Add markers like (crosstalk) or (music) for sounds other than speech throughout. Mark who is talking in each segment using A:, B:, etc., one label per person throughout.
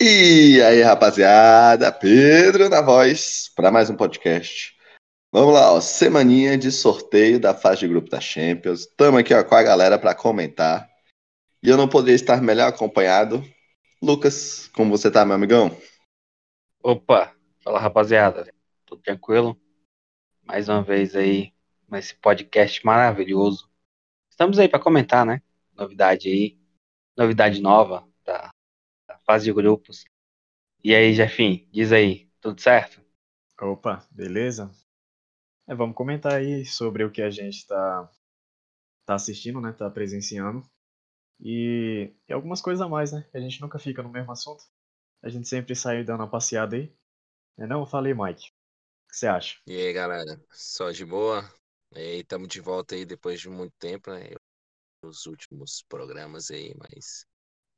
A: E aí, rapaziada, Pedro na voz para mais um podcast. Vamos lá, ó, semaninha de sorteio da fase de grupo da Champions. Tamo aqui ó, com a galera para comentar. E eu não poderia estar melhor acompanhado. Lucas, como você tá, meu amigão?
B: Opa, fala rapaziada, tudo tranquilo? Mais uma vez aí, nesse podcast maravilhoso. Estamos aí para comentar, né? Novidade aí, novidade nova da, da fase de grupos. E aí, Jefim, diz aí, tudo certo?
C: Opa, beleza? É, vamos comentar aí sobre o que a gente está tá assistindo, né? Tá presenciando. E, e algumas coisas a mais, né? que A gente nunca fica no mesmo assunto. A gente sempre sai dando uma passeada aí. Né não? Eu falei, Mike. O que você acha?
D: E aí, galera, só de boa? E aí, tamo de volta aí depois de muito tempo, né? Eu- Os últimos programas aí, mas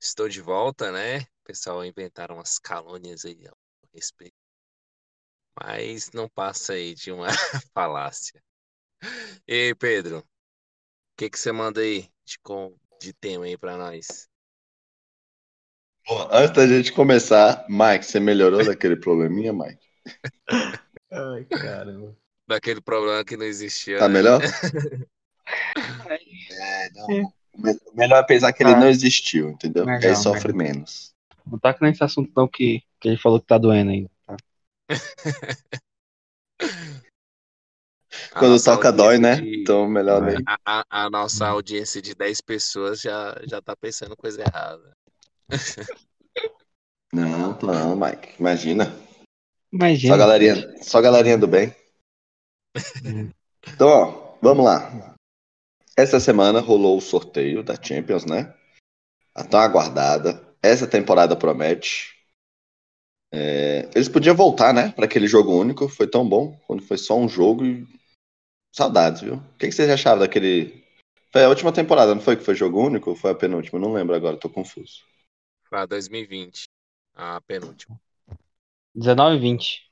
D: estou de volta, né? O pessoal inventaram umas calúnias aí a respeito. Mas não passa aí de uma (laughs) falácia. E aí, Pedro, o que que você manda aí de, com- de tema aí pra nós?
A: Bom, antes da gente começar, Mike, você melhorou daquele probleminha, Mike?
C: Ai, caramba.
D: Daquele problema que não existia,
A: Tá
D: né?
A: melhor? É, Melhor pensar que ele
B: Ah.
A: não existiu, entendeu?
B: Melhor,
A: E aí sofre
B: melhor.
A: menos.
B: Não tá com nesse assunto não que, que ele falou que tá doendo ainda. tá?
D: A
A: Quando
D: nossa
A: toca dói, né?
D: audiência de-
A: Então melhor nem.
D: A, a- a nossa
B: Uhum.
D: audiência de 10 pessoas já, já tá pensando coisa errada.
A: Não, não, Mike. Imagina.
B: Imagina.
A: Só galerinha, só galerinha do bem. Então, ó, vamos lá. Essa semana rolou o sorteio da Champions, né? A tão aguardada. Essa temporada promete. É, eles podiam voltar, né? Pra aquele jogo único. Foi tão bom quando foi só um jogo e. Saudades, viu? O que, que vocês achavam daquele. Foi a última temporada, não foi que foi jogo único? Ou Foi a penúltima? Não lembro agora, tô confuso.
D: Pra 2020, a penúltima.
B: 19 e 20.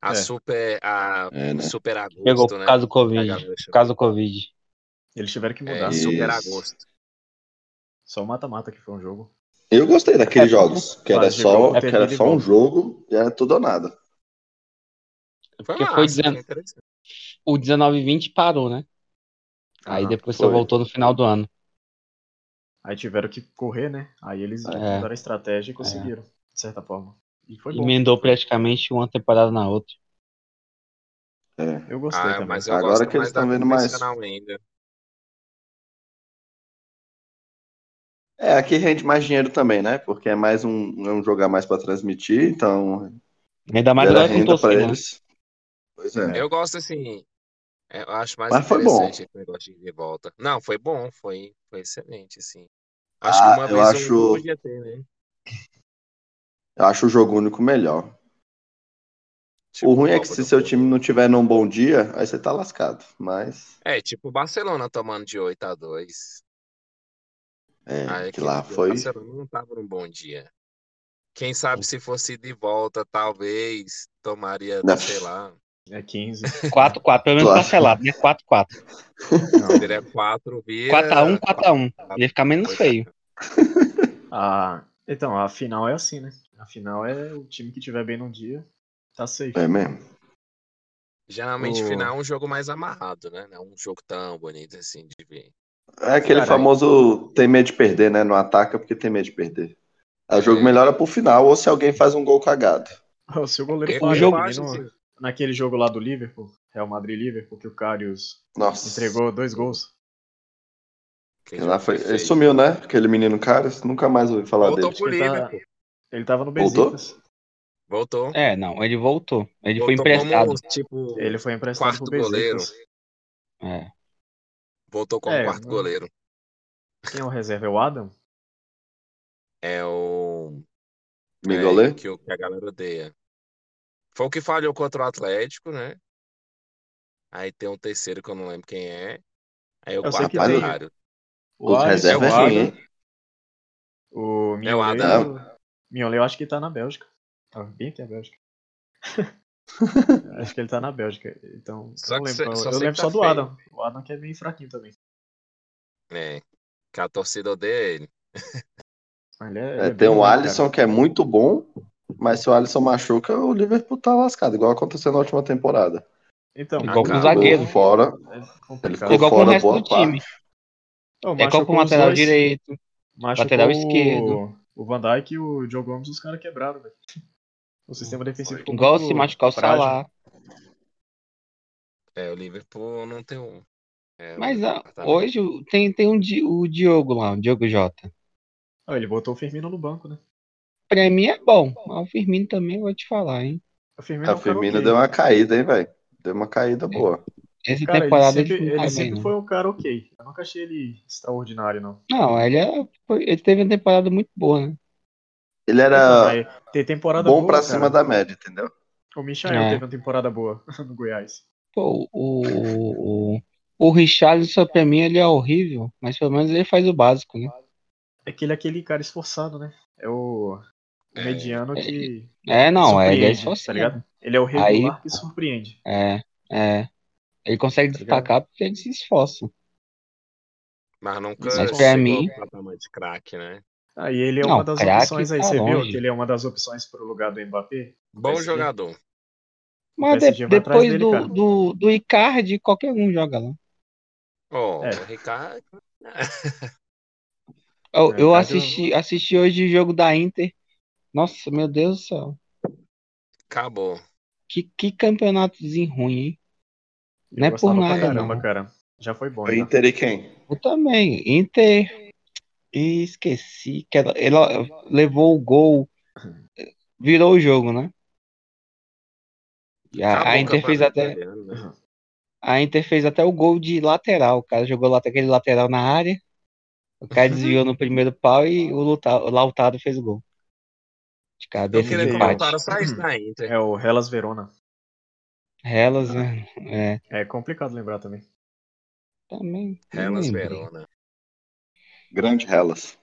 D: A
C: É.
D: super. A
A: É, né?
D: super
B: Pegou
D: agosto,
B: por
D: né?
B: causa do
D: A
B: Covid.
D: gaúcha.
B: Por causa do Covid.
C: Eles tiveram que
D: É,
C: mudar.
A: isso.
C: Só
D: super agosto.
C: só o mata-mata que foi um jogo.
A: Eu gostei daqueles
B: É,
A: jogos, que era
C: fase de
A: só,
C: grupo,
A: que era
C: teve
A: só um jogo e era tudo ou nada.
D: Foi assim.
B: Porque
D: massa,
B: foi dizendo-
D: interessante.
B: O 19 e 20 parou, né? Aí
D: Aham.
B: depois
A: foi.
B: só voltou no final do ano.
C: Aí tiveram que correr, né? Aí eles
A: É.
C: mudaram a estratégia e conseguiram, de certa forma. E foi bom.
B: Emendou praticamente uma temporada na outra.
A: É.
C: Eu gostei
D: Ah,
C: também.
D: mas eu
A: Agora
D: gosto
A: que eles
D: mais da
A: tão vendo mais.
D: convencional ainda.
A: É, aqui rende mais dinheiro também, né? Porque é mais um, é um jogar mais pra transmitir, então
B: Ainda mais
A: gera
B: agora com
A: renda pra
B: torcida. né?
A: eles. Pois é.
D: Eu gosto assim. é, Eu acho mais
A: Mas foi bom.
D: interessante esse negócio de ir de volta. Não, foi bom, foi, foi excelente, assim. Acho
A: Ah,
D: que uma
A: eu
D: vez um
A: acho-
D: podia ter, né?
A: Eu acho o jogo único melhor.
D: Tipo,
A: o ruim é que
D: Copa
A: se
D: do
A: seu
D: Mundo.
A: time não tiver num bom dia, aí você tá lascado. Mas
D: É, tipo o Barcelona tomando de 8 a 2.
A: é,
D: Ah,
A: que lá
D: aquele dia
A: foi. Hum.
D: O Barcelona não tava num bom dia. Quem sabe se fosse de volta, talvez tomaria,
A: Não.
D: sei lá,
C: É
A: (laughs)
C: 15.
B: 4x4, né? pelo menos
A: Claro.
B: parcelado, né? 4x4.
C: Não.
D: teria 4
C: É,
D: vira.
B: 4x1, 4x1. Ia ficar menos feio.
C: Ah, então, a final é assim, né? A final é o time que tiver bem num dia, tá safe.
A: É mesmo?
D: Geralmente,
C: O-
D: final é um jogo mais amarrado, né? Não é um jogo tão bonito assim de ver.
A: É aquele
C: Caralho.
A: famoso tem medo de perder, né? Não ataca porque tem medo de perder. Aí O jogo
D: É.
A: melhora pro final ou se alguém faz um gol cagado.
C: (laughs) O seu goleiro
D: Eu,
C: falhou
D: eu
B: jogo-
C: que
D: acho
C: nem no-
D: assim,
C: naquele jogo lá do Liverpool, Real Madrid e Liverpool, que o Karius
A: Nossa.
C: entregou dois gols.
D: que
A: Ele, lá
D: jogo
A: foi- ele
D: feio.
A: sumiu, né? Aquele menino cara, nunca mais ouvi falar
D: Voltou
A: dele.
D: pro
C: Ele, tá-
D: Liverpool.
C: ele tava no
A: Voltou?
C: Besiktas.
D: Voltou.
B: É, não, ele voltou. Ele foi
D: Voltou
B: emprestado.
D: Como, tipo,
C: Ele foi emprestado
D: Quarto
C: pro Besiktas.
B: É.
D: voltou como
C: É,
D: quarto
C: não-
D: goleiro.
C: Quem é o reserva? É o Adam?
D: É o.
A: Migolê?
D: É, que, o- que a galera odeia. Foi o que falhou contra o Atlético, né? Aí tem um terceiro que eu não lembro quem é. Aí o
C: Eu sei
D: quarto
C: que
D: é o
A: tem-
D: Otário.
C: O
A: Os
C: Alisson,
A: reservas
C: o
A: é
C: Adam,
A: ruim, hein?
C: O
D: É o
C: Mignolet,
A: Adam.
C: Mignolet eu acho que tá na Bélgica. Tá bem aqui a Bélgica.
A: (laughs)
C: acho que ele tá na Bélgica. Então,
D: Só
C: eu não
D: que
C: lembro.
D: cê- só
C: eu
D: sei
C: lembro
D: que tá
C: só do
D: feio.
C: Adam. O Adam que é
D: né?
C: meio fraquinho também.
D: É. Que a torcida odeia ele.
C: Ele é- ele
A: É,
C: é
A: tem
C: bem
A: o
C: bom, cara.
A: Alisson que é muito bom, mas se o Alisson machuca, o Liverpool tá lascado, igual aconteceu na última temporada.
C: Então,
D: Igual com o
A: Ele
B: zagueiro.
A: Ficou fora,
C: É
A: ele
C: complicado.
A: ficou
B: Igual com o
A: fora
B: resto
A: boa
B: do time.
A: parte.
C: Não,
B: É igual com
C: machucou
B: o
C: os
B: lateral
C: dois.
B: direito.
C: Machucou
B: lateral
C: o-
B: esquerdo.
C: O Van Dijk e o Joe Gomes, os caras quebraram, velho. O sistema defensivo ficou
B: Igual
C: muito
B: se machucar o
C: um frágil.
B: Salah.
D: É, o Liverpool não tem um. é, o
B: Mas ah,
D: departamento.
B: hoje o- tem, tem um, Di- o Diogo lá, o Diogo Jota.
C: Ah, ele botou o Firmino no banco, né?
B: Pra mim é bom, mas o Firmino também vou te falar, hein?
C: O Firmino, é
A: A
C: um cara
A: Firmina
C: ok.
A: deu uma caída, hein, velho? Deu uma caída boa.
B: Essa
C: Cara, ele
B: temporada ele,
C: sempre,
B: não tá
C: ele
B: bem,
C: sempre
B: não.
C: foi um cara ok. Eu nunca achei ele extraordinário, não.
B: Não, ele, é- foi- ele teve uma temporada muito boa, né?
A: Ele
C: Então,
A: era
C: mas tem temporada
A: bom
C: boa,
A: pra
C: cara.
A: cima da média, entendeu?
C: O Michael
B: É.
C: teve uma temporada boa (laughs) no Goiás.
B: Pô, o, o, o, o Richarlison, pra mim, ele é horrível, mas pelo menos ele faz o básico, né?
C: É que ele é aquele cara esforçado, né? É o, o
D: É.
C: mediano que
B: É, não, é, ele é
C: surpreende,
B: esforçado.
C: tá ligado? Ele é o regular que surpreende.
B: É, é. Ele consegue
C: Tá ligado?
B: destacar porque ele se esforça.
D: Mas nunca
C: Mas
D: chegou
C: pra Tá
B: mim-
D: ao patamar de craque, né?
C: Aí ele é
B: Não,
C: uma das
B: craque
C: opções aí.
B: tá
C: Você viu
B: longe.
C: que ele é uma das opções pro lugar do Mbappé?
D: Bom
C: PSG.
D: jogador.
B: Mas
C: PSG
B: de-
C: vai atrás
B: depois
C: dele,
B: do,
C: cara.
B: do, do Icardi, qualquer um joga lá.
D: Ó,
C: É.
D: o Ricardo.
B: Eu,
C: É,
B: eu
C: Icardi-
B: assisti, assisti hoje o jogo da Inter. Nossa, meu Deus do céu.
D: Acabou.
B: Que, que campeonatozinho ruim, hein?
C: Eu
B: Não é por
C: gostava pra
B: nada,
C: caramba,
B: não.
C: cara. Já foi né? bom,
A: O
C: já.
A: Inter e quem?
B: Eu também. Inter. Ih, esqueci que ela, ela levou o gol. Virou o jogo, né? E a,
D: Acabou
B: Ah, a
D: o
B: Inter fez
D: campeonato
B: até,
D: italiano, né?
B: a Inter fez até o gol de lateral. O cara jogou lá, aquele lateral na área. O
D: Uhum.
B: cara desviou no primeiro pau e o, Luta, o Lautaro fez o gol. De
D: Eu
B: cabeça
D: Então, queria
B: de
D: que o
C: empate.
D: Lautaro saísse da Inter.
C: É o Hellas Verona.
B: Hellas,
D: Ah.
B: né? É,
C: É complicado lembrar também.
B: também.
C: Hum.
B: não
D: Hellas
B: lembrei.
D: Verona.
A: Grande Hellas.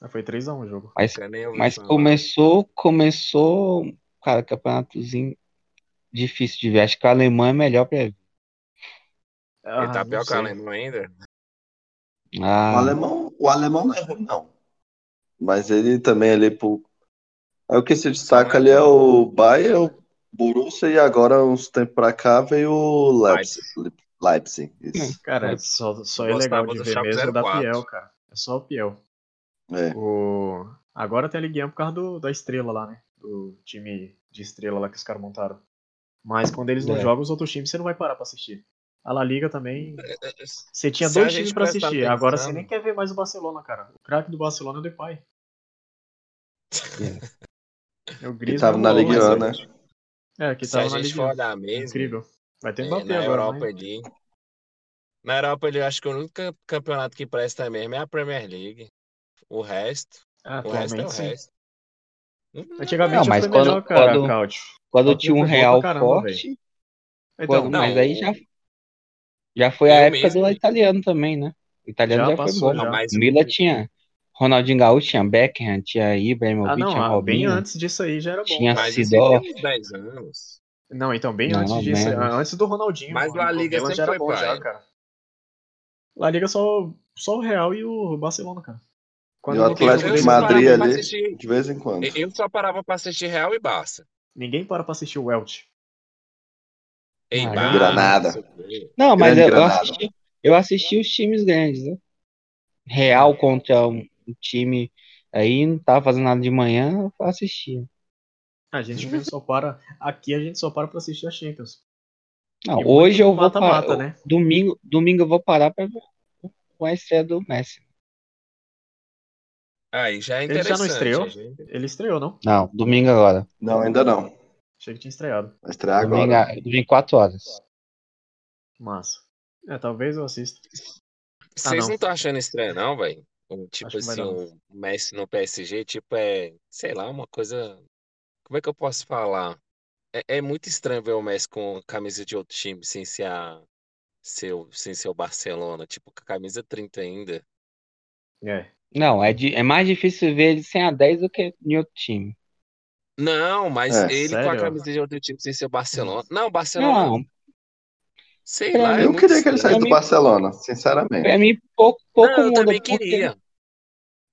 C: Mas Foi 3x1 o jogo.
B: Mas,
D: Nunca nem ouvi
B: mas
C: né?
D: falar.
B: começou, começou, cara, campeonatozinho difícil de ver. Acho que o alemão é melhor pra ver.
D: Ele tá
C: Ah, não
D: pior que o
C: sei.
D: alemão ainda.
A: O
B: Ah,
A: alemão, o alemão não é ruim, não. Mas ele também é ali pro. Aí o que se destaca ali é o Bayern, o Borussia e agora, uns tempos pra cá, veio o Leipzig. Leipzig, isso.
C: Cara, só, só é
D: Gostava
C: legal de
D: do
C: ver
D: Chape
C: mesmo da
D: 04.
C: Piel, cara. É só o Piel.
A: É.
C: O... Agora tem a Ligue 1 por causa do, da estrela lá, né? Do time de estrela lá que os caras montaram. Mas quando eles não
B: É.
C: jogam os outros times, você não vai parar pra assistir. A La Liga também. Você tinha
D: É, Se a
C: dois
D: gente
C: times pra
D: prestar
C: assistir. Agora
D: atenção-
C: você nem quer ver mais o Barcelona, cara. O craque do Barcelona é o Depay. É o
A: Que
C: Griezmann
A: tava
C: e o
A: na
C: Lolo,
A: Ligue 1, né?
C: É, que
D: Se a
C: tava na
D: gente
C: Ligue
D: for
C: 1.
D: olhar mesmo,
C: Incrível. Vai ter
D: é,
C: Mbappé
D: na
C: agora,
D: Europa
C: né?
D: ali. Na Europa ali, eu acho que o único ca- campeonato que presta mesmo é a Premier League. O resto,
C: Ah,
D: o resto é o
C: Atualmente, sim.
D: resto. Hum,
C: Antigamente
B: Não,
C: já
B: mas
C: um foi
B: quando-
C: melhor, cara,
B: quando-
C: Cáudio.
B: quando
C: Só que
B: tinha um
C: foi bom pra
B: real
C: caramba,
B: forte,
C: Então,
B: quando-
D: Não,
B: mas aí
D: o-
B: já, já foi a
D: eu
B: época do
D: mesmo.
B: italiano também, né? O italiano
C: Já
B: já,
C: passou,
B: foi bom.
C: já.
D: Não, mas o-
B: Mila tinha Ronaldinho Gaúcho, tinha Beckham, tinha
C: Ah,
B: Ibrahimovic,
C: não,
B: tinha
C: ah, bem
B: Robinho,
C: antes disso aí já era bom.
B: tinha
D: mas isso aí
B: Sidor.
D: tem uns 10 anos.
C: Não, então, bem
B: Não,
C: antes disso,
B: menos.
C: antes do Ronaldinho.
D: Mas
C: o
D: La Liga
C: Milan
D: sempre
C: já era
D: foi
C: bom já,
D: Bayern.
C: cara. La Liga é só, só o Real e o Barcelona, cara.
A: E o
C: não
A: Atlético
C: tem jogo
A: de
D: eu
C: deles,
D: só
A: Madrid
D: parava pra
A: ali.
D: assistir.
A: De vez em quando.
D: Eu só parava pra assistir Real e Barça.
C: Ninguém para pra assistir o Welch.
D: Ei,
B: Ah,
D: Barça,
A: Granada.
D: não sei o quê.
B: Não, mas
A: Grande
B: eu, eu
A: Granada.
B: assisti, eu assisti os times grandes, né? Real contra um, um time aí, não tava fazendo nada de manhã, eu assistia.
C: A gente mesmo só para. Aqui a gente só para pra assistir a Champions.
B: Não,
C: E muito
B: Ah, hoje eu vou
C: mata-mata,
B: parar.
C: né?
B: Domingo, domingo eu vou parar pra ver com a estreia do Messi.
D: Aí já é
C: Ele já
D: interessante.
C: não estreou?
D: gente.
C: Ele estreou, não?
B: Não, domingo agora.
A: Não, ainda não.
C: Achei que tinha estreado.
A: Vai estrear
B: Domingo,
A: agora.
B: domingo 4 horas.
C: Massa. É, talvez eu assista.
D: Vocês
C: Ah, não.
D: não estão achando estranho, não, velho? Um, tipo
C: Acho que vai
D: assim,
C: dar,
D: um Messi no PSG, tipo, é, sei lá, uma coisa. Como é que eu posso falar? É, é muito estranho ver o Messi com a camisa de outro time, sem ser a, seu, sem ser o Barcelona, tipo, com a camisa 30 ainda.
C: É.
B: Não, é, di- é mais difícil ver ele sem a 10 do que em outro time.
D: Não, mas
A: É,
D: ele com a
C: sério?
D: camisa de outro time, sem ser o Barcelona. Não, Barcelona,
B: Não,
D: sei
B: pra
D: lá,
B: mim-
D: é
A: Ah, Eu É.
D: muito
A: queria que ele
D: estranho.
A: saísse do
B: mim-
A: Barcelona, sinceramente.
B: pra mim pouco, pouco
D: Não, eu
B: muda.
D: também
B: Porque,
D: queria.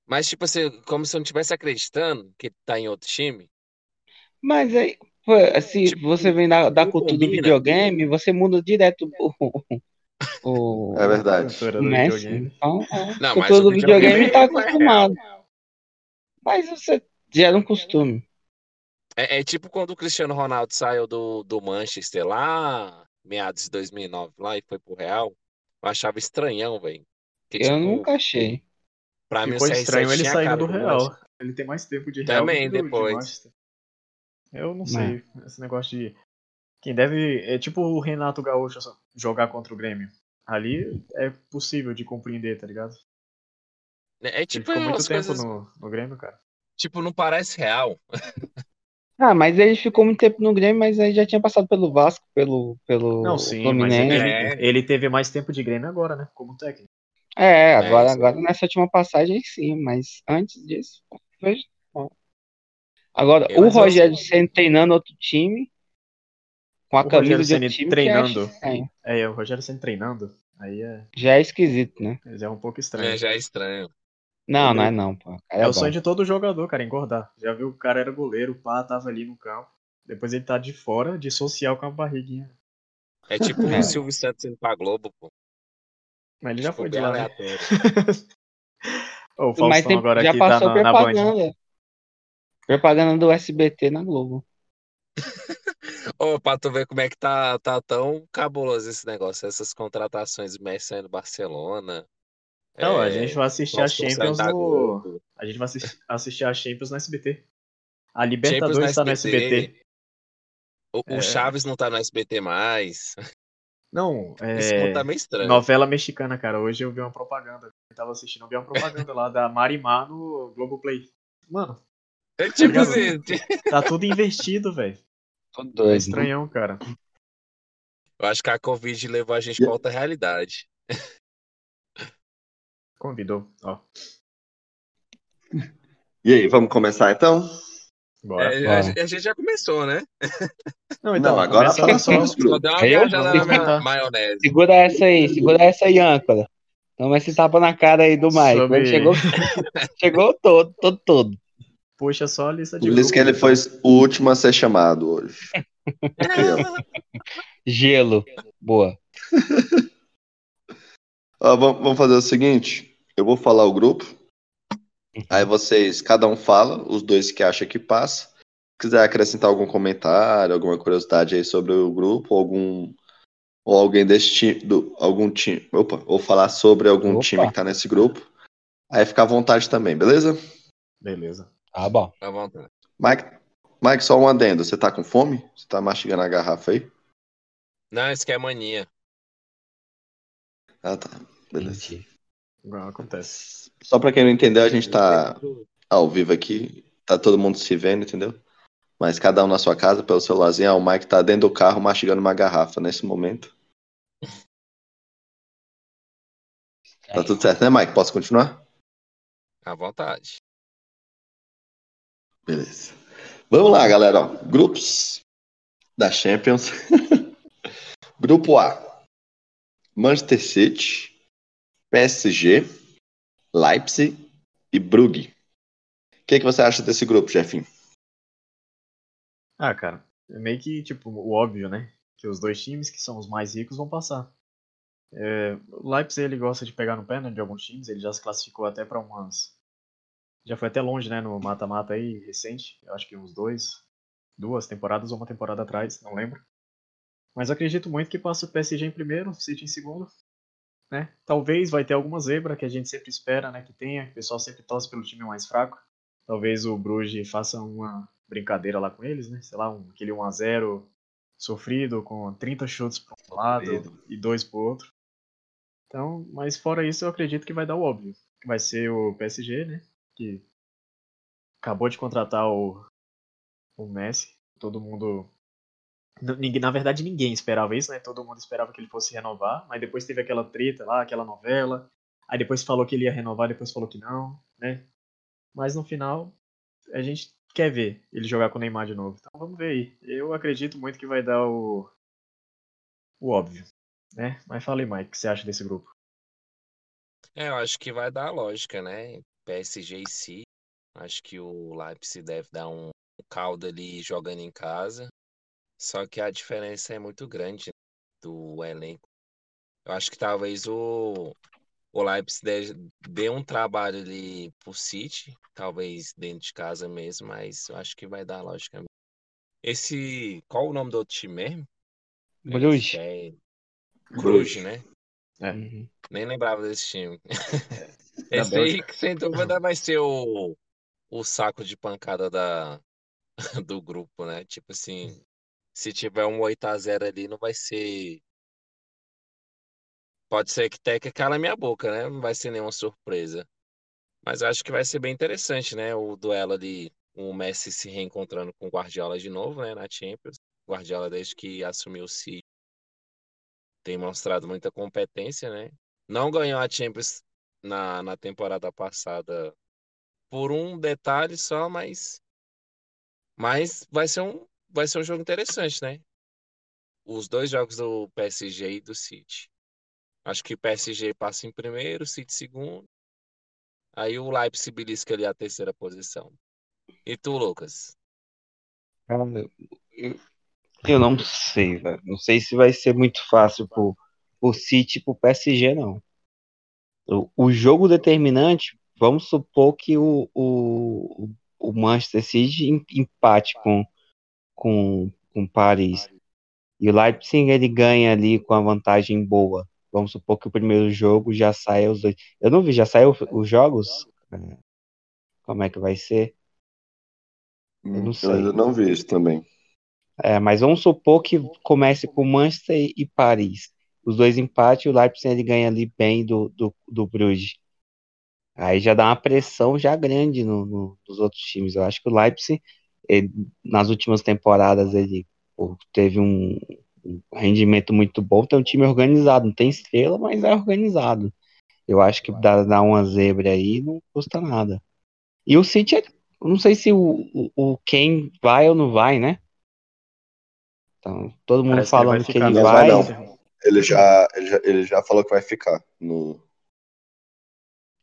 D: Mas, tipo assim, como se eu não estivesse acreditando que ele tá em outro time.
B: Mas aí, pô, se
D: Tipo,
B: você vem da, da
D: não
B: cultura do
D: combina.
B: videogame, você muda direto o. o,
A: É verdade.
C: Cultura
B: o
C: do
B: Messi.
C: videogame.
B: Então, é,
D: Não,
B: a
D: mas
B: cultura
D: o
B: do videogame
D: videogame
B: tá
D: não é
B: acostumado. Mas você gera um costume.
D: É, é tipo quando o Cristiano Ronaldo saiu do, do Manchester lá, meados de 2009, lá e foi pro Real. Eu achava estranhão, velho. Que,
B: Eu
D: tipo,
B: nunca achei.
D: pra mim o
C: Ficou
D: CR7
C: estranho ele
D: tinha a
C: saindo
D: cara
C: do
D: Manchester.
C: Real. Ele tem mais tempo de Real
D: Também,
C: do que do- de
D: depois.
C: Manchester. Eu não sei. Esse negócio de. Quem deve. É tipo o Renato Gaúcho só jogar contra o Grêmio. Ali é possível de compreender, tá ligado?
D: É, é
C: Ele
D: tipo
C: ficou muito
D: umas
C: tempo
D: coisas,
C: no, no Grêmio, cara.
D: tipo, não parece real.
B: Ah, mas ele ficou muito tempo no Grêmio, mas aí já tinha passado pelo Vasco, pelo, pelo
C: Não, sim, mas
B: Fluminense.
C: ele,
D: É.
C: ele teve mais tempo de Grêmio agora, né? Como técnico.
B: É, agora,
D: isso aí.
B: agora nessa última passagem sim, mas antes disso. foi bom. Agora,
D: Eu
B: o
D: acho
B: Rogério Ceni treinando outro time, com a
C: assim, O Rogério
B: camisa de
C: Ceni
B: outro time,
C: treinando.
B: Que é estranho.
C: É, e o Rogério sendo treinando. Aí é,
B: já é esquisito, né?
C: já é um pouco estranho.
D: É, já é estranho.
B: Não,
C: Ele-
B: não é não, pô. O cara
C: É
B: é
C: o
B: bom.
C: sonho de todo jogador, cara, é engordar. Já viu que o cara era goleiro, pá, tava ali no campo. Depois ele tá de fora, de social com a barriguinha.
D: É tipo
B: É.
C: (laughs)
D: o Silvio Santos indo pra Globo, pô.
C: Mas ele já
D: Tipo,
C: foi de
D: bem
C: lá, né?
D: aleatório.
C: Ô, o
B: Mas
C: Faustão
B: tem-
C: agora
B: já
C: aqui tá
B: passou
C: na, na Band.
B: propaganda. Propaganda do SBT na Globo.
D: Ô, pra tu ver como é que tá, tá tão cabuloso esse negócio, essas contratações, o Messi saindo do Barcelona.
C: Não,
D: é,
C: Então, a gente vai assistir a
D: Faustão saindo
C: Champions
D: da
C: no...
D: Globo.
C: A gente vai assistir, assistir a Champions no SBT. A
D: Champions
C: Libertadores tá
D: no
C: no SBT.
D: SBT. O, o
C: É.
D: Chaves não tá no SBT mais.
C: Não,
D: Esse ponto tá
C: é...
D: meio estranho.
C: Novela mexicana, cara. Hoje eu vi uma propaganda. Eu tava assistindo, eu vi uma propaganda lá da Marimar no Globoplay. Mano,
D: É tipo
C: ligado?
D: assim, tipo-
C: tá tudo investido, velho.
B: Tô
C: É
B: doido. né?
C: estranhão, cara.
D: eu acho que a Covid levou a gente pra outra realidade.
C: Convidou, ó.
A: E aí, vamos começar então?
C: Bora.
D: É, a, gente- a gente já começou, né?
C: Não, então,
A: Não, agora tá
C: começa
A: fala
C: só-
A: sobre os
D: Só
A: grupos.
D: deu uma
B: Eu
D: viajada
B: vou
D: na minha
C: comentar.
B: (laughs)
D: maionese. (laughs)
B: Segura essa aí, segura essa aí, âncora. Toma esse tapa na cara aí do Mike.
C: Sobre-
B: Ele Chegou, (laughs) chegou todo, todo, todo.
C: Puxa só a lista de
A: Por isso que ele
C: grupos,
A: foi o último a ser chamado hoje.
B: Gelo. Boa.
A: Ó, vamos vamos fazer o seguinte: eu vou falar o grupo, aí vocês, cada um fala, os dois que acha que passa. Se quiser acrescentar algum comentário, alguma curiosidade aí sobre o grupo, algum ou alguém desse time, do, algum time, opa, ou falar sobre algum
B: Opa.
A: time que tá nesse grupo, aí fica à vontade também, beleza?
C: Beleza.
B: Tá bom.
D: Tá bom, tá.
A: Mike, Mike, só um adendo, você tá com fome? Você tá mastigando a garrafa aí?
D: Não, isso que é mania.
A: Ah, tá. Beleza.
B: Entendi.
C: Igual acontece.
A: Só pra quem não entendeu, a gente tá ao vivo aqui, tá todo mundo se vendo, entendeu? Mas cada um na sua casa, pelo celularzinho, ah, o Mike tá dentro do carro mastigando uma garrafa nesse momento. Tá tudo certo, né, Mike? Posso continuar?
D: À vontade.
A: Beleza. Vamos lá, galera. ó. Grupos da Champions. (laughs) Grupo A. Manchester City, PSG, Leipzig e Brugge. O que, que você acha desse grupo, Jefinho?
C: Ah, cara, é meio que, tipo, o óbvio, né? Que os dois times que são os mais ricos vão passar. É, o Leipzig, ele gosta de pegar no pé, né, de alguns times, ele já se classificou até pra umas... Já foi até longe, né, no mata-mata aí, recente, eu acho que uns dois, duas temporadas ou uma temporada atrás, não lembro. Mas eu acredito muito que passa o PSG em primeiro, o City em segundo, né? Talvez vai ter alguma zebra que a gente sempre espera, né, que tenha, que o pessoal sempre torce pelo time mais fraco. Talvez o Bruges faça uma brincadeira lá com eles, né? Sei lá, um, aquele 1x0 sofrido, com 30 chutes para um lado e dois para outro. Então, mas fora isso, eu acredito que vai dar o óbvio. Que vai ser o PSG, né? Que acabou de contratar o, o Messi. Todo mundo. n- ninguém- Na verdade, ninguém esperava isso, né? Todo mundo esperava que ele fosse renovar. Mas depois teve aquela treta lá, aquela novela. Aí depois falou que ele ia renovar, depois falou que não, né? Mas no final, a gente quer ver ele jogar com o Neymar de novo. Então vamos ver aí. Eu acredito muito que vai dar o. O óbvio. Né? Mas fala aí, Mike, o que você acha desse grupo?
D: É, eu acho que vai dar a lógica, né? PSG e City. Acho que o Leipzig deve dar um caldo ali jogando em casa. Só que a diferença é muito grande né, do elenco. Eu acho que talvez o, o Leipzig dê, dê um trabalho ali pro City, talvez dentro de casa mesmo, mas eu acho que vai dar, logicamente. Esse. Qual o nome do outro time mesmo?
B: Bruges.
D: É, Bruges, né?
C: É.
B: Uhum.
D: Nem lembrava desse time.
C: Da
D: Esse aí, que, sem dúvida, vai ser o, o saco de pancada da, (laughs) do grupo, né? Tipo assim, se tiver um 8x0 ali, não vai ser. Pode ser que Teca cala minha boca, né? Não vai ser nenhuma surpresa. Mas acho que vai ser bem interessante, né? O duelo ali, o Messi se reencontrando com o Guardiola de novo, né? Na Champions. Guardiola, desde que assumiu o City, tem mostrado muita competência, né? Não ganhou a Champions na, na temporada passada por um detalhe só, mas mas vai ser um vai ser um jogo interessante, né? Os dois jogos do PSG e do City. Acho que o PSG passa em primeiro, o City em segundo. Aí o Leipzig belisca ali a terceira posição. E tu, Lucas?
B: Cara, eu, eu não sei, velho. Não sei se vai ser muito fácil pro, pro City e pro PSG, não. O, o jogo determinante, vamos supor que o, o, o Manchester City em- empate com, com, com Paris. E o Leipzig ele ganha ali com a vantagem boa. Vamos supor que o primeiro jogo já saia os dois. Eu não vi, já saiu os jogos? É. Como é que vai ser?
A: Eu
B: não sei.
A: ainda não vi isso também.
B: É, mas vamos supor que comece com Manchester e Paris. Os dois empates, o Leipzig ele ganha ali bem do, do, do Bruges. Aí já dá uma pressão já grande no, no- nos outros times. Eu acho que o Leipzig, ele, nas últimas temporadas, ele pô, teve um, um rendimento muito bom. Tem um time organizado, não tem estrela, mas é organizado. Eu acho que dar, dar uma zebra aí não custa nada. E o City, eu não sei se o, o, o Kane vai ou não vai, né? Então, todo mundo
C: Parece que
B: falando que
C: ele vai ficar
B: ele
C: mesmo,
A: vai,
B: vai. um
A: não.
C: né?
A: Ele já, ele já, ele já falou que vai ficar no,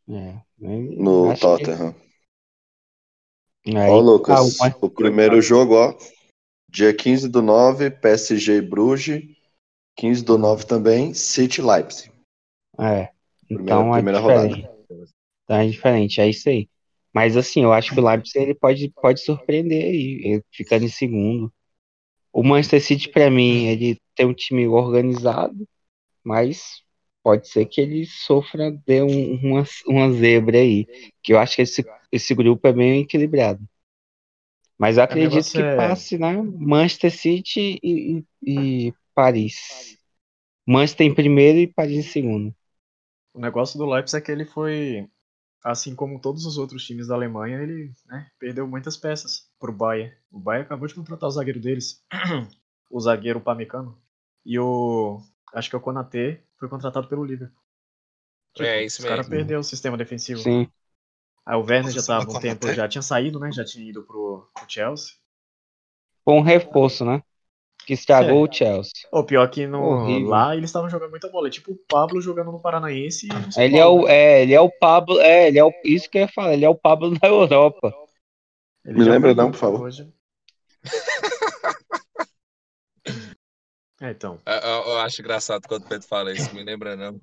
B: É, eu
A: no
B: acho que-
A: Tottenham.
B: Aí,
A: Ó, Lucas,
B: ah,
A: o primeiro jogo, ó. Dia 15 do 9, PSG e Bruges. 15 do 9 também, City e Leipzig.
B: é,
A: Primeira-
B: então é
A: primeira
B: diferente. Então é diferente, é isso aí. Mas assim, eu acho que o Leipzig ele pode, pode surpreender aí, ele ficando em segundo. O Manchester City, pra mim, ele tem um time organizado, mas pode ser que ele sofra de um- uma, uma zebra aí. Que eu acho que esse, esse grupo é meio equilibrado. Mas eu acredito
C: negócio
B: que
C: é-
B: passe, né? Manchester City e, e- e Paris. Manchester em primeiro e Paris em segundo.
C: O negócio do Leipzig é que ele foi, assim como todos os outros times da Alemanha, ele né, perdeu muitas peças pro Bayern. O Bayern acabou de contratar o zagueiro deles, (clears throat) o zagueiro Pamecano, e o acho que é o Konaté foi contratado pelo Liverpool. Tipo,
D: É, isso
C: Os caras
D: mesmo.
C: perderam o sistema defensivo.
B: Sim.
C: Aí o Werner já
A: Nossa,
C: tava
A: o
C: um tempo,
A: Konaté?
C: já tinha saído, né? Já tinha ido pro, pro Chelsea.
B: Foi um reforço, né? Que estragou o Chelsea.
C: Ou pior que no,
B: Horrível.
C: lá eles estavam jogando muita bola. É tipo o Pablo jogando no Paranaense. e no São
B: Ele é
C: Paulo,
B: o,
C: né?
B: é, ele é o Pablo, é, ele é o, isso que eu ia falar, ele é o Pablo (laughs) da Europa.
C: Ele
A: Me
C: já
A: lembra
C: foi
A: não,
C: pro
A: por favor.
C: Hoje. É, então.
D: Eu, eu- eu acho engraçado quando o Pedro fala isso, me lembra não.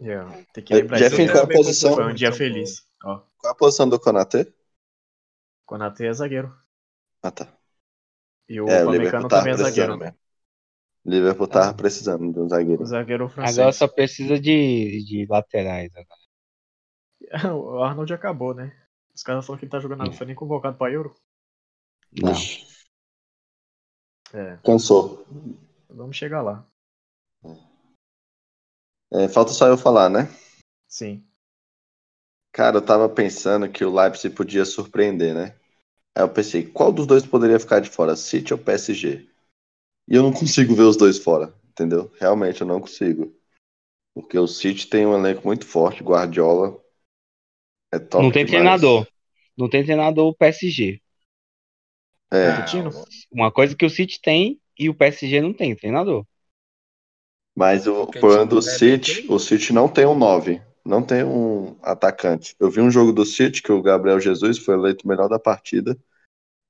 C: Yeah, tem que
A: É,
C: lembrar
A: Jeff,
C: isso. aí.
A: em qual
C: Também
A: posição?
C: Foi um dia feliz. Ó,
A: Qual é a posição do Konate?
C: Konaté é zagueiro.
A: Ah, tá.
C: E o
A: É, o
C: Pamecano
A: Liverpool tava
C: também
A: precisando
C: é
B: né?
C: zagueiro.
A: mesmo. O Liverpool
B: Ah.
A: tava precisando de um zagueiro.
C: O zagueiro (laughs)
B: Agora
C: francês.
B: só precisa de, de laterais. agora.
C: o Arnold acabou, né? Os caras falaram que ele tá jogando, não foi nem convocado pra Euro.
B: Não.
A: Ixi,
C: É,
A: cansou.
C: vamos chegar lá.
A: É, falta só eu falar, né?
C: Sim.
A: Cara, eu tava pensando que o Leipzig podia surpreender, né? Aí eu pensei, qual dos dois poderia ficar de fora, City ou PSG? E eu não consigo ver os dois fora, entendeu? Realmente eu não consigo. Porque o City tem um elenco muito forte, Guardiola é top
B: não tem
A: demais.
B: treinador. Não tem treinador o PSG.
A: É,
C: Pochettino?
B: Uma coisa que o City tem e o PSG não tem, treinador.
A: mas o
D: Porque
A: quando o
D: time é bem
A: City, o City não tem um 9. Não tem um atacante. Eu vi um jogo do City que o Gabriel Jesus foi eleito o melhor da partida,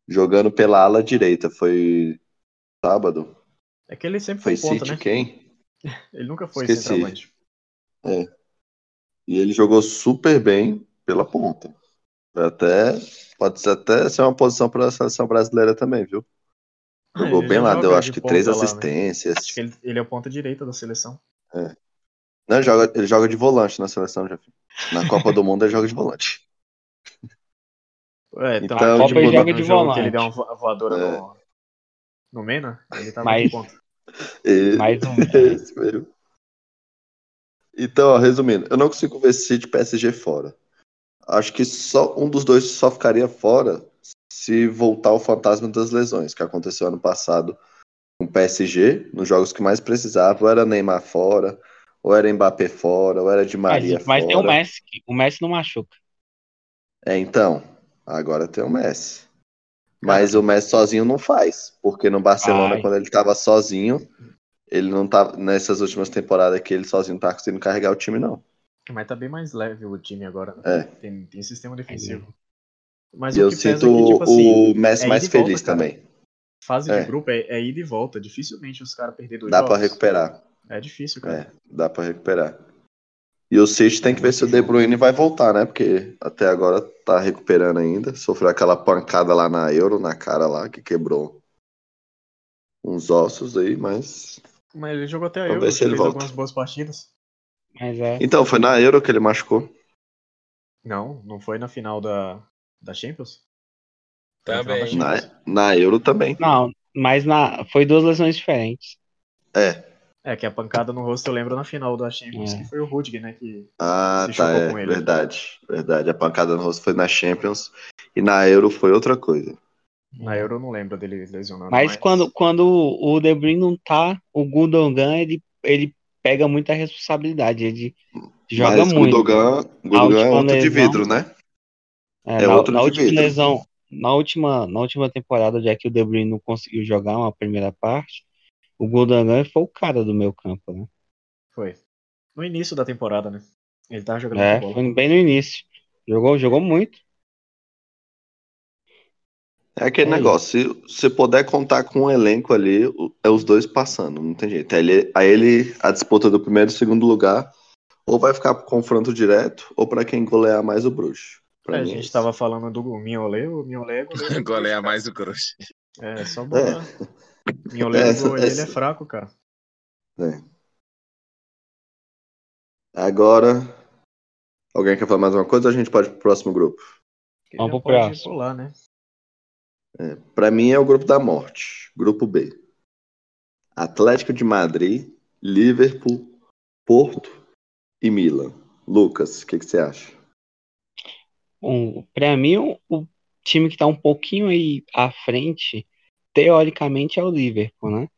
A: jogando pela ala direita. Foi sábado.
C: É que ele sempre
A: Foi
C: foi, ponta,
A: City
C: né?
A: quem?
C: Ele nunca foi
A: Esqueci. É.
C: centroavante.
A: E ele jogou super bem pela ponta. Até pode ser até ser uma posição para a seleção brasileira também, viu? Jogou
C: Ah, Ele
A: bem
C: já
A: lá,
C: joga
A: deu
C: de
A: acho que
C: ponta
A: três
C: lá, né?
A: assistências.
C: Acho que ele, ele é o ponta direita da seleção.
A: Não, ele joga, ele joga de volante na seleção, já. Na Copa do Mundo ele joga de volante.
C: É,
A: Então,
C: tanto
A: Copa
C: que
A: ele
C: no
A: joga
B: de
C: jogo
B: volante.
C: Que ele deu uma vo- voadora
A: É.
C: no, no Mena, ele tava
B: Mas-
C: de ponta.
A: E-
B: Mais um.
A: É isso mesmo. Então, ó, resumindo, eu não consigo ver City e PSG fora. Acho que só um dos dois só ficaria fora se voltar o fantasma das lesões, que aconteceu ano passado com o PSG, nos jogos que mais precisava, ou era Neymar fora, ou era Mbappé fora, ou era Di
B: Mas,
A: (laughs) Maria
B: É, mas tem o
A: fora.
B: Messi. que- O Messi não machuca.
A: É, então, agora tem o Messi. Mas o Messi sozinho não faz, porque no Barcelona,
B: Ai.
A: quando ele estava sozinho, ele não tava. Nessas últimas temporadas que ele sozinho tá conseguindo carregar o time, não.
C: Mas tá bem mais leve o time agora, né?
A: É.
C: Tem, tem sistema defensivo. Mas
A: E
C: o
A: eu
C: que pesa é que,
A: sinto o-
C: tipo assim,
A: o Messi
C: é
A: mais
C: ida e volta,
A: feliz
C: cara.
A: também.
C: fase
A: é.
C: de grupo é, é ida e volta. Dificilmente os caras perderem dois
A: Dá
C: jogos.
A: pra recuperar.
C: É difícil, cara.
A: É, dá pra recuperar. E o City tem que ver se o De Bruyne vai voltar, né? Porque até agora tá recuperando ainda. Sofreu aquela pancada lá na Euro, na cara lá, que quebrou uns ossos aí, mas.
C: Mas ele jogou até a
A: Vamos
C: Euro,
A: ver se
C: fez
A: ele volta.
C: algumas boas partidas.
B: Mas é.
A: Então, foi na Euro que ele machucou.
C: Não, não foi na final da, da Champions? Foi na final
D: Também.
C: da
A: Na,
C: Champions.
A: na Euro também.
B: Não, mas na... foi duas lesões diferentes.
A: É.
C: É, que a pancada no rosto eu lembro na final da Champions,
B: É.
C: que foi o Rudiger, né? Que
A: Ah,
C: Se
A: tá.
C: chocou
A: É,
C: com ele.
A: verdade. Verdade. A pancada no rosto foi na Champions. E na Euro foi outra coisa.
C: na Euro eu não lembro dele lesionando.
B: É. Mas quando, quando o De Bruyne não tá, o Gundogan, ele, ele pega muita responsabilidade. Ele joga
A: mas
B: muito.
A: Gundogan,
C: né?
A: Gundogan é
B: última
A: outro de
B: lesão-
A: vidro, né?
B: É,
A: É
B: na,
A: outro
B: na
A: de
B: última
A: vidro.
B: lesão, na última, na última temporada, já que o De Bruyne não conseguiu jogar uma primeira parte, o Gundogan foi o cara do meu campo, né?
C: Foi. No início da temporada, né? Ele tava jogando
B: É,
C: muita bola.
B: foi bem no início. Jogou, jogou muito.
A: É aquele
B: É
A: negócio, se se puder contar com um elenco ali, o- é os dois passando, não tem jeito. Aí ele, aí ele- a disputa do primeiro e segundo lugar, ou vai ficar pro confronto direto, ou pra quem golear mais o bruxo. Pra
C: É, a
A: mim é
C: gente
A: isso.
C: tava falando do Minholê, o Minholê é goleiro.
A: (laughs)
C: do
D: Goleia
C: Cruz,
D: mais o Cruz.
C: cara. É, só botar. Minholê
A: É,
C: do gol,
A: essa-
C: ele é fraco, cara.
A: Agora, alguém quer falar mais uma coisa ou a gente pode ir pro próximo grupo?
C: Ele
B: Vamos
C: já
B: pro
C: pode
B: próximo.
C: pular, né?
A: Pra mim é o grupo da morte, grupo B. Atlético de Madrid, Liverpool, Porto e Milan. Lucas, o que que você acha?
B: Um, para mim, o, o time que tá um pouquinho aí à frente, teoricamente, é o Liverpool, né?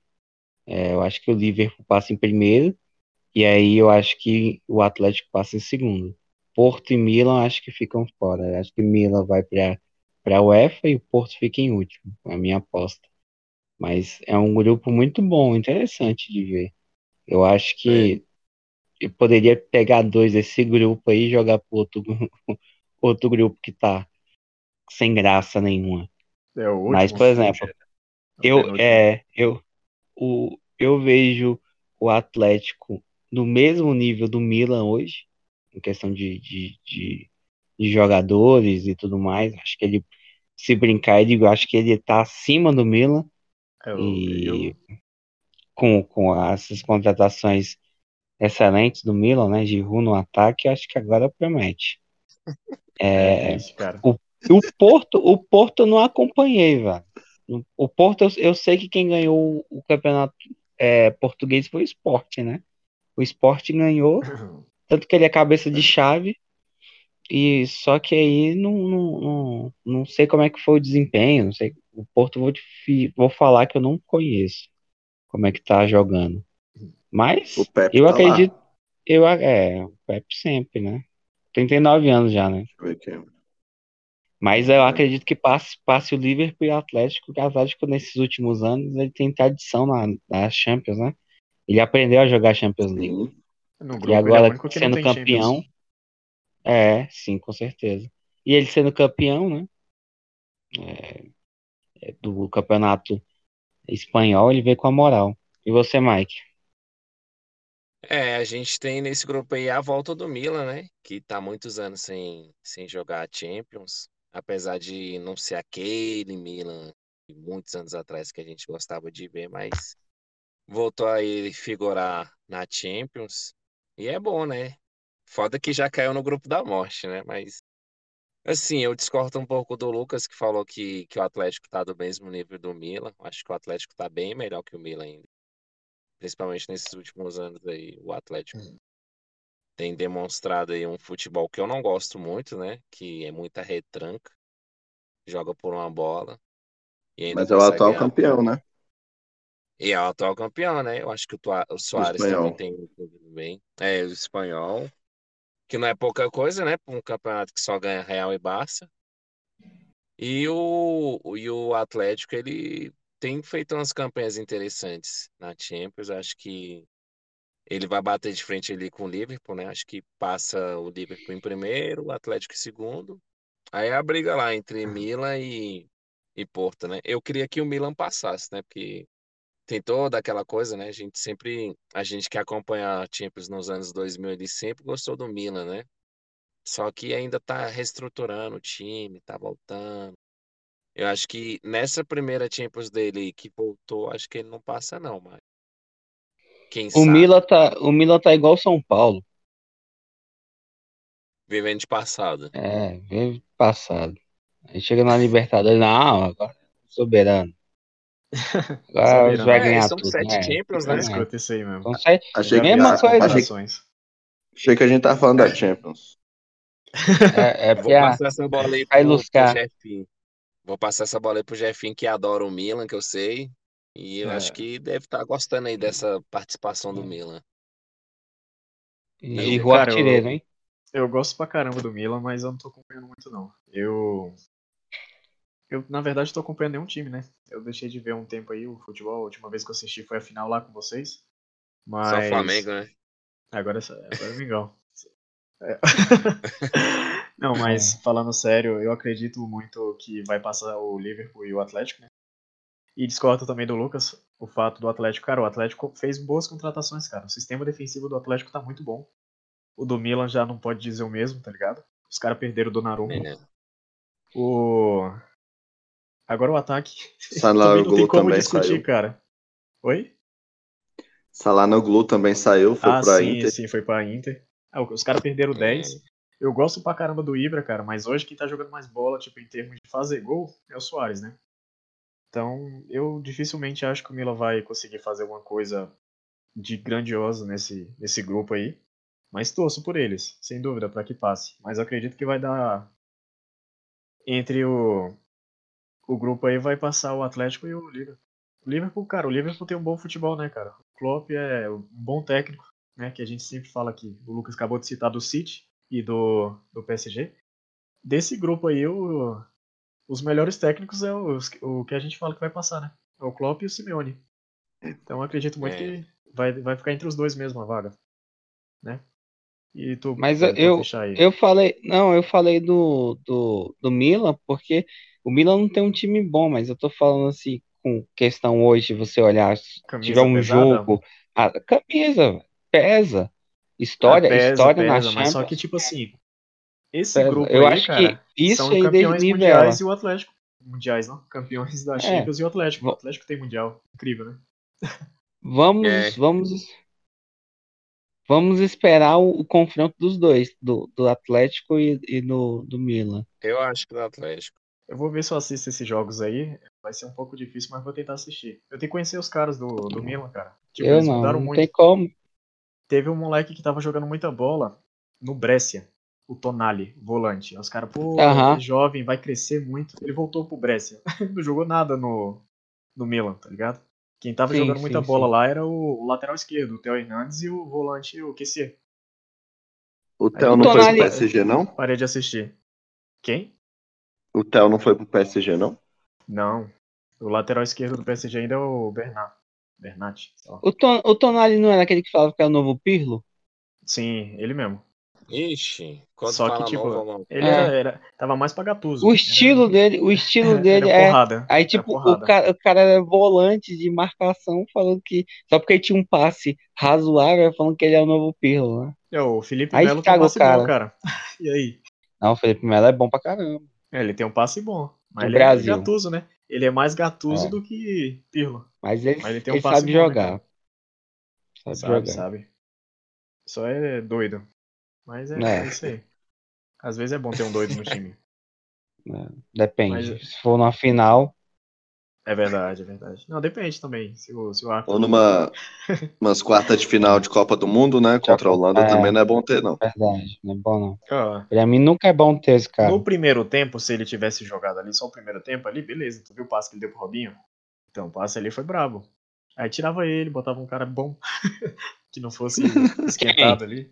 B: É, eu acho que o Liverpool passa em primeiro, e aí eu acho que o Atlético passa em segundo. Porto e Milan acho que ficam fora. Eu acho que Milan vai para para UEFA e o Porto fica em último, é a minha aposta. Mas é um grupo muito bom, interessante de ver. Eu acho que eu poderia pegar dois desse grupo aí e jogar pro outro, gru- outro grupo que tá sem graça nenhuma.
C: É o último.
B: Mas, por exemplo,
C: o
B: eu,
C: penúltimo.
B: é, eu, o, eu vejo o Atlético no mesmo nível do Milan hoje, em questão de, de, de, de jogadores e tudo mais. Acho que ele, se brincar, ele, eu acho que ele tá acima do Milan
C: É o-
B: e com, com essas contratações excelentes do Milan, né? Giroud no ataque, eu acho que agora promete. É,
C: É, triste, cara. (laughs)
B: e o Porto, o Porto eu não acompanhei, velho. No- O Porto, eu, eu sei que quem ganhou o campeonato é, português foi o Sport, né? O Sport ganhou, tanto que ele é cabeça de chave, e só que aí não, não, não, não sei como é que foi o desempenho, não sei. O Porto eu vou, te fi- vou falar que eu não conheço como é que tá jogando. Mas
A: O Pepe
B: eu
A: tá lá.
B: acredito, eu, a- é, o Pepe sempre, né? 39 anos já, né?
A: Deixa eu ver é. aqui.
B: Mas eu acredito que passe, passe o Liverpool e o Atlético, que o Atlético nesses últimos anos ele tem tradição na, na Champions, né? Ele aprendeu a jogar Champions League.
A: Sim.
C: No
B: E
C: grupo ele é o
B: agora,
C: único que não
B: sendo
C: tem Champions.
B: campeão, É, sim, com certeza. E ele sendo campeão, né? é, é, do campeonato espanhol, ele veio com a moral. E você, Mike?
D: É, a gente tem nesse grupo aí a volta do Milan, né? Que tá muitos anos sem, sem jogar a Champions. Apesar de não ser aquele Milan de muitos anos atrás que a gente gostava de ver, mas voltou a ele figurar na Champions. E é bom, né? Foda que já caiu no grupo da morte, né? Mas Assim, eu discordo um pouco do Lucas, que falou que, que o Atlético está do mesmo nível do Milan. Acho que o Atlético está bem melhor que o Milan ainda. Principalmente nesses últimos anos aí, o Atlético
A: Hum.
D: tem demonstrado aí um futebol que eu não gosto muito, né? Que é muita retranca, joga por uma bola. e ainda
A: Mas é o
D: consegue
A: atual
D: ganhar.
A: campeão, né?
D: E é o atual campeão, né? Eu acho que o, Tua- o Soares
A: espanhol.
D: também tem ido bem. É, o espanhol. Que não é pouca coisa, né? Pra Um campeonato que só ganha Real e Barça. E o, o- e o Atlético, ele tem feito umas campanhas interessantes na Champions. Acho que ele vai bater de frente ali com o Liverpool, né? Acho que passa o Liverpool em primeiro, o Atlético em segundo. Aí é a briga lá entre Milan e, e Porto, né? Eu queria que o Milan passasse, né? Porque tem toda aquela coisa, né? A gente sempre, a gente que acompanha a Champions nos anos 2000, ele sempre gostou do Milan, né? Só que ainda tá reestruturando o time, tá voltando. Eu acho que nessa primeira Champions dele que voltou, acho que ele não passa não, mas quem
B: O
D: sabe,
B: Milan tá, o Milan tá igual o São Paulo.
D: vivendo de passado.
B: É, veio passado. Aí chega na Libertadores, não, agora é
C: (laughs)
B: soberano. Agora
C: Soberano.
B: vai
D: É, e
B: ganhar
D: são
B: tudo,
D: sete
B: né?
D: Champions,
C: É
D: né?
B: É.
C: escroto isso aí mesmo.
B: Então, sai-
A: Achei
C: Já
A: que,
C: vi
B: Mesma
C: essas
A: tá,
B: coisa.
A: achei,
C: comparações.
A: achei que a gente tava falando da Champions.
B: é, é
D: Eu vou
B: porque a,
D: passar essa bola
B: vai
D: aí pro, pro
B: luscar.
D: Jefinho. Vou passar essa bola aí pro Jefinho que adora o Milan, que eu sei. E eu acho
C: É,
D: que deve estar gostando aí dessa participação do Milan.
B: E, e
C: eu,
B: o
C: cara,
B: artilheiro,
C: eu,
B: hein?
C: eu gosto pra caramba do Milan, mas eu não tô acompanhando muito não. Eu, eu na verdade, tô acompanhando nenhum time, né? Eu deixei de ver um tempo aí o futebol. A última vez que eu assisti foi a final lá com vocês.
D: Só
C: Mas
D: Flamengo, né?
C: Agora, é só- agora é Mingau. É. Não, mas falando sério, eu acredito muito que vai passar o Liverpool e o Atlético, né? E discordo também do Lucas, o fato do Atlético. Cara, o Atlético fez boas contratações, cara. O sistema defensivo do Atlético tá muito bom. O do Milan já não pode dizer o mesmo, tá ligado? Os caras perderam o Donnarumma.
D: É.
C: O... Agora o ataque (laughs) também não tem
A: Salanoglu
C: como
A: também
C: discutir,
A: saiu.
C: cara. Oi?
A: Salanoglu também saiu, foi
C: Ah,
A: pra
C: sim,
A: Inter.
C: sim, foi pra Inter. Ah, os caras perderam
D: É.
C: 10. Eu gosto pra caramba do Ibra, cara, mas hoje quem tá jogando mais bola, tipo, em termos de fazer gol, é o Soares, né? Então, eu dificilmente acho que o Milan vai conseguir fazer alguma coisa de grandiosa nesse, nesse grupo aí. Mas torço por eles, sem dúvida, pra que passe. Mas eu acredito que vai dar. Entre o, o grupo aí vai passar o Atlético e o Liverpool. O Liverpool, cara, o Liverpool tem um bom futebol, né, cara? O Klopp é um bom técnico, né, que a gente sempre fala aqui. O Lucas acabou de citar do City e do, do PSG. Desse grupo aí, o, os melhores técnicos é os, o que a gente fala que vai passar, né? É o Klopp e o Simeone. Então eu acredito muito
D: É.
C: que vai, vai ficar entre os dois mesmo a vaga, né? E tu,
B: Mas eu,
C: velho, pra
B: eu,
C: fechar aí.
B: eu falei, não, eu falei do, do, do Milan, porque o Milan não tem um time bom, mas eu tô falando assim, com questão hoje, você olhar, se tiver
C: Camisa
B: um
C: pesada?
B: jogo, a camisa pesa,
C: Ah,
B: história,
C: pesa,
B: história na
C: pesa, mas só que
B: Champions
C: tipo assim, Esse
B: pesa.
C: grupo
B: Eu
C: aí,
B: acho que
C: cara,
B: isso
C: são
B: aí
C: campeões
B: desnivela.
C: mundiais e o Atlético. Mundiais, não? Campeões da
B: É,
C: Champions e o Atlético. O
B: v-
C: Atlético tem mundial. Incrível, né?
B: vamos,
D: É.
B: vamos, vamos esperar o, o confronto dos dois, do, do Atlético e, e do, do Milan.
D: Eu acho que do Atlético.
C: Eu vou ver se eu assisto esses jogos aí. Vai ser um pouco difícil, mas vou tentar assistir. Eu tenho que conhecer os caras do, do Milan, cara. Tipo,
B: Eu
C: eles
B: não,
C: mudaram
B: não tem
C: muito.
B: como.
C: Teve um moleque que tava jogando muita bola no Brescia. O Tonali, volante. Aí Os caras, pô, é
B: Aham.
C: jovem, vai crescer muito. Ele voltou pro Brescia. (laughs) Não jogou nada no, no Milan, tá ligado? Quem tava
B: Sim,
C: jogando muita
B: sim,
C: bola
B: sim.
C: lá era o, o lateral esquerdo, o Theo Hernandes, e o volante, o QC.
A: O
C: Aí
A: Theo Então, não foi
B: O
C: depois eu
A: pro
B: Tonali,
C: pa-
A: PSG, não?
C: parei de assistir. Quem?
A: O Theo não foi pro PSG, não?
C: Não. O lateral esquerdo do PSG ainda é o Bernat. Bernat, sei lá.
B: O, Ton, o Tonali não era aquele que falava que era o novo Pirlo?
C: Sim, ele mesmo.
D: Ixi, quando
C: Só que,
D: fala
C: tipo,
D: mal, vamos.
C: Ele
B: É.
C: era, era- tava mais pra Gattuso.
B: O
C: Era-
B: estilo dele, o estilo
C: É. (laughs) era
B: dele é.
C: porrada.
B: Aí, tipo, o
C: porrada.
B: cara, o cara era volante de marcação, falando que. Só porque ele tinha um passe razoável, falando que ele é o novo Pirlo, né?
C: É, O Felipe
B: Aí
C: Melo tem um
B: caga o
C: passe bom, cara. (laughs) E aí?
B: Não, o Felipe Melo é bom pra caramba.
C: É, ele tem um passe bom. Mas
B: No
C: ele
B: Brasil.
C: é Gattuso, né? Ele é mais Gattuso
B: É.
C: do que Pirlo.
B: Mas ele,
C: Mas ele tem um
B: ele
C: passe
B: sabe
C: bom, né,
B: jogar. sabe,
C: Sabe,
B: jogar.
C: sabe. Só é doido. Mas é,
B: É.
C: isso aí. Às vezes é bom ter um doido no time.
B: Depende.
C: Mas-
B: Se for na final,
C: É verdade, é verdade. Não, depende também. Se o, se o árbitro-
A: Ou
B: (laughs)
A: numa umas quartas de final de Copa do Mundo, né? Contra a Holanda
B: É.
A: também não é bom ter, não.
B: verdade. Não é bom, não.
C: Ó,
B: Pra mim, nunca é bom ter esse cara.
C: No primeiro tempo, se ele tivesse jogado ali só o primeiro tempo ali, beleza. Tu viu o passe que ele deu pro Robinho? Então, o passe ali foi brabo. Aí tirava ele, botava um cara bom (laughs) que
B: (laughs)
C: não fosse esquentado ali.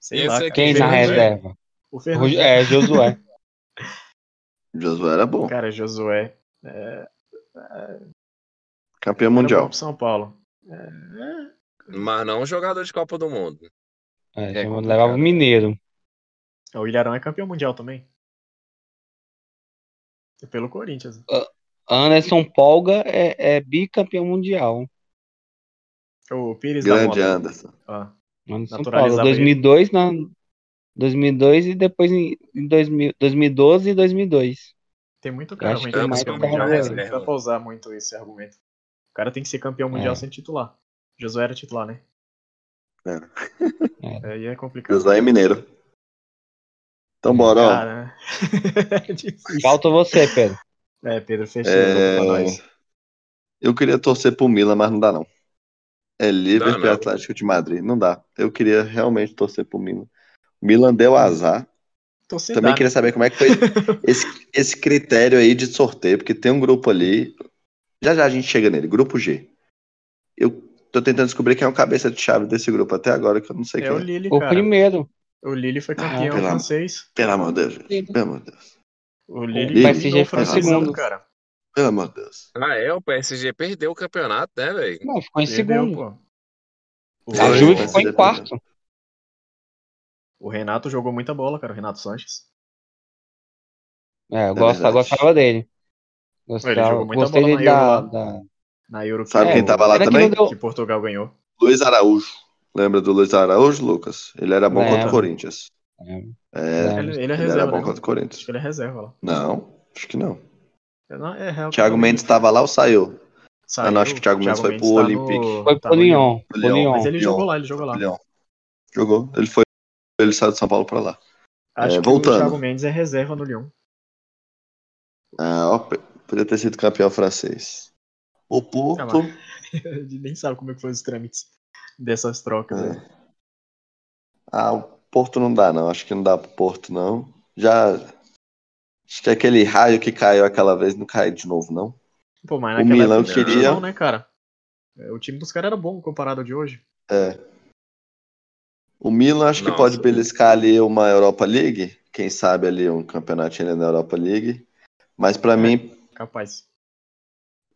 C: Sei
D: Esse
C: lá,
D: aqui
C: cara.
B: é Quem na
C: O Fernandinho- é,
B: reserva?
C: O
B: Ru-
C: Fernandinho,
B: É,
C: (laughs)
B: Josué.
A: Josué era bom.
C: é, cara, Josué.
A: Campeão
C: Mundial.
A: mundial.
C: Pro São Paulo. É,
D: Mas não um jogador de Copa do Mundo.
B: É,
D: É
B: chamou-
D: complicado.
B: levava o Mineiro.
C: é. O Ilharão é campeão mundial também. É pelo Corinthians.
B: Anderson Polga é, é bicampeão mundial.
C: É O Pires da
A: Grande
C: Moda.
A: Anderson.
C: Ó,
B: Anderson Polga.
C: Naturalizava
B: 2002, na, 2002 e depois em, em 2000, 2012 e 2002.
C: Tem muito cara
B: acho
C: ruim
B: que
C: que é
B: mais
C: campeão
B: que
C: mundial,
B: cara
C: mas não
D: ruim.
C: dá pra usar muito esse argumento. O cara tem que ser campeão mundial
B: É.
C: sem titular. Josué era titular, né?
B: É.
C: Aí é complicado.
A: Josué é mineiro. Então bora, ó.
C: Cara, né? (laughs) É difícil.
B: Falta você, Pedro.
C: É, Pedro, fechou
A: É.
C: pra nós.
A: Eu queria torcer pro Milan, mas não dá não. É Liverpool e
D: não.
A: Atlético de Madrid. Não dá. Eu queria realmente torcer pro Milan. Milan deu azar.
C: Torcer
A: Também
C: dá,
A: queria
C: né?
A: saber como é que foi esse, esse critério aí de sorteio, porque tem um grupo ali. Já já a gente chega nele, grupo G. Eu tô tentando descobrir quem é o cabeça de chave desse grupo até agora, que eu não sei
C: É o
A: quem é.
C: Lille,
B: O
C: cara.
B: primeiro.
C: O Lille foi
A: Ah,
C: campeão
A: pelo amor.
C: francês.
A: Pelo amor de Deus, gente. Pelo amor de Deus.
C: O
A: O
C: Lille
A: PSG
C: dominou o
A: foi
C: francês,
A: segundo.
C: cara.
A: Pelo amor de Deus.
D: Ah, é? O PSG perdeu o campeonato, né, velho?
B: Não, ficou em
C: Perdeu,
B: segundo.
C: pô.
A: Tá
B: A
A: Foi,
B: Juve
A: foi
B: ficou em
A: dependendo.
B: quarto.
C: O Renato jogou muita bola, cara. O Renato Sanches.
B: É, eu
A: É
B: gosto,
A: verdade.
B: gostava dele. Gostava,
C: jogou muita
B: gostei
C: bola
B: dele
C: na
B: da,
C: Euro
B: da.
C: Na Euro que
A: Sabe
C: o-
A: quem tava lá
B: Será que
A: também?
B: não deu-
C: Que Portugal ganhou.
A: Luiz Araújo. Lembra do Luiz Araújo, Lucas? Ele era bom contra
B: Lembro.
A: o Corinthians.
B: Lembro.
A: É,
B: Lembro.
C: Ele, ele é
A: ele
C: reserva,
A: era bom
C: né?
A: contra o
C: Acho
A: Corinthians.
C: que ele é reserva lá.
A: Não, acho que não.
C: Eu não- é, realmente-
A: Thiago Mendes estava lá ou saiu?
C: Saiu,
A: não, acho que o Thiago Mendes foi pro
C: tá
A: Olympique.
C: no-
B: Foi
C: tá
B: pro
C: no
B: Lyon. pro
A: Lyon,
B: Lyon.
C: Mas ele
A: Lyon.
C: jogou lá, ele jogou lá.
A: Leão. Jogou. Ele foi. Ele saiu de São Paulo pra lá.
C: Acho
A: É,
C: que
A: voltando.
C: o Thiago Mendes é reserva no Lyon. (laughs)
A: Ah, ó, p- podia ter sido campeão francês. O Porto.
C: Ah, mas- Ele nem sabe como é que foi os trâmites dessas trocas. né?
A: É.
C: aí.
A: Ah, o Porto não dá, não. Acho que não dá pro Porto, não. Já. Acho que aquele raio que caiu aquela vez não cai de novo, não.
C: Pô, mas
A: O
C: naquela
A: Milan
C: época não tinha
A: queria-
C: não, né, cara? É, O time dos caras era bom comparado ao de hoje.
A: É. O Milan acho que
D: Nossa.
A: pode beliscar ali uma Europa League. Quem sabe ali um campeonatinho ali na Europa League. Mas pra mim,
C: Capaz.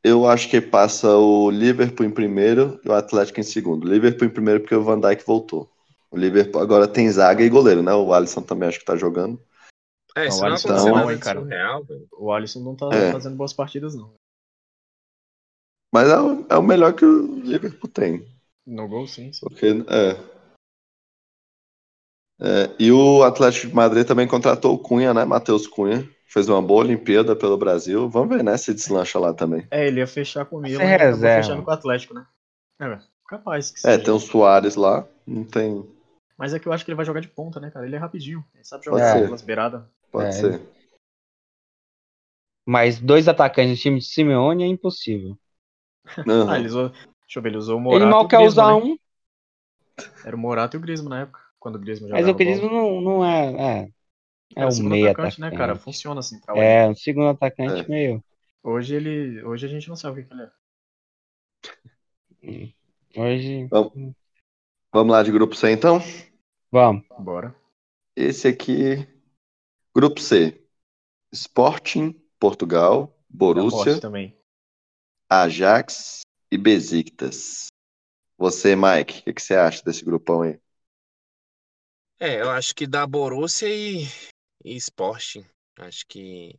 A: eu acho que passa o Liverpool em primeiro e o Atlético em segundo. Liverpool em primeiro porque o Van Dijk voltou. O Liverpool agora tem zaga e goleiro, né? O Alisson também acho que tá jogando.
D: É, isso
C: o
D: não
C: Alisson
A: tá
D: aconteceu mais
C: mal, hein,
D: em
C: cara?
D: surreal, velho.
C: O Alisson não tá
A: É.
C: fazendo boas partidas, não.
A: Mas é o, é o melhor que o Liverpool tem.
C: No gol, sim. sim.
A: Porque, é. É, e o Atlético de Madrid também contratou o Cunha, né? Matheus Cunha. Fez uma boa Olimpíada pelo Brasil. Vamos ver, né? Se deslancha lá também.
C: É, ele ia fechar com o Milan,
B: é
C: ele acabou
B: reserva.
C: fechando com o Atlético, né? É, capaz que
A: É,
C: seja.
A: tem o Soares lá. Não tem.
C: Mas é que eu acho que ele vai jogar de ponta, né, cara? Ele é rapidinho. Ele sabe jogar
A: Pode ser.
C: pelas beiradas.
A: Pode
B: É.
A: ser.
B: Mas dois atacantes no time de Simeone é impossível.
A: Aham.
C: Ah, ele usou... Deixa eu ver, ele usou o Morato
B: Ele
C: e
B: mal
C: o
B: quer
C: Griezmann,
B: usar
C: né?
B: um,
C: Era o Morato e o Griezmann na época, quando o Griezmann jogava
B: mas é o
C: bola.
B: Crismo não, não é. É, é
C: Era
B: um
C: segundo
B: meio
C: atacante,
B: atacante.
C: né, cara? Funciona assim pra hoje.
B: É, um segundo atacante
A: É.
B: meio.
C: Hoje ele. Hoje a gente não sabe o que que ele é.
B: Hoje.
A: Vamos lá de grupo C então?
B: Vamos.
C: Bora.
A: Esse aqui. Grupo C. Sporting, Portugal,
C: Da
A: Borussia,
C: morte também.
A: Ajax e Besiktas. Você, Mike, o que, que você acha desse grupão aí?
D: É, eu acho que da Borussia e, e Sporting. Acho que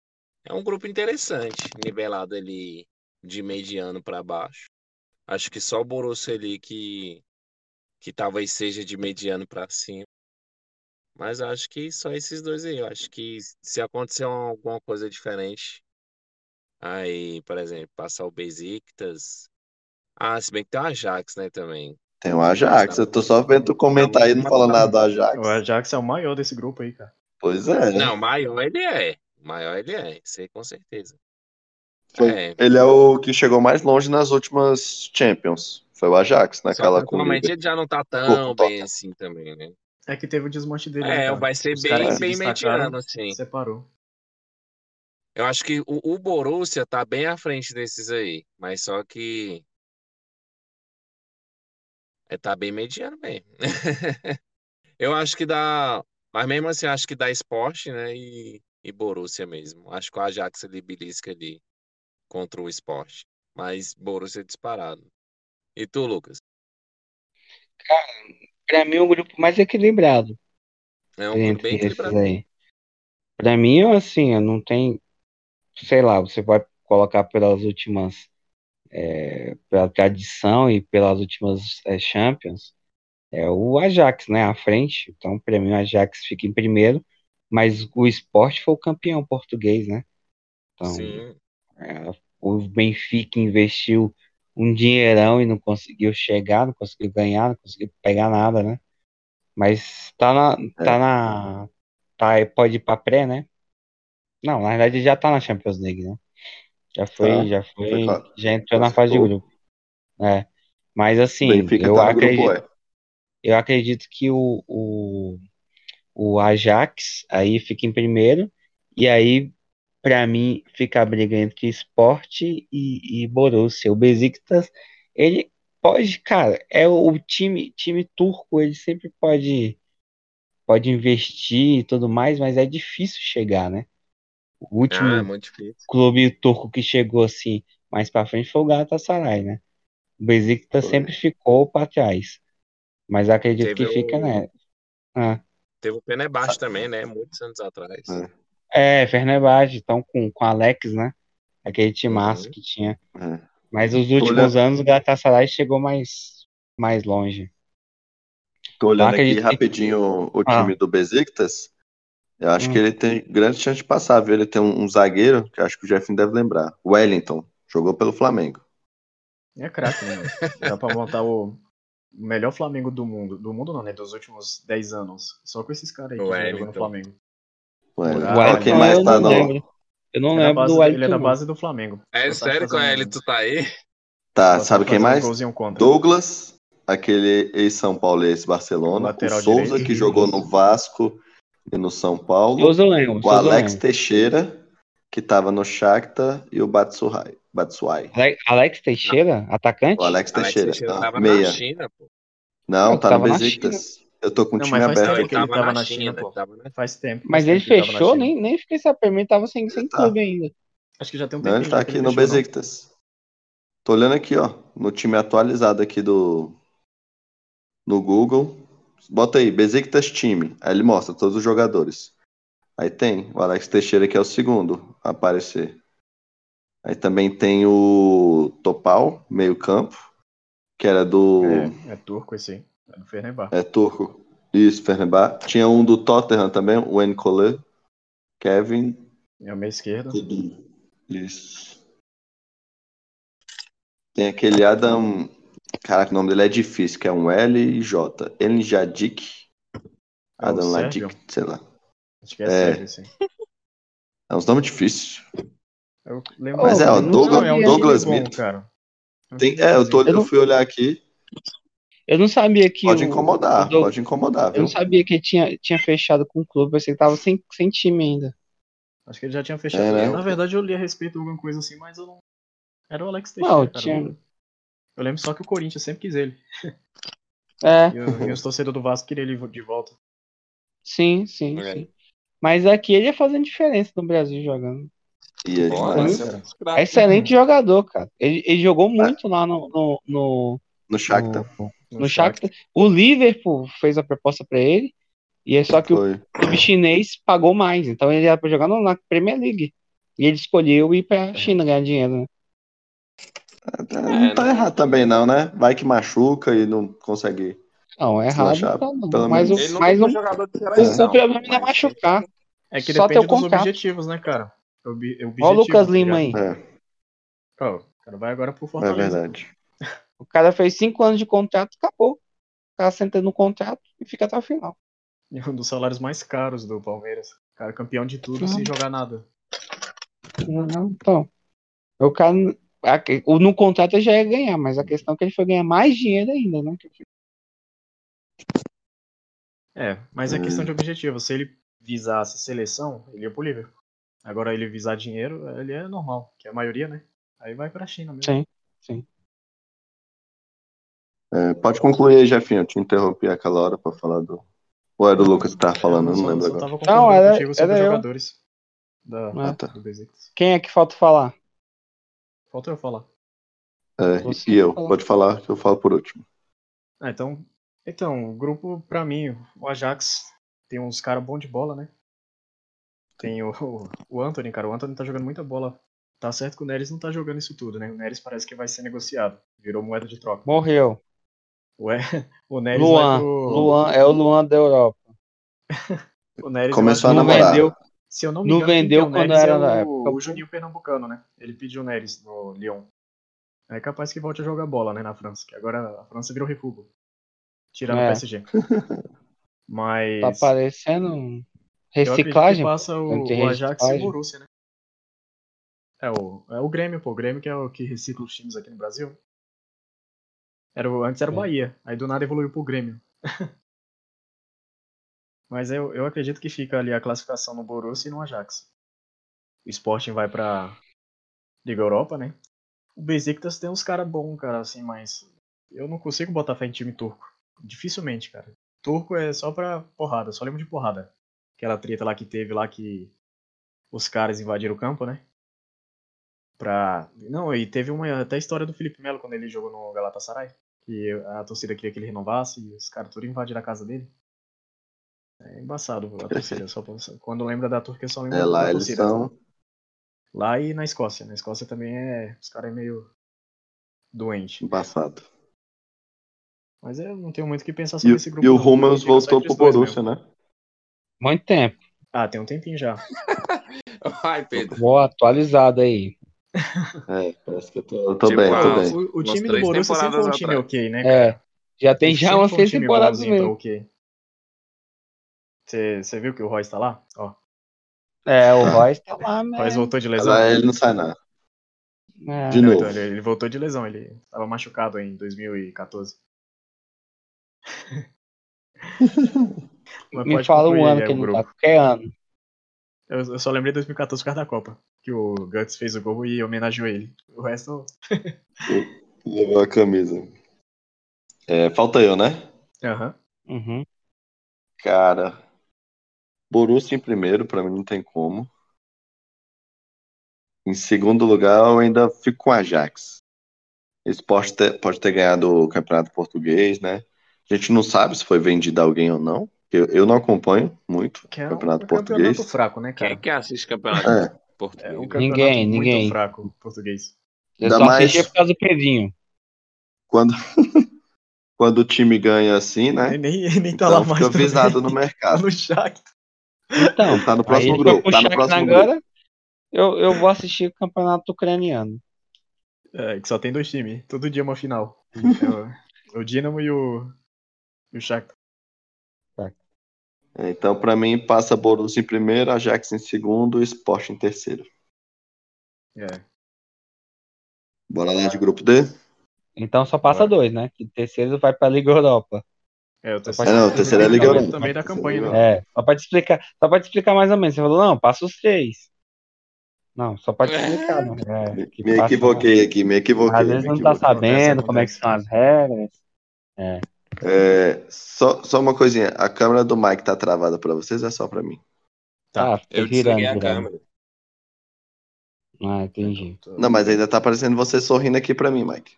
D: é um grupo interessante, nivelado ali de mediano para baixo. Acho que só o Borussia ali que, que talvez seja de mediano para cima. Mas acho que só esses dois aí. Eu acho que se acontecer alguma coisa diferente, aí, por exemplo, passar o Besiktas. Ah, se bem que tem o Ajax, né, também.
A: Tem o Ajax, eu tô só vendo tu comentar aí, não fala nada do Ajax.
C: O Ajax é o maior desse grupo aí, cara.
A: Pois é.
D: Não, maior ele é. Maior ele é, isso aí com certeza.
A: Foi-
D: É,
A: Ele é o que chegou mais longe nas últimas Champions. Foi o Ajax,
D: só
A: naquela
D: que
A: com o
D: ultimamente
A: Liverpool.
D: ele já não tá
A: Corpo
D: tão
A: total.
D: bem assim também, né?
C: É que teve o desmonte dele. né,
D: É,
C: cara?
D: vai ser
C: Os caras
D: bem,
C: que se
D: bem
C: destacaram,
D: mediano, assim.
C: Separou.
D: Eu acho que o, o Borussia tá bem à frente desses aí, mas só que é, tá bem mediano mesmo. (laughs) Eu acho que dá, mas mesmo assim, eu acho que dá Sport, né, e, e Borussia mesmo. Acho que o Ajax ele belisca ali contra o Sport, mas Borussia é disparado. E tu, Lucas?
B: Pra mim, é o grupo mais equilibrado
D: É um grupo bem
B: entre esses
D: equilibrado.
B: aí. Pra mim, assim, eu não tem. Sei lá, você vai colocar pelas últimas. é, pela tradição e pelas últimas é, Champions, é o Ajax, né? À frente. Então, pra mim, o Ajax fica em primeiro. Mas o Sport foi o campeão português, né? Então,
D: Sim.
B: é, o Benfica investiu um dinheirão e não conseguiu chegar, não conseguiu ganhar, não conseguiu pegar nada, né? Mas tá na,
A: É.
B: tá na, tá, pode ir pra pré, né? Não, na verdade já tá na Champions League, né? Já foi,
A: Tá.
B: já foi,
A: Foi claro.
B: já entrou na fase de
A: Classificou.
B: grupo, né? Mas
A: O
B: assim,
A: Benfica
B: eu
A: tá no grupo
B: acredito,
A: E.
B: eu acredito que o, o, o Ajax aí fica em primeiro e aí Pra mim, fica a briga entre Sport e, e Borussia. O Besiktas, ele pode, cara, é o time, time turco, ele sempre pode, pode investir e tudo mais, mas é difícil chegar, né? O
D: Ah, é
B: último
D: muito difícil.
B: clube turco que chegou assim mais pra frente foi o Galatasaray, né? O Besiktas
A: Foi.
B: sempre ficou pra trás, mas acredito
D: Teve
B: que fica,
D: o,
B: né? Ah,
D: teve o Fenerbahçe também, né? Muitos anos atrás.
A: É,
B: é, Fenerbahçe, então com, com Alex, né? Aquele timaço
D: Uhum.
B: que tinha.
A: é.
B: Mas os
A: Tô
B: últimos
A: olhando,
B: anos o Galatasaray chegou mais, mais longe.
A: tô
B: Então
A: olhando aqui
B: acredito que.
A: rapidinho o, o
B: Ah,
A: time do Besiktas. Eu acho que
B: hum,
A: ele tem grande chance de passar, viu? Ele tem um, um zagueiro, que eu acho que o Jeffinho deve lembrar. Wellington. Jogou pelo Flamengo.
C: E é craque, né, mano?
D: (laughs)
C: Dá pra montar o melhor Flamengo do mundo. Do mundo não, né? Dos últimos 10 anos. Só com esses caras aí
D: O
C: que já jogou no
D: Wellington.
C: Flamengo.
A: Wellington.
B: o
A: Ó,
C: Muralha,
A: quem
B: Wellington
A: mais
B: eu
A: tá
B: não
A: no.
B: lembro. Eu não
C: é da
B: lembro do
C: base, ele é
B: Wellington,
C: da
B: não.
C: base do Flamengo.
D: É
C: Só sabe
D: sério que
C: fazer
D: o
C: um,
D: Elito tá aí?
A: Tá,
C: só sabe
A: sabe quem
C: fazer uns
A: mais?
C: golzinho contra.
A: Douglas, aquele ex-São Paulo e ex-Barcelona. O
C: Lateral
A: Souza,
C: direito.
A: que jogou no Vasco e no São Paulo.
B: Souza eu lembro,
A: O
B: Souza eu
A: Alex
B: lembro.
A: Teixeira, que tava no Shakhtar. E o Batshuayi. Batshuayi.
B: Ale- Alex
D: Não,
B: Teixeira,
A: O
B: atacante?
A: Alex
D: Alex
A: Teixeira.
D: Teixeira
A: Ah,
D: tava na
A: meia.
D: China, pô.
A: Não,
B: Não,
A: tá no
B: tava na China.
A: Besiktas. Eu tô com o
C: Não,
A: time
C: mas faz
D: Não,
A: aberto
C: tempo
D: ele
C: que
A: aqui.
C: ele
D: tava
C: tava
D: na
C: na China,
D: China, ele
C: pô.
D: tava na...
C: Faz tempo, faz
B: Mas ele
C: tempo que ele tava na
B: fechou,
C: China.
B: nem, nem fiquei sabendo, ele tava sem,
A: Ele
B: sem
A: tá.
B: clube ainda.
C: Acho que já tem um
A: Não, ele
C: tempinho
A: tá
C: já que ele
A: aqui no
C: fechou, não?
A: Besiktas. Tô olhando aqui, ó, no time atualizado aqui do no Google. Bota aí, Besiktas time. Aí ele mostra todos os jogadores. Aí tem o Alex Teixeira, que é o segundo a aparecer. Aí também tem o Topal, meio-campo, que era do.
C: É, é turco esse aí. É do Fenerbahçe.
A: É turco. Isso, Fenerbahçe. Tinha um do Tottenham também, o N'Koulé, Kevin.
C: É o meio esquerdo.
A: Tudo. Isso. Tem aquele Adam. Caraca, o nome dele é difícil, que é um L e J. Eljadic.
C: É o
A: Adam Ladic,
C: Sérgio.
A: sei Ah, lá.
C: Acho que é Sérgio
A: É,
C: esse aí.
A: é uns nomes difíceis.
C: Eu lembro
B: Oh,
A: Mas é,
C: dele.
A: o
B: mas não
C: Não,
A: Douglas,
C: é um
B: sabia.
C: time
A: Douglas
C: bom,
A: Mito.
C: cara. É um
A: Tem,
C: time
A: é, eu, tô,
C: bonzinho.
B: Eu
A: eu
B: não,
A: fui olhar aqui.
B: eu não sabia que
A: Pode
B: o, o
A: incomodar,
B: Doug-
A: pode incomodar,
B: eu
A: viu?
B: não sabia que ele tinha, tinha fechado com o clube, pensei que tava sem, sem time ainda.
C: Acho que ele já tinha
A: É,
C: fechado. Eu,
A: né?
C: na verdade, eu li a respeito de alguma coisa assim, mas eu não. Era o Alex
B: Não,
C: Teixeira, cara. Eu,
B: tinha.
C: não- eu lembro só que o Corinthians sempre quis ele.
B: É,
C: E, o- e os torcedores do Vasco queriam ele de volta.
B: sim, sim,
D: É.
B: sim. Mas aqui ele ia fazendo diferença no Brasil jogando.
A: E é
D: Pô,
B: Pra
D: vai
B: mim,
A: demais.
D: ser um
C: Cara.
D: dos
B: é
D: craques, né?
B: excelente jogador, cara. Ele, ele jogou
A: Ah,
B: muito lá no, no, no,
A: no Shakhtar.
B: no,
C: No
B: no Shakhtar.
C: Shakhtar.
B: O Liverpool fez a proposta pra ele. E é só que o
A: Foi.
B: clube chinês pagou mais, então ele era pra jogar no- na Premier League. E ele escolheu ir pra China ganhar dinheiro, né?
A: Não tá
D: né?
A: errado também, não, né? Vai que machuca e não consegue.
B: Não, é errado.
A: Desmanchado.
B: tá, não.
A: Pelo
B: Mas, o,
A: menos-
D: Ele não
B: mas
D: tem
B: o,
D: um jogador de seleção.
B: o problema não é
D: mas-
B: machucar.
C: É que
B: Só
C: depende
B: ter o
C: dos
B: contrato.
C: objetivos, né, cara? Ob objetivo,
B: Olha o Lucas
C: tá
B: Lima aí.
C: ligado?
A: É,
C: Ó, o cara vai agora pro
A: é
C: Fortaleza.
A: verdade.
B: O cara fez cinco anos de contrato, acabou. O cara senta no contrato e fica até o final.
C: E (laughs) um dos salários mais caros do Palmeiras. Cara, campeão de tudo
B: Ah.
C: sem jogar nada.
B: Então, o cara. a- o- No contrato ele já ia ganhar, mas a questão é que ele foi ganhar mais dinheiro ainda, né?
C: É, mas é
A: É.
C: questão de objetivo. Se ele visasse seleção, ele ia pro Liverpool. Agora ele visar dinheiro, ele é normal, que é a maioria, né? Aí vai pra China mesmo.
B: Sim.
A: É, pode concluir aí, Jefinho. Eu te interrompi aquela hora pra falar do. Ou era o Lucas que tava Tá falando, eu
C: só,
A: não lembro
C: é, só
A: agora.
C: tava
B: Não,
C: concordando
B: era-
C: contigo sobre
B: era
C: os
B: eu.
C: jogadores da,
B: Ah,
A: tá.
C: do Besiktas.
B: Quem é que falta falar?
C: Falta eu falar.
A: É,
B: Você
A: e eu,
B: fala.
A: pode falar que eu falo por último.
C: Ah, então, então, o grupo, pra mim, o Ajax tem uns caras bons de bola, né? Tem o, o, o Anthony, cara. O Anthony tá jogando muita bola. Tá certo que o Neres não tá jogando isso tudo, né? O Neres parece que vai ser negociado. Virou moeda de troca.
B: Morreu.
C: Ué, o Neres vai
B: Luan.
C: pro...
B: Luan é o Luan da Europa.
C: o Neres
A: Começou
C: vai...
A: a
B: Não
A: namorar.
B: vendeu.
C: Se eu não me
B: não
C: engano, quem
B: vendeu
C: tem o
B: quando
C: Neres
B: era
C: é
B: na
C: o,
B: época.
C: o Juninho Pernambucano, né? Ele pediu o Neres no Lyon. É capaz que volte a jogar bola, né, na França. Que agora a França virou refúgio. Tirando
B: É.
C: o
B: (laughs)
C: PSG. Mas...
B: Tá parecendo um
C: Eu acredito que
B: reciclagem.
C: passa o,
B: Tem
C: o Ajax e o
B: reciclagem.
C: Borussia, né? É o, é o Grêmio, pô. O Grêmio que é o que recicla os times aqui no Brasil. Era o, antes era o
B: É.
C: Bahia. Aí do nada evoluiu pro Grêmio. (laughs) Mas eu, eu acredito que fica ali a classificação no Borussia e no Ajax. O Sporting vai pra Liga Europa, né? O Besiktas tem uns caras bons, cara, assim, mas... Eu não consigo botar fé em time turco. Dificilmente, cara. Turco é só pra porrada, só lembro de porrada. Aquela treta lá que teve lá que os caras invadiram o campo, né? Pra... Não, e teve uma até a história do Felipe Melo quando ele jogou no Galatasaray, que a torcida queria que ele renovasse e os caras tudo invadiram a casa dele. É embaçado a torcida, só quando lembra da Turquia só lembra
A: É lá,
C: da
A: eles
C: torcida.
A: são.
C: Lá e na Escócia, na Escócia também é, os caras é meio doente.
A: Embaçado.
C: Mas eu não tenho muito o que pensar
A: E,
C: sobre esse grupo.
A: e o
C: não, pra mim
A: Hummels
C: fica só
A: voltou
C: entre
A: pro
C: os dois
A: Borussia,
C: mesmo.
A: né?
B: Muito tempo.
C: Ah, tem um tempinho já.
D: (laughs) Ai, Pedro.
B: Boa, atualizado aí.
A: É, parece que eu tô, eu tô
D: Tipo,
A: bem,
D: ah,
A: tô bem.
C: o, o
D: Umas
C: time do Borussia sempre
D: três
C: foi um
D: temporadas
C: time
D: atrás.
C: ok, né?
B: É. Já tem
C: Ele
B: já
C: sempre
B: umas
C: foi
B: três
C: um time
B: temporadas
C: bonzinho, tá
B: mesmo.
C: ok. Você viu que o Royce tá lá? Ó, então.
B: É, o Royce tá lá,
C: o
B: né?
C: Royce voltou de lesão.
A: Lá ele não sai, não.
B: É.
A: de
C: Não,
A: novo.
C: então, ele, ele voltou de lesão, ele tava machucado em 2014. Mas
B: Me
C: pode
B: fala o
C: concluir
B: ano
C: um aí né, é,
B: que
C: o
B: ele não tá.
C: grupo.
B: Qualquer ano.
C: Eu, eu só lembrei de 2014 por causa da Copa, que o Guts fez o gol e homenageou ele. O resto
A: Levou a camisa. É, falta eu, né?
C: Aham.
B: Uhum.
A: Cara, Borussia em primeiro, pra mim não tem como. Em segundo lugar, eu ainda fico com o Ajax. Eles pode ter, pode ter ganhado o Campeonato Português, né? A gente não sabe se foi vendido a alguém ou não. Eu, eu não acompanho muito
C: Que é um
A: Campeonato
C: um
A: Português.
C: campeonato fraco, né,
D: Quem é
C: cara?
D: que assiste campeonato
A: É,
D: português?
C: É um
D: né?
C: campeonato
B: Ninguém,
C: muito
B: ninguém.
C: fraco português.
B: Eu
A: Ainda
B: só
A: mais-
B: assisti por causa do Pedrinho.
A: quando, quando o time ganha assim, né?
C: (laughs) Nem, nem, nem tá
A: Então
C: lá mais.
A: fica
C: também.
A: visado no
C: (laughs) Tá
A: mercado.
C: no Shakhtar.
B: Então,
A: Tá no
B: aí
A: próximo
B: ele foi
A: grupo.
B: pro
A: Tá no
B: Shakhtar
A: próximo grupo.
B: agora. Eu, eu vou assistir o campeonato ucraniano.
C: É, que só tem dois times. Todo dia é uma final. É o, o Dinamo e o, e o Shakhtar.
A: Então, pra mim, passa Borussia em primeiro, Ajax em segundo, Sport em terceiro.
C: É.
A: Bora lá de grupo D?
B: Então só passa
C: Bora.
B: dois, né? Que terceiro vai pra Liga Europa.
C: É, o
A: É, não, o terceiro é Liga
C: também-
A: Europa.
C: Também da campanha, né?
B: É, só pra te explicar, só pra te explicar mais ou menos. Você falou, não, passa os três. Não, só pra te explicar, né?
A: (laughs)
B: É, que
A: me
B: passa-
A: equivoquei aqui, me equivoquei.
B: Às vezes
A: me
B: não tá
A: equivoquei.
B: sabendo como é que
C: acontece.
B: são as regras.
A: É, só, só uma coisinha, a câmera do Mike tá travada pra vocês ou é só pra mim?
B: Tá,
C: Tá,
B: fica
D: Eu
B: girando,
D: desliguei a
B: girando.
D: câmera.
B: Ah, entendi.
C: Tô-
A: Não, mas ainda tá aparecendo você sorrindo aqui pra mim, Mike.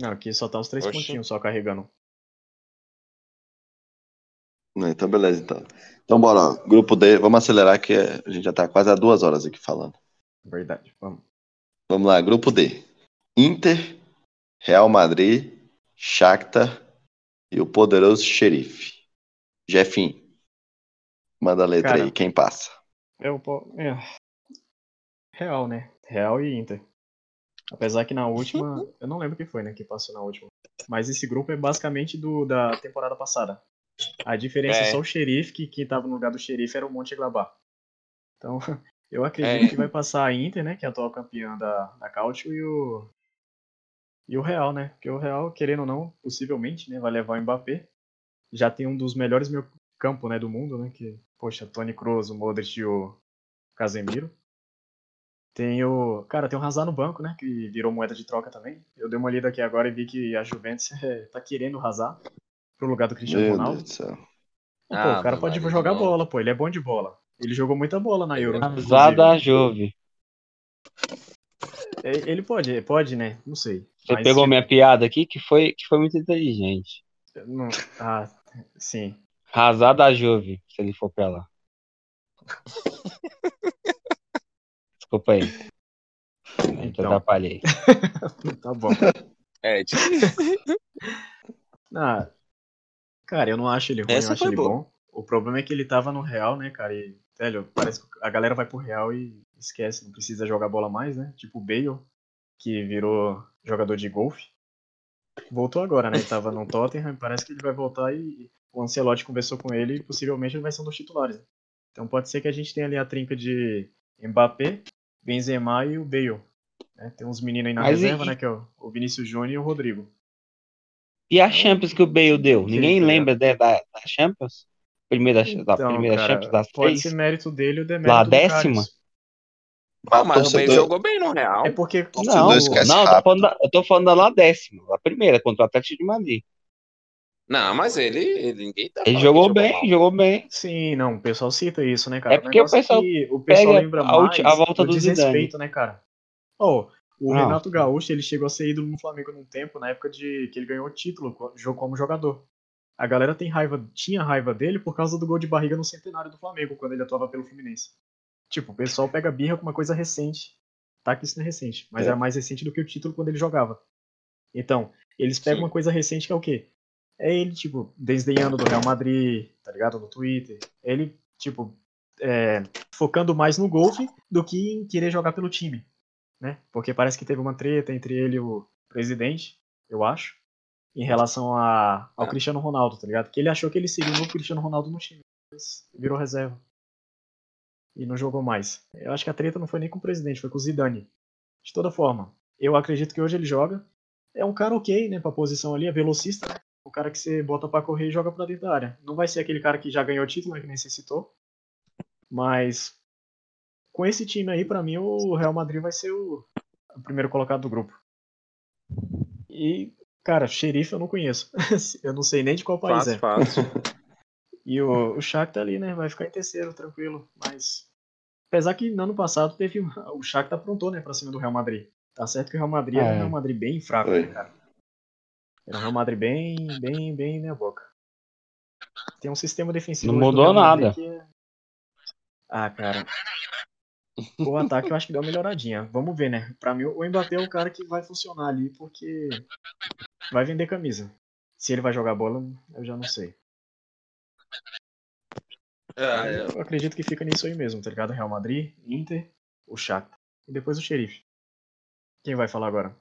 C: Não, aqui só tá os três
D: Oxe.
C: pontinhos só carregando.
A: Né, Então, beleza, então. Então, bora. ó. Grupo D, vamos acelerar que a gente já tá quase há duas horas aqui falando.
C: Verdade. Vamos.
A: Vamos lá, grupo D. Inter, Real Madrid, Shakhtar e o poderoso xerife. Jefim, manda a letra
C: Cara.
A: aí, quem passa?
C: Eu, po- é. Real, né? Real e Inter. Apesar que na última. Eu não lembro quem foi, né? Que passou na última. Mas esse grupo é basicamente do da temporada passada. A diferença é,
D: É.
C: só o xerife, que quem tava no lugar do xerife era o Monte Glabar. Então, (laughs) eu acredito
D: É.
C: que vai passar a Inter, né? Que é a atual campeã da, da Cautio, e o. E o Real, né? Porque o Real, querendo ou não, possivelmente, né? Vai levar o Mbappé. Já tem um dos melhores meio campo, né? Do mundo, né? Que, poxa, Tony Kroos, o Modric e o Casemiro. Tem o. Cara, tem o Hazard no banco, né? Que virou moeda de troca também. Eu dei uma lida aqui agora e vi que a Juventus (laughs) eh, tá querendo o Hazard pro lugar do Cristiano
A: Meu
C: Ronaldo.
A: Deus do céu.
C: Pô, o
D: Ah,
C: cara
D: Maria,
C: pode jogar
D: não.
C: bola, pô. Ele é bom de bobola. Ele jogou muita bola na Euro.
B: Azar da Juve.
C: inclusive. É, Ele pode, ele pode, né? Não sei.
B: Você
C: Mas,
B: pegou
C: tipo,
B: minha piada aqui, que foi, que foi muito inteligente.
C: não- Ah, sim.
B: Razar da Juve, se ele for pra lá.
C: (laughs)
B: Desculpa aí. Eu te
C: Então.
B: atrapalhei.
C: Tá bom.
D: É, (laughs) de-
C: Ah, cara, eu não acho ele ruim,
D: Essa
C: eu acho
D: foi
C: ele
D: boa.
C: bom. O problema é que ele tava no Real, né, cara? E, velho, parece que a galera vai pro Real e esquece, não precisa jogar bola mais, né? Tipo o Bale, que virou jogador de golfe. Voltou agora, né? Ele tava
D: (laughs)
C: no Tottenham, parece que ele vai voltar e o Ancelotti conversou com ele e possivelmente ele vai ser um dos titulares. né? Então pode ser que a gente tenha ali a trinca de Mbappé, Benzema e o Bale. né? Tem uns meninos aí na
B: Mas e-
C: reserva, né? Que é o o Vinícius Júnior e o Rodrigo.
B: E a Champions que o Bale deu?
C: Sim,
B: Ninguém
C: tá
B: lembra né, da, da Champions? Primeira, da
C: Então,
B: primeira
C: cara,
B: Champions das
C: pode
B: três?
C: ser mérito dele ou demérito
B: É Lá,
C: do
B: décima?
C: Cássio.
E: Ah,
D: Pô, mas o Bale
A: Torcedor-
D: jogou bem no Real.
C: É porque
B: Não,
A: Torcedor esquece
B: não, eu tô
A: rápido.
B: falando, da, eu tô falando da lá décima, a primeira, contra o Atlético de Madrid.
D: Não, mas ele, ele ninguém tá
B: Ele
D: falando
B: jogou
D: que
B: bem,
D: mal.
B: jogou bem.
C: Sim, não, o pessoal cita isso, né, cara?
B: É porque o
C: negócio
B: pessoal
C: que o pessoal
B: pega
C: lembra
B: a ulti- a
C: mais
B: volta
C: do
B: do Zidane.
C: desrespeito, né, cara? Oh, o
B: Não.
C: Renato Gaúcho, ele chegou a ser ídolo no Flamengo num tempo, na época de que ele ganhou o título co- jo- como jogador. A galera tem raiva, tinha raiva dele por causa do gol de barriga no centenário do Flamengo, quando ele atuava pelo Fluminense. Tipo, o pessoal pega birra com uma coisa recente. Tá que isso não é recente, mas
A: É.
C: era mais recente do que o título quando ele jogava. Então, eles pegam
D: Sim.
C: uma coisa recente que é o quê? É ele, tipo, desdenhando do Real Madrid, tá ligado? No Twitter. Ele, tipo, é, focando mais no golfe do que em querer jogar pelo time, né? Porque parece que teve uma treta entre ele e o presidente, eu acho, em relação a, ao
D: Ah.
C: Cristiano Ronaldo, tá ligado? Que ele achou que ele seria o novo Cristiano Ronaldo no time, mas virou reserva. E não jogou mais. Eu acho que a treta não foi nem com o presidente, foi com o Zidane. De toda forma, eu acredito que hoje ele joga. É um cara ok, né, pra posição ali, é velocista, né? O cara que você bota pra correr e joga pra dentro da área. Não vai ser aquele cara que já ganhou o título, né, que necessitou. Mas com esse time aí, pra mim, o Real Madrid vai ser o, o primeiro colocado do grupo. E, cara, xerife eu não conheço. (laughs) eu não sei nem de qual país
D: Fácil,
C: é.
D: fácil.
C: E o, o Shakhtar ali, né? Vai ficar em terceiro, tranquilo. Mas. Apesar que no ano passado teve. uma- O Shakhtar aprontou, né? Pra cima do Real Madrid. Tá certo que o Real Madrid era
B: É.
C: um Real Madrid bem fraco,
A: Foi.
C: né, cara? Era um Real Madrid bem, bem, bem na boca. Tem um sistema defensivo.
B: Não
C: hoje do
B: mudou
C: Real Madrid
B: nada.
C: que é- Ah, cara. O ataque eu acho que deu uma melhoradinha. Vamos ver, né? Pra mim, o Mbappé é o cara que vai funcionar ali, porque. Vai vender camisa. Se ele vai jogar bola, eu já não sei.
D: Ah,
C: Mas
D: é.
C: Eu acredito que fica nisso aí mesmo, tá ligado? Real Madrid, Inter, o Shakhtar e depois o Xerife. Quem vai falar agora?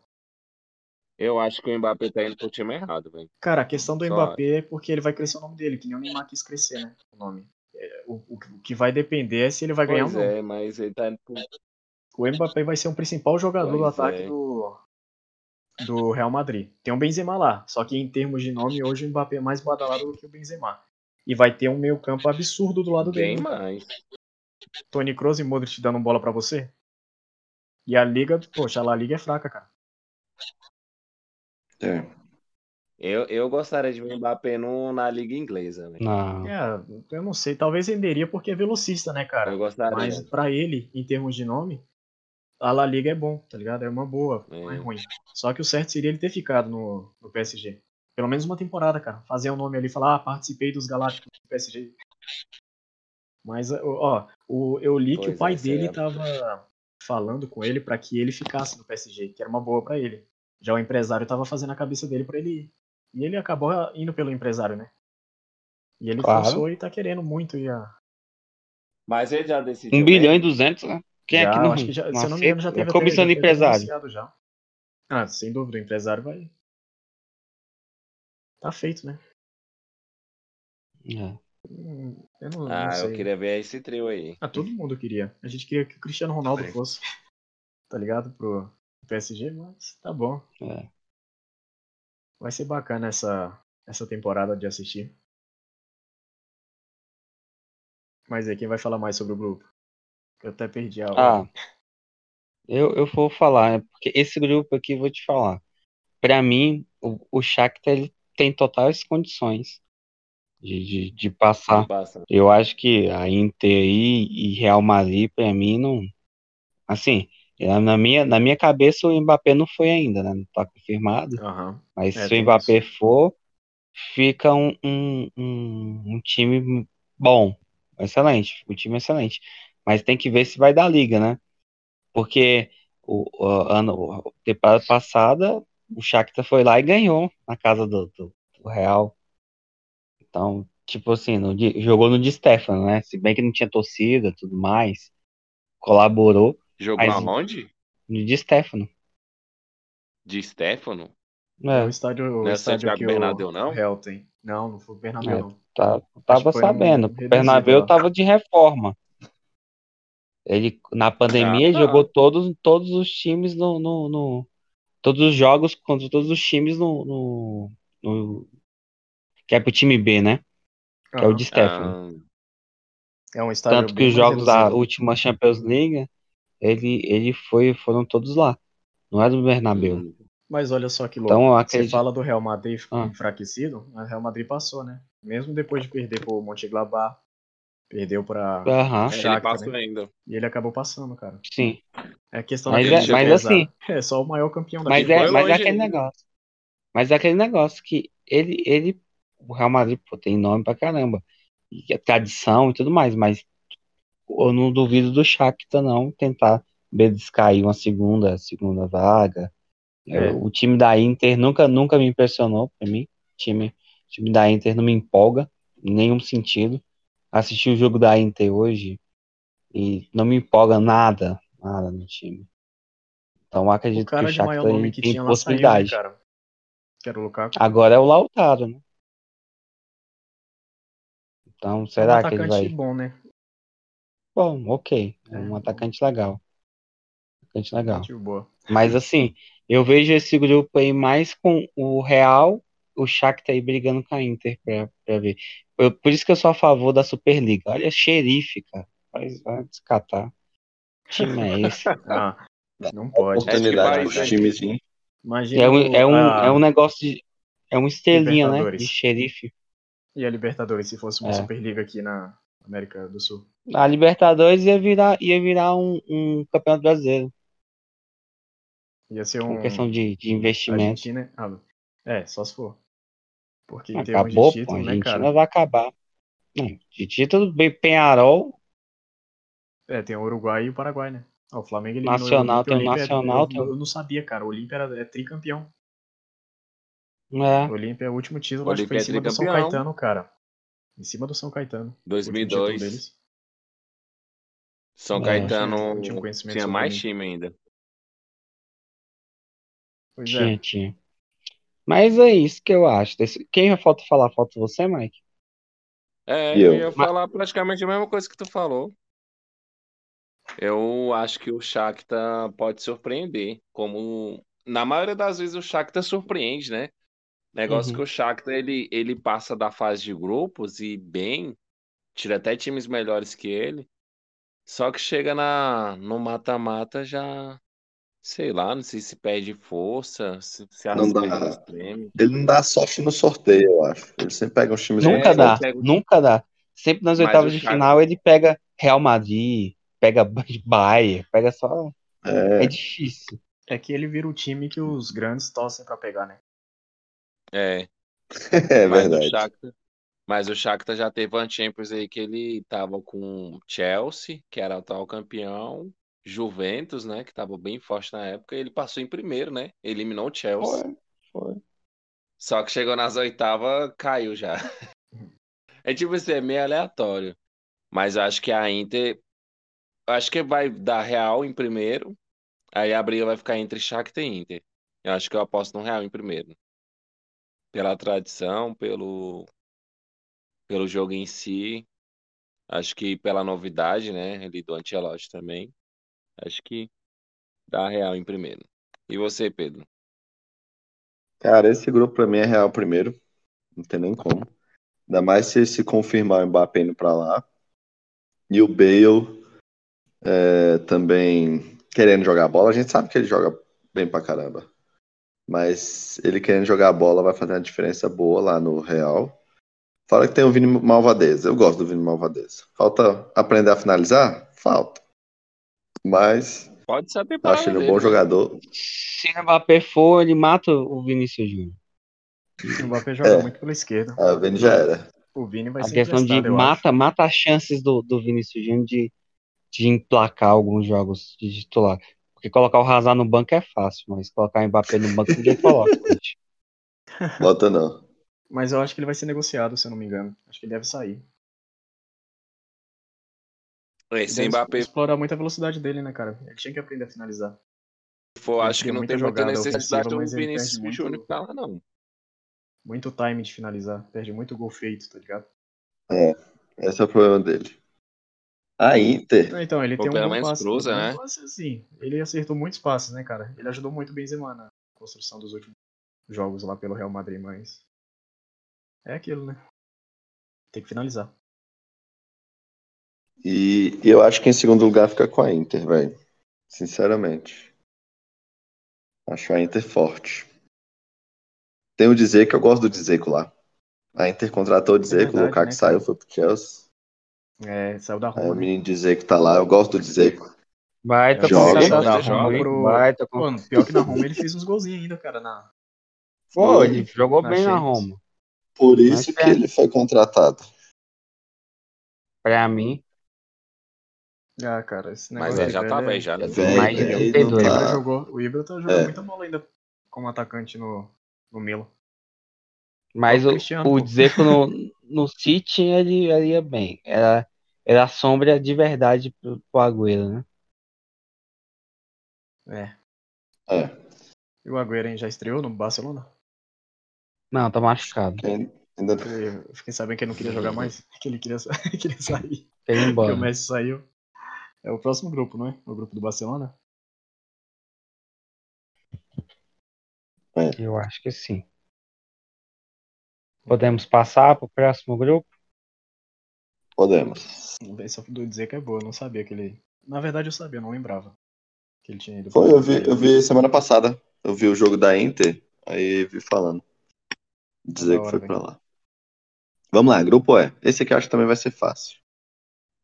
D: Eu acho que o Mbappé tá indo pro time errado, velho.
C: Cara, a questão do
D: Só-
C: Mbappé é porque ele vai crescer o nome dele, que nem o Neymar quis crescer, né? O nome. É, o, o- o que vai depender é se ele vai ganhar ou
D: Pois
C: não.
D: é, mas ele tá indo pro.
C: O Mbappé vai ser o principal jogador do
D: Pois
C: ataque
D: é.
C: do, do Real Madrid. Tem o Benzema lá, só que em termos de nome, hoje o Mbappé é mais badalado do que o Benzema. E vai ter um meio campo absurdo do lado
D: Bem
C: dele.
D: mais.
C: Tony Kroos e Modric dando bola pra você? E a liga, poxa, a La Liga é fraca, cara.
A: É.
D: Eu, eu gostaria de ver o Mbappé no, na Liga Inglesa, velho.
B: Não.
C: É, eu não sei, talvez renderia porque é velocista, né,
D: Eu
C: cara?
D: gostaria.
C: Mas
A: é.
C: pra ele, em termos de nome, a La Liga é bom, tá ligado? É uma boa, não é
D: É.
C: ruim. Só que o certo seria ele ter ficado no, no PSG. Pelo menos uma temporada, cara. Fazer o um nome ali e falar, ah, participei dos Galácticos do PSG. Mas, ó, o, eu li que
A: Pois
C: o pai
A: é,
C: dele
A: certo.
C: tava falando com ele pra que ele ficasse no PSG, que era uma boa pra ele. Já o empresário tava fazendo a cabeça dele pra ele ir. E ele acabou indo pelo empresário, né? E ele
B: Claro.
C: forçou e tá querendo muito ir a.
E: Mas ele já decidiu.
B: 1 bilhão e
E: mesmo?
B: 200, né? Quem
C: já,
B: é que não,
C: acho que já,
B: não
C: se eu não me engano, já
B: aceita?
C: teve
B: A comissão
C: até,
B: do
C: já teve
B: empresário.
C: anunciado já. Ah, sem dúvida, o empresário vai. Tá feito, né?
B: É.
C: Hum, Eu não, não
E: Ah,
C: sei.
E: eu queria ver esse trio aí.
C: Ah, todo mundo queria. A gente queria que o Cristiano Ronaldo fosse, tá ligado? Pro PSG, mas tá bom.
B: É.
C: Vai ser bacana essa, essa temporada de assistir. Mas aí, quem vai falar mais sobre o grupo? Eu até perdi a
B: Ah,
C: hora.
B: eu, eu vou falar, né? Porque esse grupo aqui, eu vou te falar. Pra mim, o, o Shakhtar ele tem totais condições de, de, de passar.
E: Basta.
B: Eu acho que a Inter aí e Real Madrid, pra mim, não. Assim, na na minha, na minha cabeça, o Mbappé não foi ainda, né? Não tá confirmado.
C: Aham.
B: Mas
C: É,
B: se
C: tem
B: o Mbappé for, fica um, um, um, um time bom, excelente, um time excelente. Mas tem que ver se vai dar liga, né? Porque o, o ano, a temporada passada, o Shakhtar foi lá e ganhou na casa do, do, do Real. Então, tipo assim, no Di- jogou no Di Stefano, né? Se bem que não tinha torcida, tudo mais, colaborou
E: Jogou
B: Mas-
E: aonde?
B: no Di Stefano.
E: De Stefano?
C: É o
B: É,
C: estádio, o
E: Não é
C: estádio
E: Santiago
C: que
E: Bernabéu,
C: o
E: não?
C: Real tem. Não, não foi o Bernabéu,
B: É.
C: não.
B: tá-
C: Acho que
B: tava
C: foi um
B: sabendo. O
C: reduzido
B: Bernabéu
C: lá.
B: tava de reforma. Ele, na pandemia,
E: Ah, tá.
B: jogou todos, todos os times no, no, no- Todos os jogos contra todos os times no. no, no- que é pro time B, né? Que é o
C: Aham.
B: de Stefano.
C: Ah, É um estádio
B: Tanto que
C: bem assim.
B: os
C: mais
B: jogos da
C: reduzido.
B: última Champions League, ele, ele foi, foram todos lá. Não era do Bernabéu.
E: Hum.
C: Mas olha só que louco.
B: Então, eu
C: Você
B: acredito.
C: fala do Real Madrid
B: Ah.
C: enfraquecido, mas o Real Madrid passou, né? Mesmo depois de perder pro Monchengladbach, perdeu pra...
B: Aham,
E: É,
C: Shakhtar,
E: ele passou
C: né?
E: ainda.
C: E ele acabou passando, cara.
B: sim.
C: É questão
B: Mas assim,
C: da
E: é-
C: cabeça
E: mas
C: pesada. É só o maior campeão da
B: Mas
E: Ele
B: é,
E: foi
B: mas
E: longe
B: é aquele
E: ainda.
B: negócio. Mas é aquele negócio que ele, ele, o Real Madrid, pô, tem nome pra caramba. E é tradição e tudo mais, mas eu não duvido do Shakhtar não tentar beliscar aí uma segunda, segunda vaga.
C: É.
B: Eu- o time da Inter nunca, nunca me impressionou pra mim. O Time, o time da Inter não me empolga em nenhum sentido. Assisti o jogo da Inter hoje e não me empolga nada, nada no time. Então eu
C: O
B: acredito que o
C: cara de maior
B: Shakhtar
C: nome
B: ele
C: que
B: tem
C: tinha lá saiu, né,
B: possibilidade.
C: cara? Que era o Lukaku.
B: Agora é o Lautaro, né? Então,
C: É um
B: será que ele
C: atacante
B: vai?
C: bom, né?
B: Bom, ok. É
C: É,
B: um
C: bom.
B: atacante legal. Atacante legal.
C: Gente Tipo, boa.
B: Mas assim, eu vejo esse grupo aí mais com o Real, o Shakhtar aí brigando com a Inter pra, pra ver. Eu- por isso que eu sou a favor da Superliga. Olha, xerife, cara. Vai, vai descatar. Que time é esse?
C: (laughs) Ah, não pode.
A: Oportunidade
E: É
A: pros
E: demais, né?
A: times, hein?
C: Imagina Ah.
B: É um, é um,
C: a-
B: é um negócio de. É uma estrelinha, né?
C: Libertadores.
B: De xerife.
C: e a Libertadores, se fosse uma
B: É.
C: Superliga aqui na América do Sul.
B: A Libertadores ia virar, ia virar um, um campeonato brasileiro.
C: Ia ser
B: Por
C: um...
B: questão de, de investimento.
C: Argentina. Ah, é, só se for. Porque em termos de
B: Ah, Acabou, pô. A
C: título, né,
B: Argentina
C: cara?
B: vai acabar. Não, de título, bem, Penharol,
C: É, tem o Uruguai e o Paraguai, né? Ah, o Flamengo eliminou
B: Nacional,
C: o Olímpia.
B: tem o
C: o Olímpia é-
B: Nacional,
C: eu,
B: tem o-
C: eu não sabia, cara. O Olímpia era- é tricampeão.
B: né?
C: O Olímpia é o último título,
E: O
C: acho que foi em
E: Olímpia é
C: cima do São
E: tricampeão.
C: Caetano, cara. Em cima do São Caetano. O último título
E: 2002.
C: deles.
E: São
B: É.
E: Caetano
C: Não tinha um conhecimento
E: tinha
C: sobre
E: mais
C: mim.
E: time ainda.
C: Pois
B: Tinha,
C: é.
B: tinha. Mas é isso que eu acho. desse- Quem falta falar? Falta você, Mike?
E: É,
A: E
E: eu
A: eu?
E: ia falar praticamente a mesma coisa que tu falou. Eu acho que o Shakhtar pode surpreender, como na maioria das vezes o Shakhtar surpreende, né? Negócio
B: Uhum.
E: que o Shakhtar ele, ele passa da fase de grupos e bem, tira até times melhores que ele. Só que chega na no mata-mata já, sei lá, não sei se perde força, se, se as
A: Não dá.
E: pernas tremem.
A: Ele não dá sorte no sorteio, eu acho. Ele sempre pega uns times
B: Nunca
A: muito
B: dá,
A: fortes.
E: pega o-
B: nunca dá. Sempre nas
E: Mas
B: oitavas
E: o
B: de
E: Chá-
B: final ele pega Real Madrid, pega (laughs) Bayern, pega só. É
A: É, (laughs)
B: difícil.
E: (laughs)
C: É que ele vira o time que os grandes torcem pra pegar, né?
E: É.
A: É
E: mas
A: verdade.
E: O Shakhtar, mas o Shakhtar já teve uma Champions aí que ele tava com Chelsea, que era o atual campeão, Juventus, né, que tava bem forte na época, e ele passou em primeiro, né? Eliminou o Chelsea.
A: Foi, foi.
E: Só que chegou nas oitavas, caiu já. É tipo assim, é meio aleatório. Mas eu acho que a Inter. eu Acho que vai dar Real em primeiro. Aí a briga vai ficar entre Shakhtar e Inter. Eu acho que eu aposto no Real em primeiro. Pela tradição, pelo. Pelo jogo em si. Acho que pela novidade, né? Ali do Ancelotti também. Acho que dá Real em primeiro. E você, Pedro?
A: Cara, esse grupo pra mim é real primeiro. Não tem nem como. Ainda mais se se confirmar o Mbappé indo pra lá. E o Bale é, também querendo jogar bola. A gente sabe que ele joga bem pra caramba. Mas ele querendo jogar bola vai fazer uma diferença boa lá no Real. Fala que tem o Vini Malvadeza. Eu gosto do Vini Malvadeza. Falta aprender a finalizar? Falta. Mas
E: Pode ser a
A: eu
E: temporada
A: acho ele um
E: dele,
A: bom
E: né?
A: jogador.
B: Se o Mbappé for, ele mata o Vinícius Júnior.
C: O Mbappé joga
A: É.
C: muito pela esquerda.
A: A Vini já era.
C: O Vini vai
B: A
C: ser
B: questão de
C: emprestado, eu acho.
B: mata, mata as chances do, do Vinícius Júnior de, de emplacar alguns jogos de titular. Porque colocar o Hazard no banco é fácil, mas colocar o Mbappé no banco ninguém coloca. (laughs) gente.
A: Bota não.
C: Mas eu acho que ele vai ser negociado, se eu não me engano. Acho que ele deve sair. Ele
E: Esse
C: deve
E: Mbappé
C: explorar muito a velocidade dele, né, cara? Ele tinha que aprender a finalizar.
E: for,
C: Ele
E: acho que
C: cria
E: não
C: muita
E: tem muita
C: jogada
E: necessidade
C: ofensiva,
E: do
C: mas ele
E: Vinícius
C: perde muito- né?
E: Júnior ficar lá, não.
C: Muito time de finalizar. Perde muito gol feito, tá ligado?
A: Esse é o problema dele. A Inter,
C: Não, Então, ele
E: Pô,
C: tem um
E: pelo
C: bom
E: menos
C: passe.
E: cruza,
C: um bom
E: né?
C: passe, assim. Ele acertou muitos passes, né, cara? Ele ajudou muito o Benzema na construção dos últimos jogos lá pelo Real Madrid, mas... É aquilo, né? Tem que finalizar.
A: e eu acho que em segundo lugar fica com a Inter, velho. Sinceramente. Acho a Inter forte. Tenho dizer que eu gosto do Dzeko lá. A Inter contratou o Dzeko, o
C: verdade,
A: Lukaku
C: né, cara?
A: saiu, foi pro Chelsea.
C: É, saiu da
A: Aí o
C: Roma, né?
A: menino Dzeko tá lá, eu gosto do Dzeko.
B: Baita
A: Joga.
B: contratação,
E: Joga, joga.
B: hein? Baita
C: Pô,
B: contratação.
C: pior que na Roma ele fez uns golzinhos ainda, cara, na...
B: Pô, ele jogou
C: Na
B: bem na
C: Champions.
B: Roma.
A: Por isso que
B: é.
A: ele foi contratado.
B: Pra mim,
C: Ah, cara, esse negócio
E: Mas
C: de
E: ele já tá
C: velho é- um
E: bem, já, né?
A: É velho,
B: mais de
A: velho, ele não
B: 32,
C: O Ibra
A: tá...
C: jogou, o Ibra tá jogando
A: É.
C: muita bola ainda como atacante no, no Milo.
B: mas
C: Ó,
B: o,
C: Cristiano,
B: o
C: pô.
B: Dzeko no, no City, ele, ele ia bem. Era, era a sombra de verdade pro, pro Agüero, né?
C: É.
A: É.
C: E o Agüero, hein, já estreou no Barcelona?
B: Não, tá machucado.
A: Ele ainda tá-
C: Ele- Eu fiquei sabendo que ele não queria jogar mais, (laughs) que ele queria, sa- queria sair,
B: Foi
C: que
B: embora.
C: o Messi saiu. É o próximo grupo, não é? O grupo do Barcelona?
B: Eu acho que sim. Podemos passar pro próximo grupo?
A: Podemos.
C: Não tem só do dizer que é boa, eu não sabia que ele... Na verdade eu sabia, eu não lembrava que ele tinha ido.
A: Foi,
C: pra-
A: eu vi, eu vi semana passada. Eu vi o jogo da Inter, aí vi falando.
C: É
A: Dizer
C: da
A: que foi
C: hora, né? velho.
A: pra lá. Vamos lá, grupo E. Esse aqui eu acho que também vai ser fácil.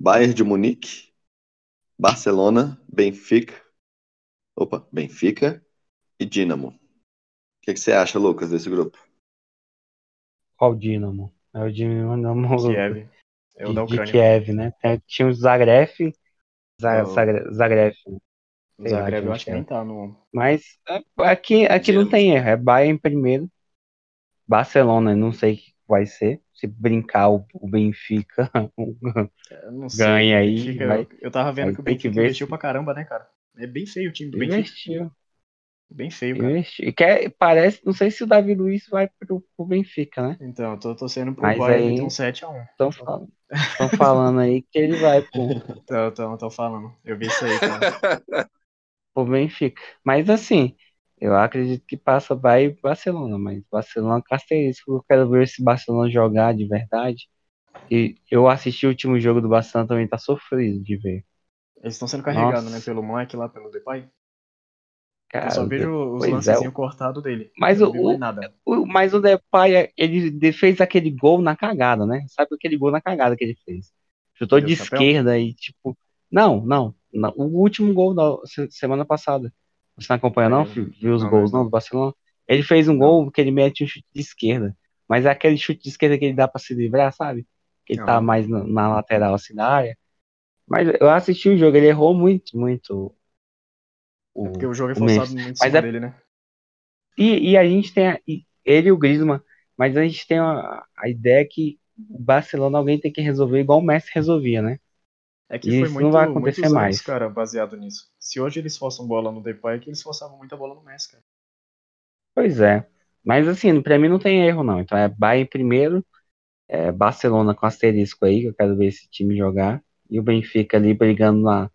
A: Bayern de Munique, Barcelona, Benfica. Opa, Benfica e Dinamo. O que, que você acha, Lucas, desse grupo?
B: Qual o Dinamo? É o Dinamo não,
C: Kiev. É o da
B: de, de
C: Ucrânia. É
B: Kiev, né? Tem- tinha o Zagreb, Za-
C: Não.
B: Zagre- Zagreb.
C: O
B: sei lá
C: Zagreb
B: de
C: eu
B: onde
C: acho
B: que
C: que
B: é.
C: nem tá no...
B: Mas é, aqui, aqui não
D: Dinamo.
B: tem erro. É Bayern em primeiro. Barcelona, não sei o que vai ser. Se brincar o, o Benfica (laughs)
C: é, Eu não sei.
B: ganha aí.
C: Benfica-
B: vai-
C: eu tava vendo
B: aí
C: que o
B: tem
C: Benfica
B: que ver
C: investiu
B: se-
C: pra caramba, né, cara? É bem feio o time do Benfica.
B: Investiu,
C: Bem feio, cara.
B: investiu. E quer, parece, não sei se o Davi Luiz vai pro, pro Benfica, né?
C: Então, eu tô torcendo pro
B: Mas
C: Bayern
B: aí-
C: meter um 7x1.
B: Estão falando, tão falando aí que ele vai pro,
C: Então, então, tô falando. Eu vi isso aí,
B: (laughs)
C: cara.
B: pro Benfica. Mas assim, eu acredito que passa Bahia e Barcelona, mas Barcelona é característico. Eu quero ver esse Barcelona jogar de verdade. E eu assisti o último jogo do Barcelona também, tá sofrido de ver.
C: Eles estão sendo carregados,
B: Nossa.
C: né, pelo moleque lá, pelo Depay.
B: Cara,
C: Eu só vejo os
B: pois é,
C: lancezinhos
B: o-
C: cortados dele.
B: Mas
C: eu não vi
B: o-
C: mais nada.
B: o- mas o Depay, ele de- fez aquele gol na cagada, né? Sabe aquele gol na cagada que ele fez? Chutou
C: Deu
B: de
C: chapéu?
B: esquerda e tipo. Não, não, não. O último gol da se- semana passada. Você não acompanha, não?
C: É,
B: Viu viu os
C: não,
B: gols,
C: não.
B: não, do Barcelona? Ele fez um
C: Não.
B: gol que ele mete um chute de esquerda. Mas é aquele chute de esquerda que ele dá pra se livrar, sabe? Que ele tá
C: Aham.
B: mais na, na lateral, assim, na área. Mas eu assisti o jogo, ele errou muito, muito. o-
C: É porque o jogo é
B: o Memphis.
C: forçado muito em
B: Mas
C: cima
B: é-
C: dele, né?
B: E, e a gente tem a- e ele e o Griezmann, mas a gente tem a, a ideia que o Barcelona alguém tem que resolver igual o Messi resolvia, né?
C: É que
B: E
C: foi
B: isso não
C: muito,
B: vai acontecer
C: muitos
B: mais.
C: anos, cara, baseado nisso. Se hoje eles forçam bola no Depay, é que eles forçavam muita bola no Messi, cara.
B: Pois é. Mas assim, pra mim não tem erro, não. Então é Bayern primeiro, é Barcelona com asterisco aí, que eu quero ver esse time jogar, e o Benfica ali brigando na,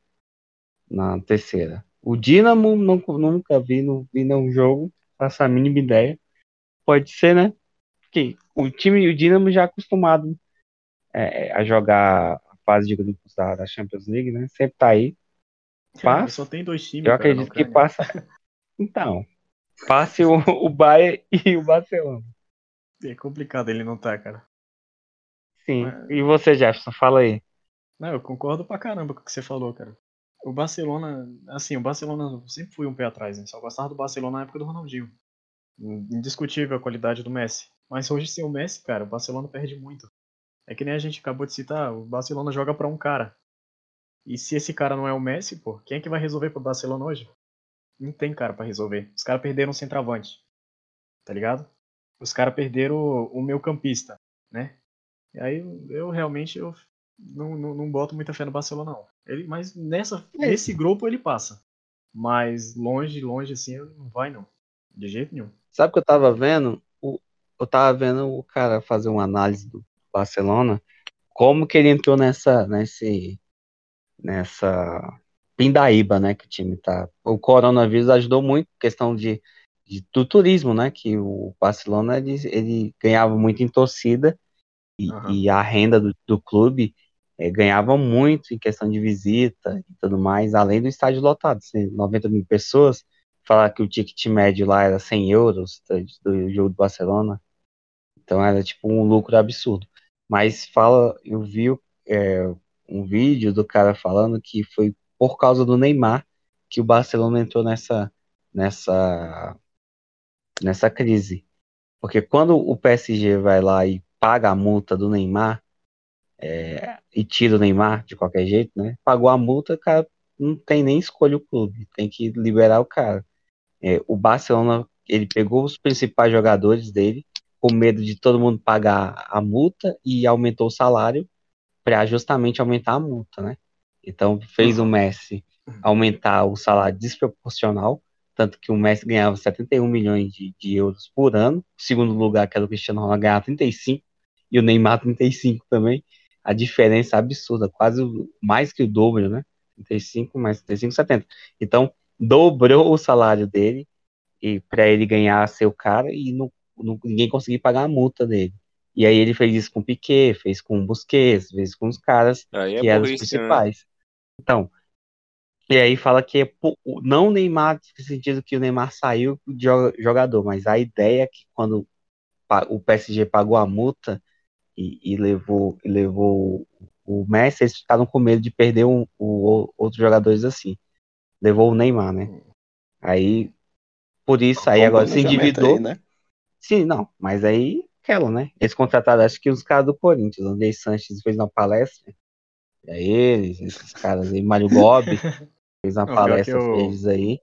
B: na terceira. O Dinamo não, nunca vi, não vi nenhum jogo, faço a mínima ideia. Pode ser, né? Porque o time, o Dinamo já é acostumado é, a jogar a fase de grupos da, da Champions League, né? Sempre tá aí.
C: Cara,
B: Passa.
C: só tem dois times,
B: Eu
C: cara, na
B: acredito que
C: Ucrânia.
B: passa. Então, passe o, o Bayern e o Barcelona.
C: É complicado ele não tá, cara.
B: Sim.
C: É.
B: E você, Jefferson, fala aí.
C: Não, eu concordo pra caramba com o que você falou, cara. O Barcelona, assim, o Barcelona sempre fui um pé atrás, né? Só gostava do Barcelona na época do Ronaldinho. Indiscutível a qualidade do Messi. Mas hoje sem o Messi, cara, o Barcelona perde muito. É que nem a gente acabou de citar, o Barcelona joga pra um cara. E se esse cara não é o Messi, pô, quem é que vai resolver pro Barcelona hoje? Não tem cara pra resolver. Os caras perderam o centroavante. Tá ligado? Os caras perderam o, o meio campista, né? E aí eu- eu realmente eu não, não, não boto muita fé no Barcelona, não. Ele, mas nessa,
B: É.
C: nesse grupo ele passa. Mas longe, longe assim, ele não vai, não. De jeito nenhum.
B: Sabe o que eu tava vendo? O, eu tava vendo o cara fazer uma análise do Barcelona, como que ele entrou nessa, nesse, nessa pindaíba, né, que o time tá. O coronavírus ajudou muito, questão de, de- do turismo, né, que o Barcelona, ele, ele ganhava muito em torcida e,
C: Aham.
B: e a renda do, do clube eh, ganhava muito em questão de visita e tudo mais, além do estádio lotado, assim, 90 mil pessoas, falar que o ticket médio lá era 100 euros tá, do jogo do Barcelona, então era tipo um lucro absurdo. Mas fala, eu vi eh, um vídeo do cara falando que foi por causa do Neymar que o Barcelona entrou nessa nessa nessa crise. Porque quando o PSG vai lá e paga a multa do Neymar é, e tira o Neymar de qualquer jeito, né? Pagou a multa, o cara não tem nem escolha o clube, tem que liberar o cara. É, o Barcelona, ele pegou os principais jogadores dele com medo de todo mundo pagar a multa e aumentou o salário para justamente aumentar a multa, né? Então fez o Messi aumentar o salário desproporcional, tanto que o Messi ganhava 71 milhões de, de euros por ano, o segundo lugar que era o Cristiano Ronaldo ganhava 35 e o Neymar 35 também. A diferença é absurda, quase o- mais que o dobro, né? 35 mais 35, 70. Então dobrou o salário dele e para ele ganhar seu cara e não, não- ninguém conseguir pagar a multa dele. E aí ele fez isso com o Piquet, fez com o Busquets, fez com os caras
E: Aí é
B: que eram os
E: burrice, né?
B: principais. Então, e aí fala que é po- o- não o Neymar, no sentido que o Neymar saiu de jo- jogador, mas a ideia é que quando pa- o PSG pagou a multa e, e levou, e levou o Messi, eles ficaram com medo de perder um, o, o- outros jogadores assim. Levou o Neymar, né?
E: Hum.
B: Aí, por isso, Tá aí
A: Foi um
B: agora se
A: planejamento
B: endividou.
A: aí, né?
B: Sim, não, mas aí aquela, né? Eles contrataram, acho que os caras do Corinthians, o André Sanches fez uma palestra pra eles, esses caras aí, Mário
C: (laughs)
B: Gobi fez uma
C: Não, pior que
B: palestra
C: eu-
B: pra eles aí.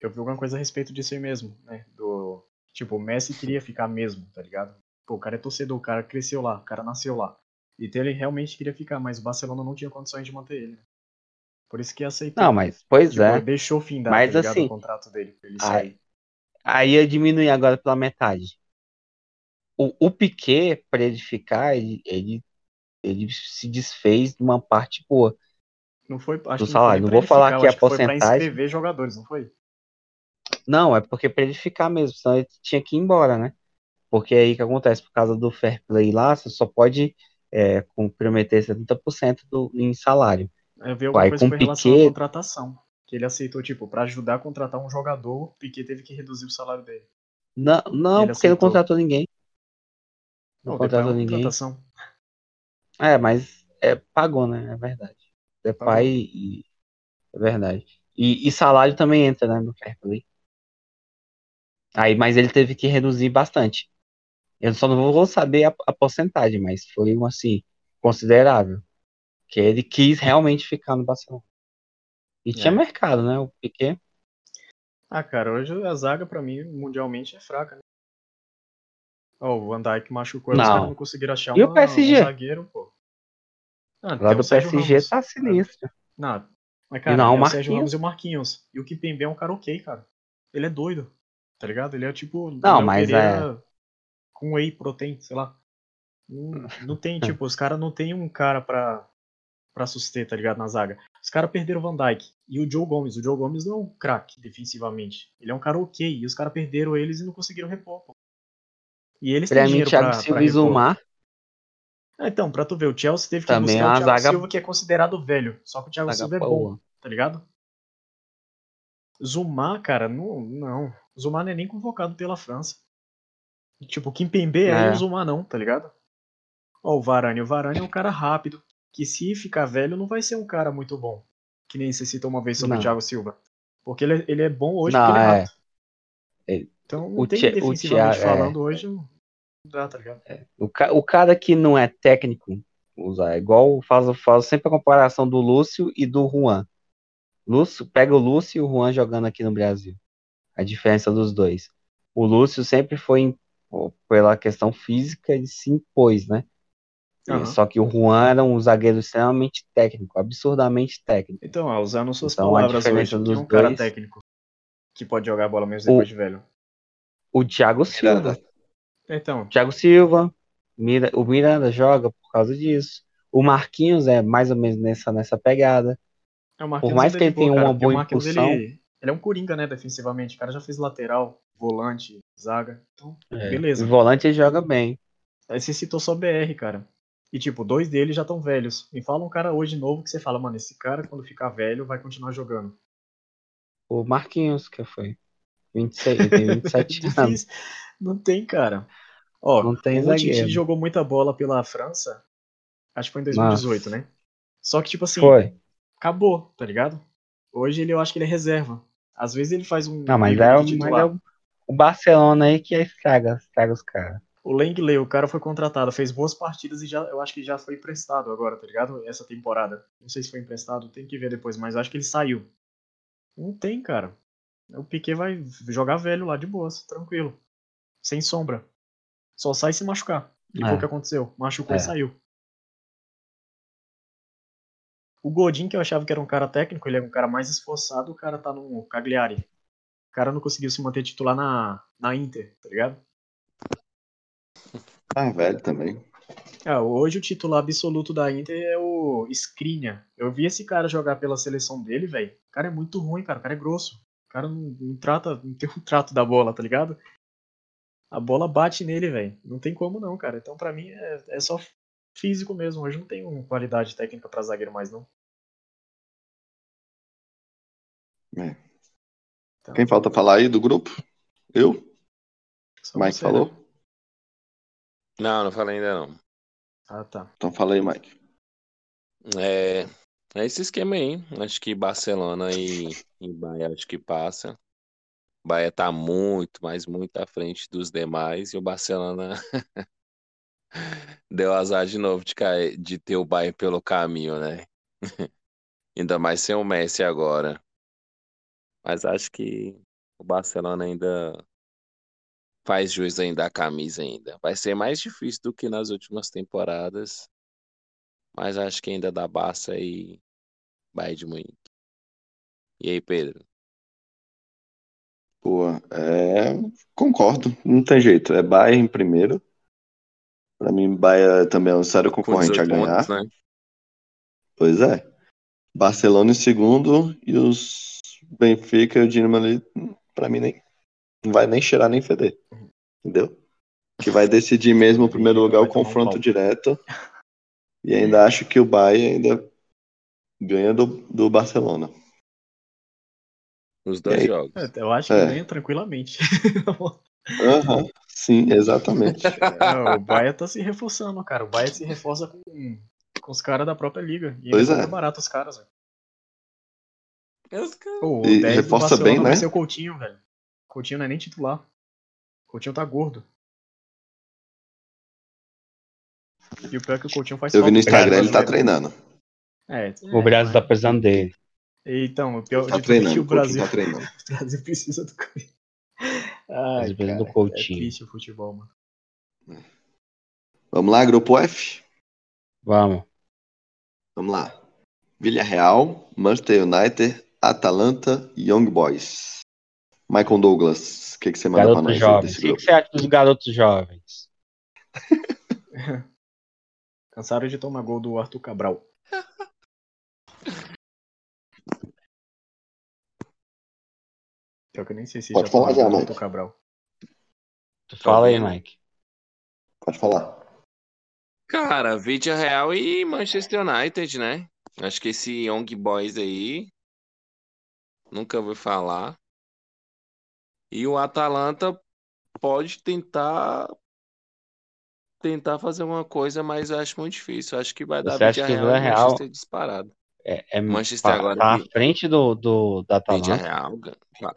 C: eu vi alguma coisa a respeito disso aí mesmo, né? Do tipo, o Messi queria ficar mesmo, tá ligado? Pô, o cara é torcedor, o cara cresceu lá, o cara nasceu lá. Então ele realmente queria ficar, mas o Barcelona não tinha condições de manter ele, né? Por isso que aceitou.
B: Não, mas pois
C: tipo,
B: é.
C: deixou findar,
B: Mas
C: tá ligado,
B: assim,
C: o contrato dele pra ele sair.
B: Aí, aí ia diminuir agora pela metade. O, o Piquet, pra ele ficar, ele, ele, ele se desfez de uma parte boa.
C: Não foi, acho
B: Do
C: que não foi
B: salário,
C: nem
B: não
C: pra
B: vou
C: ele
B: falar
C: ficar, eu
B: aqui a
C: acho que foi pra
B: porcentagem.
C: inscrever jogadores, não foi?
B: Não, é porque pra ele ficar mesmo, senão ele tinha que ir embora, né? Porque aí que acontece, por causa do fair play lá, você só pode é, comprometer 70% do, em salário.
C: Eu vi
B: Vai,
C: é alguma coisa
B: com
C: com relação à
B: Piquet-
C: contratação. Que ele aceitou, tipo, pra ajudar a contratar um jogador, o Piquet teve que reduzir o salário dele.
B: Não, não
C: Ele
B: porque não
C: aceitou.
B: contratou ninguém. Não,
C: Não, depois é
B: contratou
C: uma
B: ninguém.
C: contratação.
B: É, mas é, pagou, né? É verdade.
C: Pagou.
B: Depay e. É verdade. E, e salário também entra, né, no fair play. Aí, mas ele teve que reduzir bastante. Eu só não vou saber a, a porcentagem, mas foi um assim, considerável. Que ele quis realmente ficar no Barcelona. E tinha
C: É.
B: mercado, né? O Piquet.
C: Ah, cara, hoje a zaga pra mim mundialmente é fraca. né? Ó, o Van Dijk machucou, os
B: Não.
C: caras não conseguiram achar
B: E o
C: uma-
B: PSG?
C: um zagueiro, pô. Ah,
B: Lá
C: tem o
B: do
C: Sérgio
B: PSG
C: Ramos.
B: tá sinistro.
C: Não, mas cara,
B: não,
C: não,
B: o
C: o Sérgio
B: Marquinhos.
C: Ramos e o Marquinhos. E o Kipembe é um cara ok, cara. Ele é doido, tá ligado? Ele é tipo...
B: Não,
C: Léo
B: mas é.
C: Pereira Com whey protein, sei lá.
B: (laughs)
C: Não, não tem, tipo, os caras não tem um cara pra, pra suster, tá ligado, na zaga. Os caras perderam o Van Dijk e o Joe Gomes. O Joe Gomes não é um craque defensivamente. Ele é um cara ok. E os caras perderam eles e não conseguiram repor, pô. E eles têm
B: Pra mim,
C: dinheiro
B: Thiago
C: pra,
B: Silva
C: pra
B: e
C: repor.
B: Zumar.
C: Ah, Então, pra tu ver, o Chelsea teve que
B: Também é
C: buscar o
B: uma
C: Thiago
B: zaga-
C: Silva, que é considerado velho. Só que o Thiago
B: Paga
C: Silva é
B: pau,
C: bom
B: ó.
C: tá ligado? Zumar, cara, não, não. Zumar não é nem convocado pela França. Tipo, Kim Pembe é,
B: É.
C: e o Zumar não, tá ligado? Ó, o Varane. O Varane é um cara rápido, que se ficar velho não vai ser um cara muito bom. Que nem você citou uma vez sobre
B: Não.
C: o Thiago Silva. Porque ele, é- ele é bom hoje
B: Não,
C: porque ele é
B: é.
C: rápido.
B: Ele-
C: Então, não
B: o
C: tem
B: Thi- o
C: defensivamente
B: Thiago- é.
C: falando hoje, não dá, tá ligado?
B: O, ca- o cara que não é técnico, usa, é igual faz, faz sempre a comparação do Lúcio e do Juan. Lúcio, pega o Lúcio e o Juan jogando aqui no Brasil. A diferença dos dois. O Lúcio sempre foi em- pô, pela questão física, ele se impôs, né? E-
C: Aham.
B: Só que o Juan era um zagueiro extremamente técnico, absurdamente técnico.
C: Então, ó, usando suas
B: Então, a
C: palavras hoje,
B: diferença
C: que é
B: dos
C: um cara
B: dois-
C: técnico que pode jogar bola mesmo
B: O-
C: depois de velho.
B: O Thiago Silva.
C: Então,
B: Thiago Silva, Mira- o Miranda joga por causa disso. O Marquinhos é mais ou menos nessa, nessa pegada.
C: É, o Marquinhos
B: Por mais
C: ainda
B: que
C: é
B: ele
C: de boa,
B: tenha
C: cara,
B: uma
C: porque o
B: boa
C: Marquinhos,
B: impulsão-
C: Ele, ele é um coringa, né, defensivamente. O cara já fez lateral, volante, zaga. Então,
B: O
C: beleza.
B: volante ele joga bem.
C: Aí você citou só BR, cara. E, tipo, dois deles já estão velhos. Me fala um cara hoje novo que você fala, mano, esse cara, quando ficar velho, vai continuar jogando.
B: O Marquinhos, que foi 26, ele tem (laughs) 27 anos.
C: É (laughs) Difícil. Não tem, cara. Ó,
B: Não tem
C: o Titi
B: zagueiro.
C: jogou muita bola pela França. Acho que foi em 2018,
B: Nossa.
C: né? Só que, tipo assim,
B: Foi.
C: acabou, tá ligado? Hoje ele, eu acho que ele é reserva. Às vezes ele faz um.
B: Não, mas
C: período
B: é,
C: de
B: o- mas
C: titular.
B: é o, o Barcelona aí que estraga, estraga os caras.
C: O Langley, o cara foi contratado, fez boas partidas e já, eu acho que já foi emprestado agora, tá ligado? Essa temporada. Não sei se foi emprestado, tem que ver depois, mas acho que ele saiu. Não tem, cara. O Piquet vai jogar velho lá de boas, tranquilo. Sem sombra. Só sai se machucar. E foi
B: É.
C: o que aconteceu. Machucou
B: É.
C: e saiu. O Godin, que eu achava que era um cara técnico, ele é um cara mais esforçado, o cara tá no Cagliari. O cara não conseguiu se manter titular na, na Inter, tá ligado?
A: Ah, velho também.
C: Ah, hoje o titular absoluto da Inter é o Skriniar. Eu vi esse cara jogar pela seleção dele, velho. O cara é muito ruim, cara. O cara é grosso. O cara não, não trata, (laughs) não tem um trato da bola, tá ligado? A bola bate nele, velho. Não tem como não, cara. Então pra mim é, é só físico mesmo. Hoje não tem uma qualidade técnica pra zagueiro mais não.
A: É.
C: Então,
A: Quem falta falar aí do grupo? Eu?
C: só
A: Mike
C: você, né?
A: falou?
D: Não, não falei ainda não.
C: Ah, tá.
A: Então fala aí, Mike.
D: É, é esse esquema aí. hein? Acho que Barcelona e, e Bahia acho que passa. Bahia tá muito, mas muito à frente dos demais. E o Barcelona (laughs) deu azar de novo de, cair, de ter o Bahia pelo caminho, né? (laughs) Ainda mais sem o Messi agora. Mas acho que o Barcelona ainda faz jus ainda à camisa ainda. Vai ser mais difícil do que nas últimas temporadas. Mas acho que ainda dá Barça e Bayern de Munique. E aí, Pedro?
A: Pô, é, concordo, não tem jeito. É Bayern em primeiro. Pra mim, Bayern também é um sério
D: Com
A: concorrente a
D: 18
A: ganhar.
D: pontos, né?
A: Pois é. Barcelona em segundo e os Benfica e o Dinamo ali, pra mim, nem, não vai nem cheirar nem feder. Entendeu? Que vai decidir mesmo o primeiro lugar, o
C: Vai tomar um
A: confronto
C: pau.
A: direto. E ainda acho que o Bayern ainda ganha do, do Barcelona.
D: Os dois
A: E aí?
D: jogos.
C: É, Eu acho que
A: É.
C: ganha tranquilamente.
A: Aham, sim, exatamente.
C: É, o Bahia tá se reforçando, cara. O Bahia se reforça com, com os caras da própria liga. E
A: Pois
C: ainda
A: é.
C: paga barato os caras, velho.
D: Os caras-
C: Pô, o
A: E
C: 10 do
A: reforça
C: Barcelona
A: bem,
C: vai
A: né?
C: ser o Coutinho, velho. Coutinho não é nem titular. Coutinho tá gordo. E o pior é que o Coutinho faz
A: Eu vi no
D: um
C: falta pro
A: Instagram,
C: Campeonato
A: ele tá
C: Brasileiro.
A: treinando.
C: É,
B: O Brasil tá precisando dele.
C: Então, o
A: Tá
C: pior de tudo é que
A: treinando,
C: o
A: o Coutinho
C: Brasil,
A: tá treinando.
C: (laughs) o Brasil precisa do Coutinho.
B: Brasil
C: Ai,
B: precisa tá do
C: cara, é
B: Coutinho.
C: triste o futebol, mano.
A: Vamos lá, grupo F?
B: Vamos.
A: Vamos lá. Villarreal, Manchester United, Atalanta e Young Boys. Michael Douglas, o que, que você manda pra
B: Garotos
A: nós
B: jovens.
A: desse
B: O que,
A: grupo?
B: que você acha dos garotos jovens?
C: Cansaram de tomar gol do Arthur Cabral. Pior que eu nem sei se
A: Pode
C: já
A: falar
C: falaram
A: já,
C: do
A: Mike.
C: Arthur Cabral.
B: Tu fala aí,
D: vendo.
B: Mike.
A: Pode falar.
D: Cara, Vídeo Real e Manchester United, né? Acho que esse Young Boys aí. Nunca ouvi falar. E o Atalanta pode tentar. Tentar fazer uma coisa, mas eu acho muito difícil. Eu Acho que vai dar
B: Você acha
D: Vídeo
B: que o
D: Real e
B: Villarreal-
D: Manchester disparado.
B: É, é
D: Manchester
B: tá,
D: agora
B: tá
D: que-
B: à frente do, do da
D: Vídeo
B: Atalanta.
D: Real. ga- tá.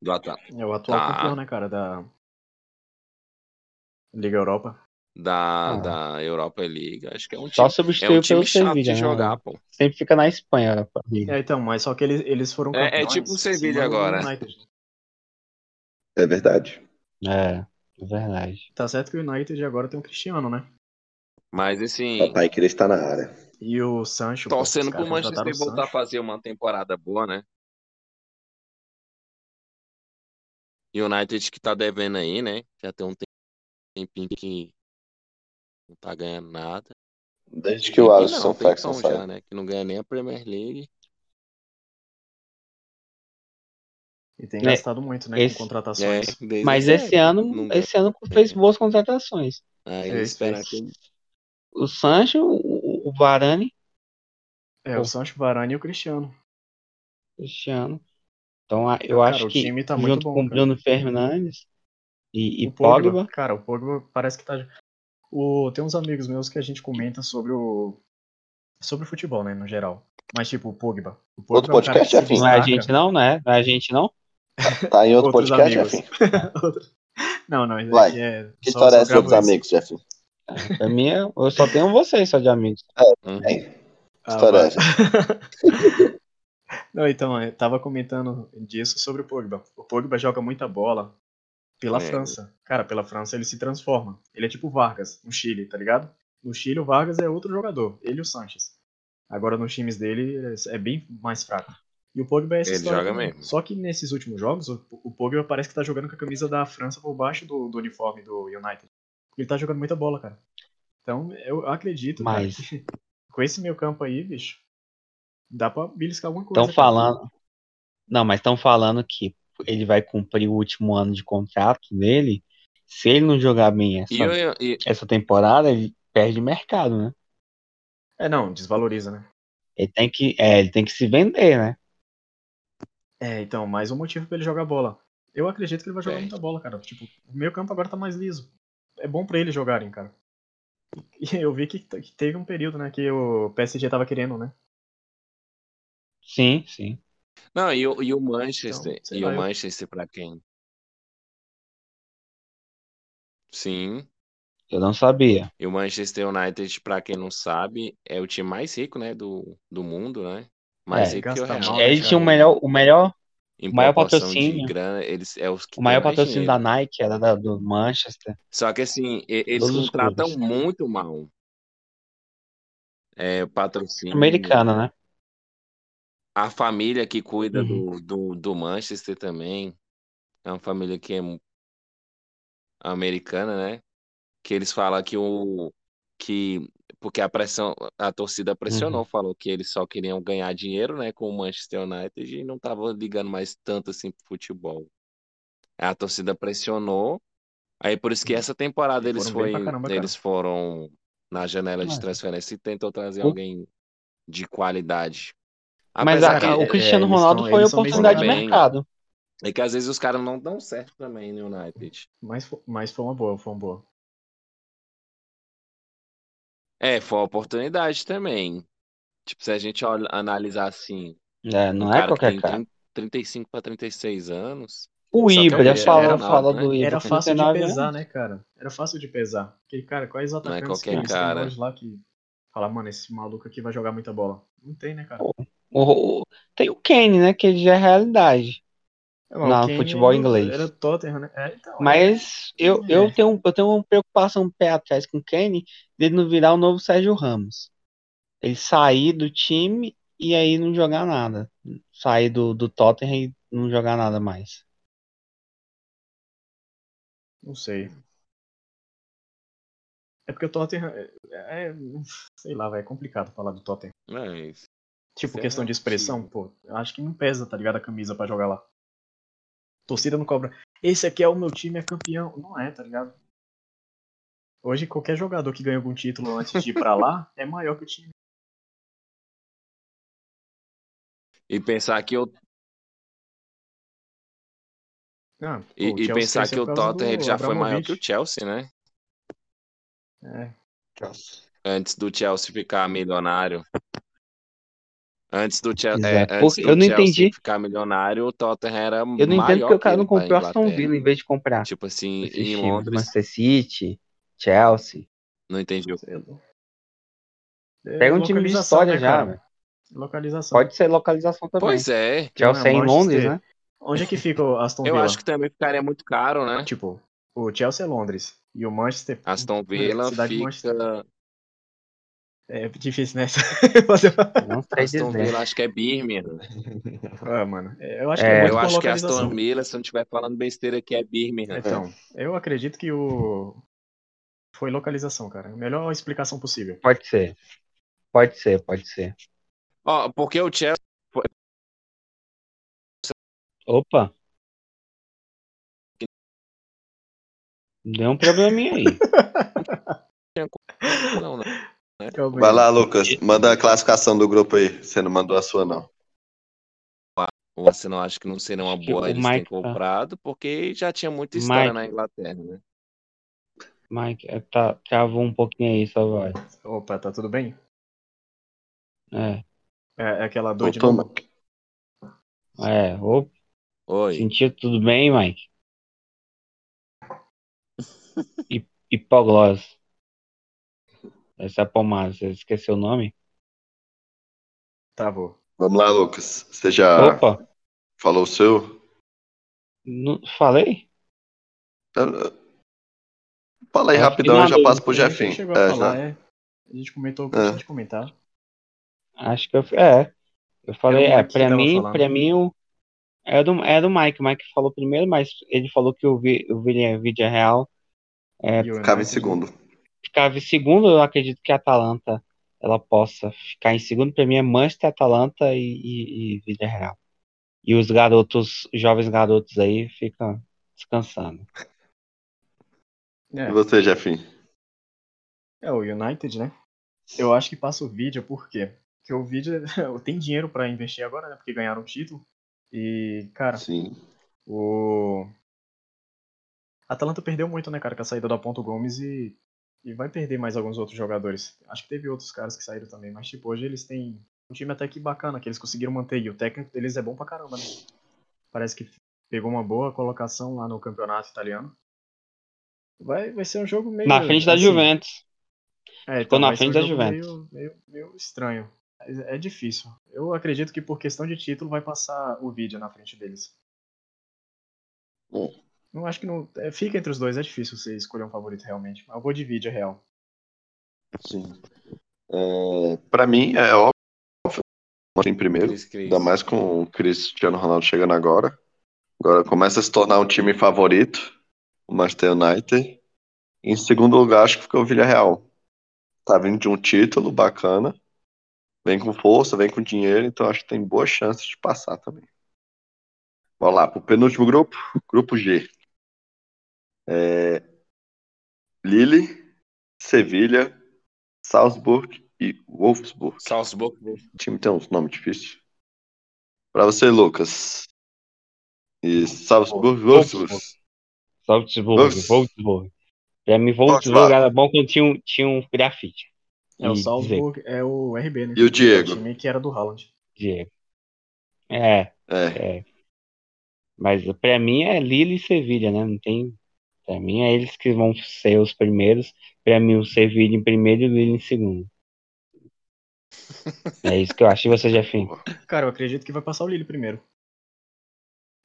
D: Do Atalanta.
C: É o atual
D: Tá.
C: campeão, né, cara, da Liga Europa.
D: Da,
B: Ah.
D: da Europa League. Acho que é um
B: Só
D: time, é
B: substituiu
D: um
B: pelo
D: time chato
B: Sevilla,
D: de
B: né?
D: jogar, pô.
B: Sempre fica na Espanha. né, pra mim.
C: É, então, mas só que eles, eles foram
D: É- é
C: campeões.
D: tipo o
C: em
D: Sevilha
C: cima do
D: agora.
C: United.
A: É verdade.
B: É, é verdade.
C: Tá certo que o United agora tem o Cristiano, né?
D: Mas assim.
A: Papai queria estar na área.
C: E o Sancho. pô, os
D: Torcendo
C: caras
D: pro
C: contrataram
D: Manchester
C: o
D: voltar a
C: Sancho.
D: fazer uma temporada boa, né? United que tá devendo aí, né? Já tem um tempinho que não tá ganhando nada.
A: Desde
D: Tempinho não,
A: Flexon
D: tempão já, né? Que não ganha nem a Premier League.
C: E tem
B: É,
C: gastado muito, né,
B: esse-
C: com contratações.
D: É, desde
B: Mas
D: essa
B: esse
D: época,
B: ano,
D: não
B: esse ano fez boas contratações.
D: ganha. Aí
C: É,
D: esperar
C: fez.
D: que ele-
B: O Sancho, o, o Varane,
C: É,
B: Pô.
C: o Sancho, o Varane e o Cristiano.
B: o Cristiano. Então a- eu
C: Cara,
B: acho
C: o
B: que
C: time tá
B: junto
C: muito bom,
B: com o
C: cara.
B: Bruno Fernandes e, e
C: o Pogba,
B: Pogba,
C: Cara, o Pogba parece que tá. O, tem uns amigos meus que a gente comenta sobre o. Sobre o futebol, né, no geral. Mas, tipo, o Pogba. O Pogba
A: Outro
C: é um cara
A: podcast, assim.
C: que se
A: Jefinho?
B: não é a
C: destaca.
B: gente não, né? Não é a gente não.
A: Tá em outro
C: Outros
A: podcast,
C: amigos.
A: Jeff?
C: Outro- Não, não,
A: Vai.
C: é, é
A: Que
C: só-
A: história
C: só
A: é essa de
C: gravo
A: outros
C: esse.
A: amigos, Jeff?
B: Pra mim, eu eu só tenho vocês só de amigos.
D: Uhum.
B: é
A: Que história é
C: Ah, vai.
A: essa?
C: Não, então, eu tava comentando disso sobre o Pogba. O Pogba joga muita bola pela
D: É.
C: França. Cara, pela França ele se transforma. Ele é tipo o Vargas, no Chile, tá ligado? No Chile o Vargas é outro jogador, ele e o Sanches. Agora nos times dele é- é bem mais fraco. E o Pogba é essa
D: Ele
C: história
D: joga
C: também.
D: mesmo.
C: Só que nesses últimos jogos, o o Pogba parece que tá jogando com a camisa da França por baixo do, do uniforme do United. Ele tá jogando muita bola, cara. Então, eu acredito, cara,
B: Mas-
C: que com esse meio campo aí, bicho, dá pra beliscar alguma coisa.
B: Estão
C: cara.
B: falando. Não, mas estão falando que ele vai cumprir o último ano de contrato dele. Se ele não jogar bem essa,
D: E, eu- e-
B: essa temporada, ele perde mercado, né?
C: É, não, desvaloriza, né?
B: Ele tem que, é, ele tem que se vender, né?
C: É, então, mais um motivo pra ele jogar bola. Eu acredito que ele vai jogar
D: É.
C: muita bola, cara. Tipo, o meio campo agora tá mais liso. É bom pra eles jogarem, cara. E (laughs) eu vi que, t- que teve um período, né, que o PSG tava querendo, né?
B: Sim, sim.
D: Não, e, o- e o Manchester.
C: Então, sei
D: e
C: lá,
D: o
C: eu-
D: Manchester pra quem? Sim.
B: Eu não sabia.
D: E o Manchester United, pra quem não sabe, é o time mais rico, né? Do, do mundo, né? Mais
B: É,
D: rico que
C: gasta
D: o Real.
C: mal, né,
B: Ele
C: cara?
B: tinha o melhor, o melhor,
D: Em
B: O maior
D: proporção de
B: patrocínio.
D: grana, eles é os que
B: o maior
D: têm mais
B: patrocínio
D: dinheiro.
B: da Nike era da- do Manchester.
D: Só que assim, e- eles
B: Todos os
D: contratam
B: clubes.
D: muito mal. É, patrocínio.
B: Americana, né?
D: A família que cuida
C: Uhum.
D: do, do, do Manchester também. É uma família que é mu- americana, né? Que eles falam que o. Que, porque a pressão, a torcida pressionou,
C: Uhum.
D: falou que eles só queriam ganhar dinheiro, né, com o Manchester United e não tava ligando mais tanto assim pro futebol. A torcida pressionou. Aí por isso que essa temporada
C: Uhum. E
D: eles,
C: foram bem pra
D: foi,
C: caramba, cara.
D: eles foram na janela de
B: É.
D: transferência e tentou trazer
B: O-
D: alguém de qualidade.
B: Mas
D: Apesar
B: a-
D: que,
B: a- o
C: é,
B: Cristiano
C: eles
B: Ronaldo
C: tão-
B: foi a
C: eles são bem
B: oportunidade de
D: jogados.
B: mercado.
D: é que às vezes os caras não dão certo também no United.
C: Mas, fo- mas foi uma boa, foi uma boa.
D: É, foi uma oportunidade também. Tipo, se a gente olha- analisar assim,
B: É,
D: um
B: não é
D: cara que
B: qualquer
D: tem
B: cara.
D: 30, 35 para 36 anos,
B: O
D: Só que
B: Ibra,
D: alguém
B: já
D: já
B: falou,
D: era
B: falou
D: nada,
B: do
D: né?
B: Ibra.
C: Era fácil de
B: 39
C: pesar,
B: anos.
C: né, cara? Era fácil de pesar. Porque, cara, quais
D: é
C: atacantes
D: qualquer
C: que eles têm
D: cara.
C: hoje lá que fala, mano, esse maluco aqui vai jogar muita bola? Não tem, né, cara?
B: O- o- tem o Kane, né? Que ele já é realidade.
C: É, mas
B: Não,
C: o Kane
B: futebol
C: era-
B: inglês.
C: Era Tottenham, né? É, então,
B: Mas eu,
C: É.
B: eu, tenho, eu tenho uma preocupação um pé atrás com o Kane dele não virar o novo Sérgio Ramos. Ele sair do time e aí não jogar nada. Sair do, do Tottenham e não jogar nada mais.
C: Não sei. É porque o Tottenham. É, é- sei lá, vai é complicado falar do Tottenham.
E: Mas,
C: Tipo,
E: Sei
C: questão
E: lá,
C: de expressão,
E: sim.
C: pô. Eu acho que não pesa, tá ligado? A camisa pra jogar lá. Torcida não cobra. Esse aqui é o meu time, é campeão. Não é, tá ligado? Hoje qualquer jogador que ganha algum título antes de ir pra lá (laughs) é maior que o time.
E: e pensar que o,
C: Ah, pô,
E: e,
C: o
E: e
C: Chelsea
E: pensar
C: cresceu
E: que o
C: por causa
E: Tottenham
C: do
E: ele já foi maior
C: Abramovich.
E: que o Chelsea, né?
C: É.
E: Antes do Chelsea ficar milionário. Antes do, Chel
B: Pois
E: é,
B: é,
E: antes
B: porque
E: do
B: eu não
E: Chelsea
B: entendi.
E: ficar milionário, o Tottenham era
B: Eu não entendo
E: maior
B: porque o cara
E: ele
B: não
E: pra
B: comprou Aston
E: Inglaterra.
B: Villa em vez de comprar
E: Tipo assim,
B: esses
E: em
B: times do
E: Londres,
B: Manchester City, Chelsea.
E: não entendi o
C: Sei lá. É
B: Pega um time de
C: localização,
B: história
C: né,
B: já,
C: cara?
B: velho.
C: Localização.
B: Pode ser localização também.
E: Pois é,
B: Chelsea é em
C: Manchester.
B: Londres, né?
C: (laughs) Onde é que fica o Aston
E: eu
C: Villa?
E: acho que também ficaria muito caro, né? Ah.
C: Tipo, o Chelsea é Londres. E o Manchester.
E: Aston Villa
C: Cidade de
E: fica.
C: É difícil, né? (laughs) Fazer uma-
B: Não sei
E: Aston
B: dizer.
E: Villa acho que é Birmingham.
C: Ah, mano. é, Eu acho que
B: É.
C: é muito
E: Eu
C: por
E: acho que
C: localização.
E: Aston Villa, se eu não estiver falando besteira aqui, é Birmingham.
C: Então, eu acredito que o. Foi localização, cara. A melhor explicação possível.
B: Pode ser. Pode ser, pode ser.
E: Ó, porque o Chelsea.
B: Opa. Deu um probleminha
C: (laughs)
B: aí.
E: Não, né? não.
C: Calma aí.
A: Vai lá, Lucas. Manda a classificação do grupo aí. Você não mandou a sua, não.
E: O Arsenal acho que não seria uma
B: Acho que o
E: boa eles terem
C: ah.
B: Mike tá-
E: comprado, porque já tinha muita história
B: Mike.
E: na Inglaterra, né?
B: Mike, é, tá, travou um pouquinho aí, só vai.
C: Opa, tá tudo bem?
B: É,
C: É, é aquela dor de
A: Voltou,
C: novo?
B: é. Opa,
E: Oi.
B: sentiu tudo bem,
C: (laughs)
B: Mike? Hi- Hipoglose. Essa é a pomada, você esqueceu o nome?
C: Tá, vou.
A: Vamos lá, Lucas. Você já
B: Opa,
A: falou o seu?
B: não falei?
A: Fala aí
B: Acho que
A: rapidão, eu já
B: mandou.
A: passo pro
C: é né? A gente
A: Jeffinho.
C: chegou a
A: É,
C: falar,
A: já.
C: é. A gente comentou o que
A: É.
C: a gente comentar.
B: Acho que eu. É, eu falei,
C: Era o
B: é,
C: Mike que
B: pra
C: tava
B: mim,
C: falando.
B: pra mim, o. É do, é do Mike, o Mike falou primeiro, mas ele falou que o, Vi, o Vilha, Vídeo é Real É,
C: E o
A: Ficava em
C: United,
A: segundo.
B: ficava em segundo, eu acredito que a Atalanta ela possa ficar em segundo. Para mim é Manchester, Atalanta e, e, e Vila Real. E os garotos, jovens garotos aí ficam descansando.
A: E
C: né?
A: você, Jeffinho?
C: É, é o United, né? Eu acho que passa o vídeo, por quê? Porque o vídeo (laughs) tem dinheiro pra investir agora, né? Porque ganharam o título. E, cara,
A: Sim.
C: O. Atalanta perdeu muito, né, cara, com a saída da Ponto Gomes e. E vai perder mais alguns outros jogadores. Acho que teve outros caras que saíram também, mas, tipo, hoje eles têm um time até que bacana, que eles conseguiram manter. E o técnico deles é bom pra caramba, né? Parece que pegou uma boa colocação lá no campeonato italiano. Vai, vai ser um jogo meio.
B: Na frente da
C: assim,
B: Juventus. Ficou
C: É, então,
B: na
C: vai ser
B: frente
C: um
B: da
C: jogo
B: Juventus.
C: Meio, meio, meio estranho. Mas É difícil. Eu acredito que por questão de título vai passar o vídeo na frente deles.
A: Bom.
C: Não acho que não. é, fica entre os dois, é difícil você escolher um favorito realmente. Mas eu vou de vídeo real.
A: Sim. É, pra mim, é óbvio. Em primeiro.
E: Cris, Cris.
A: Ainda mais com o Cristiano Ronaldo chegando agora. Agora começa a se tornar um time favorito, o Manchester United. Em segundo lugar, acho que fica o Villarreal. Tá vindo de um título bacana. Vem com força, vem com dinheiro, então acho que tem boas chances de passar também. Vamos lá, pro penúltimo grupo, grupo G. É... Lille, Sevilha, Salzburg e Wolfsburg.
E: Salzburg.
A: O time tem uns nomes difíceis. Pra você, Lucas. E Salzburg, Wolfsburg.
B: Salzburg,
A: Vamos.
B: Wolfsburg. Pra mim,
A: Vamos
B: Wolfsburg
A: lá.
B: era bom quando tinha um, tinha um grafite.
C: É
B: E
C: o
B: dizer,
C: Salzburg, é o RB, né?
A: E o
C: É o
A: Diego?
C: time que era do Haaland.
B: Diego. É,
A: É,
B: é. Mas pra mim é Lille e Sevilha, né? Não tem. Pra mim é eles que vão ser os primeiros. Pra mim, o Sevilha em primeiro e o Lille em (laughs) segundo. É isso que eu acho. E você, Jefinho?
C: Cara, eu acredito que vai passar o Lille primeiro.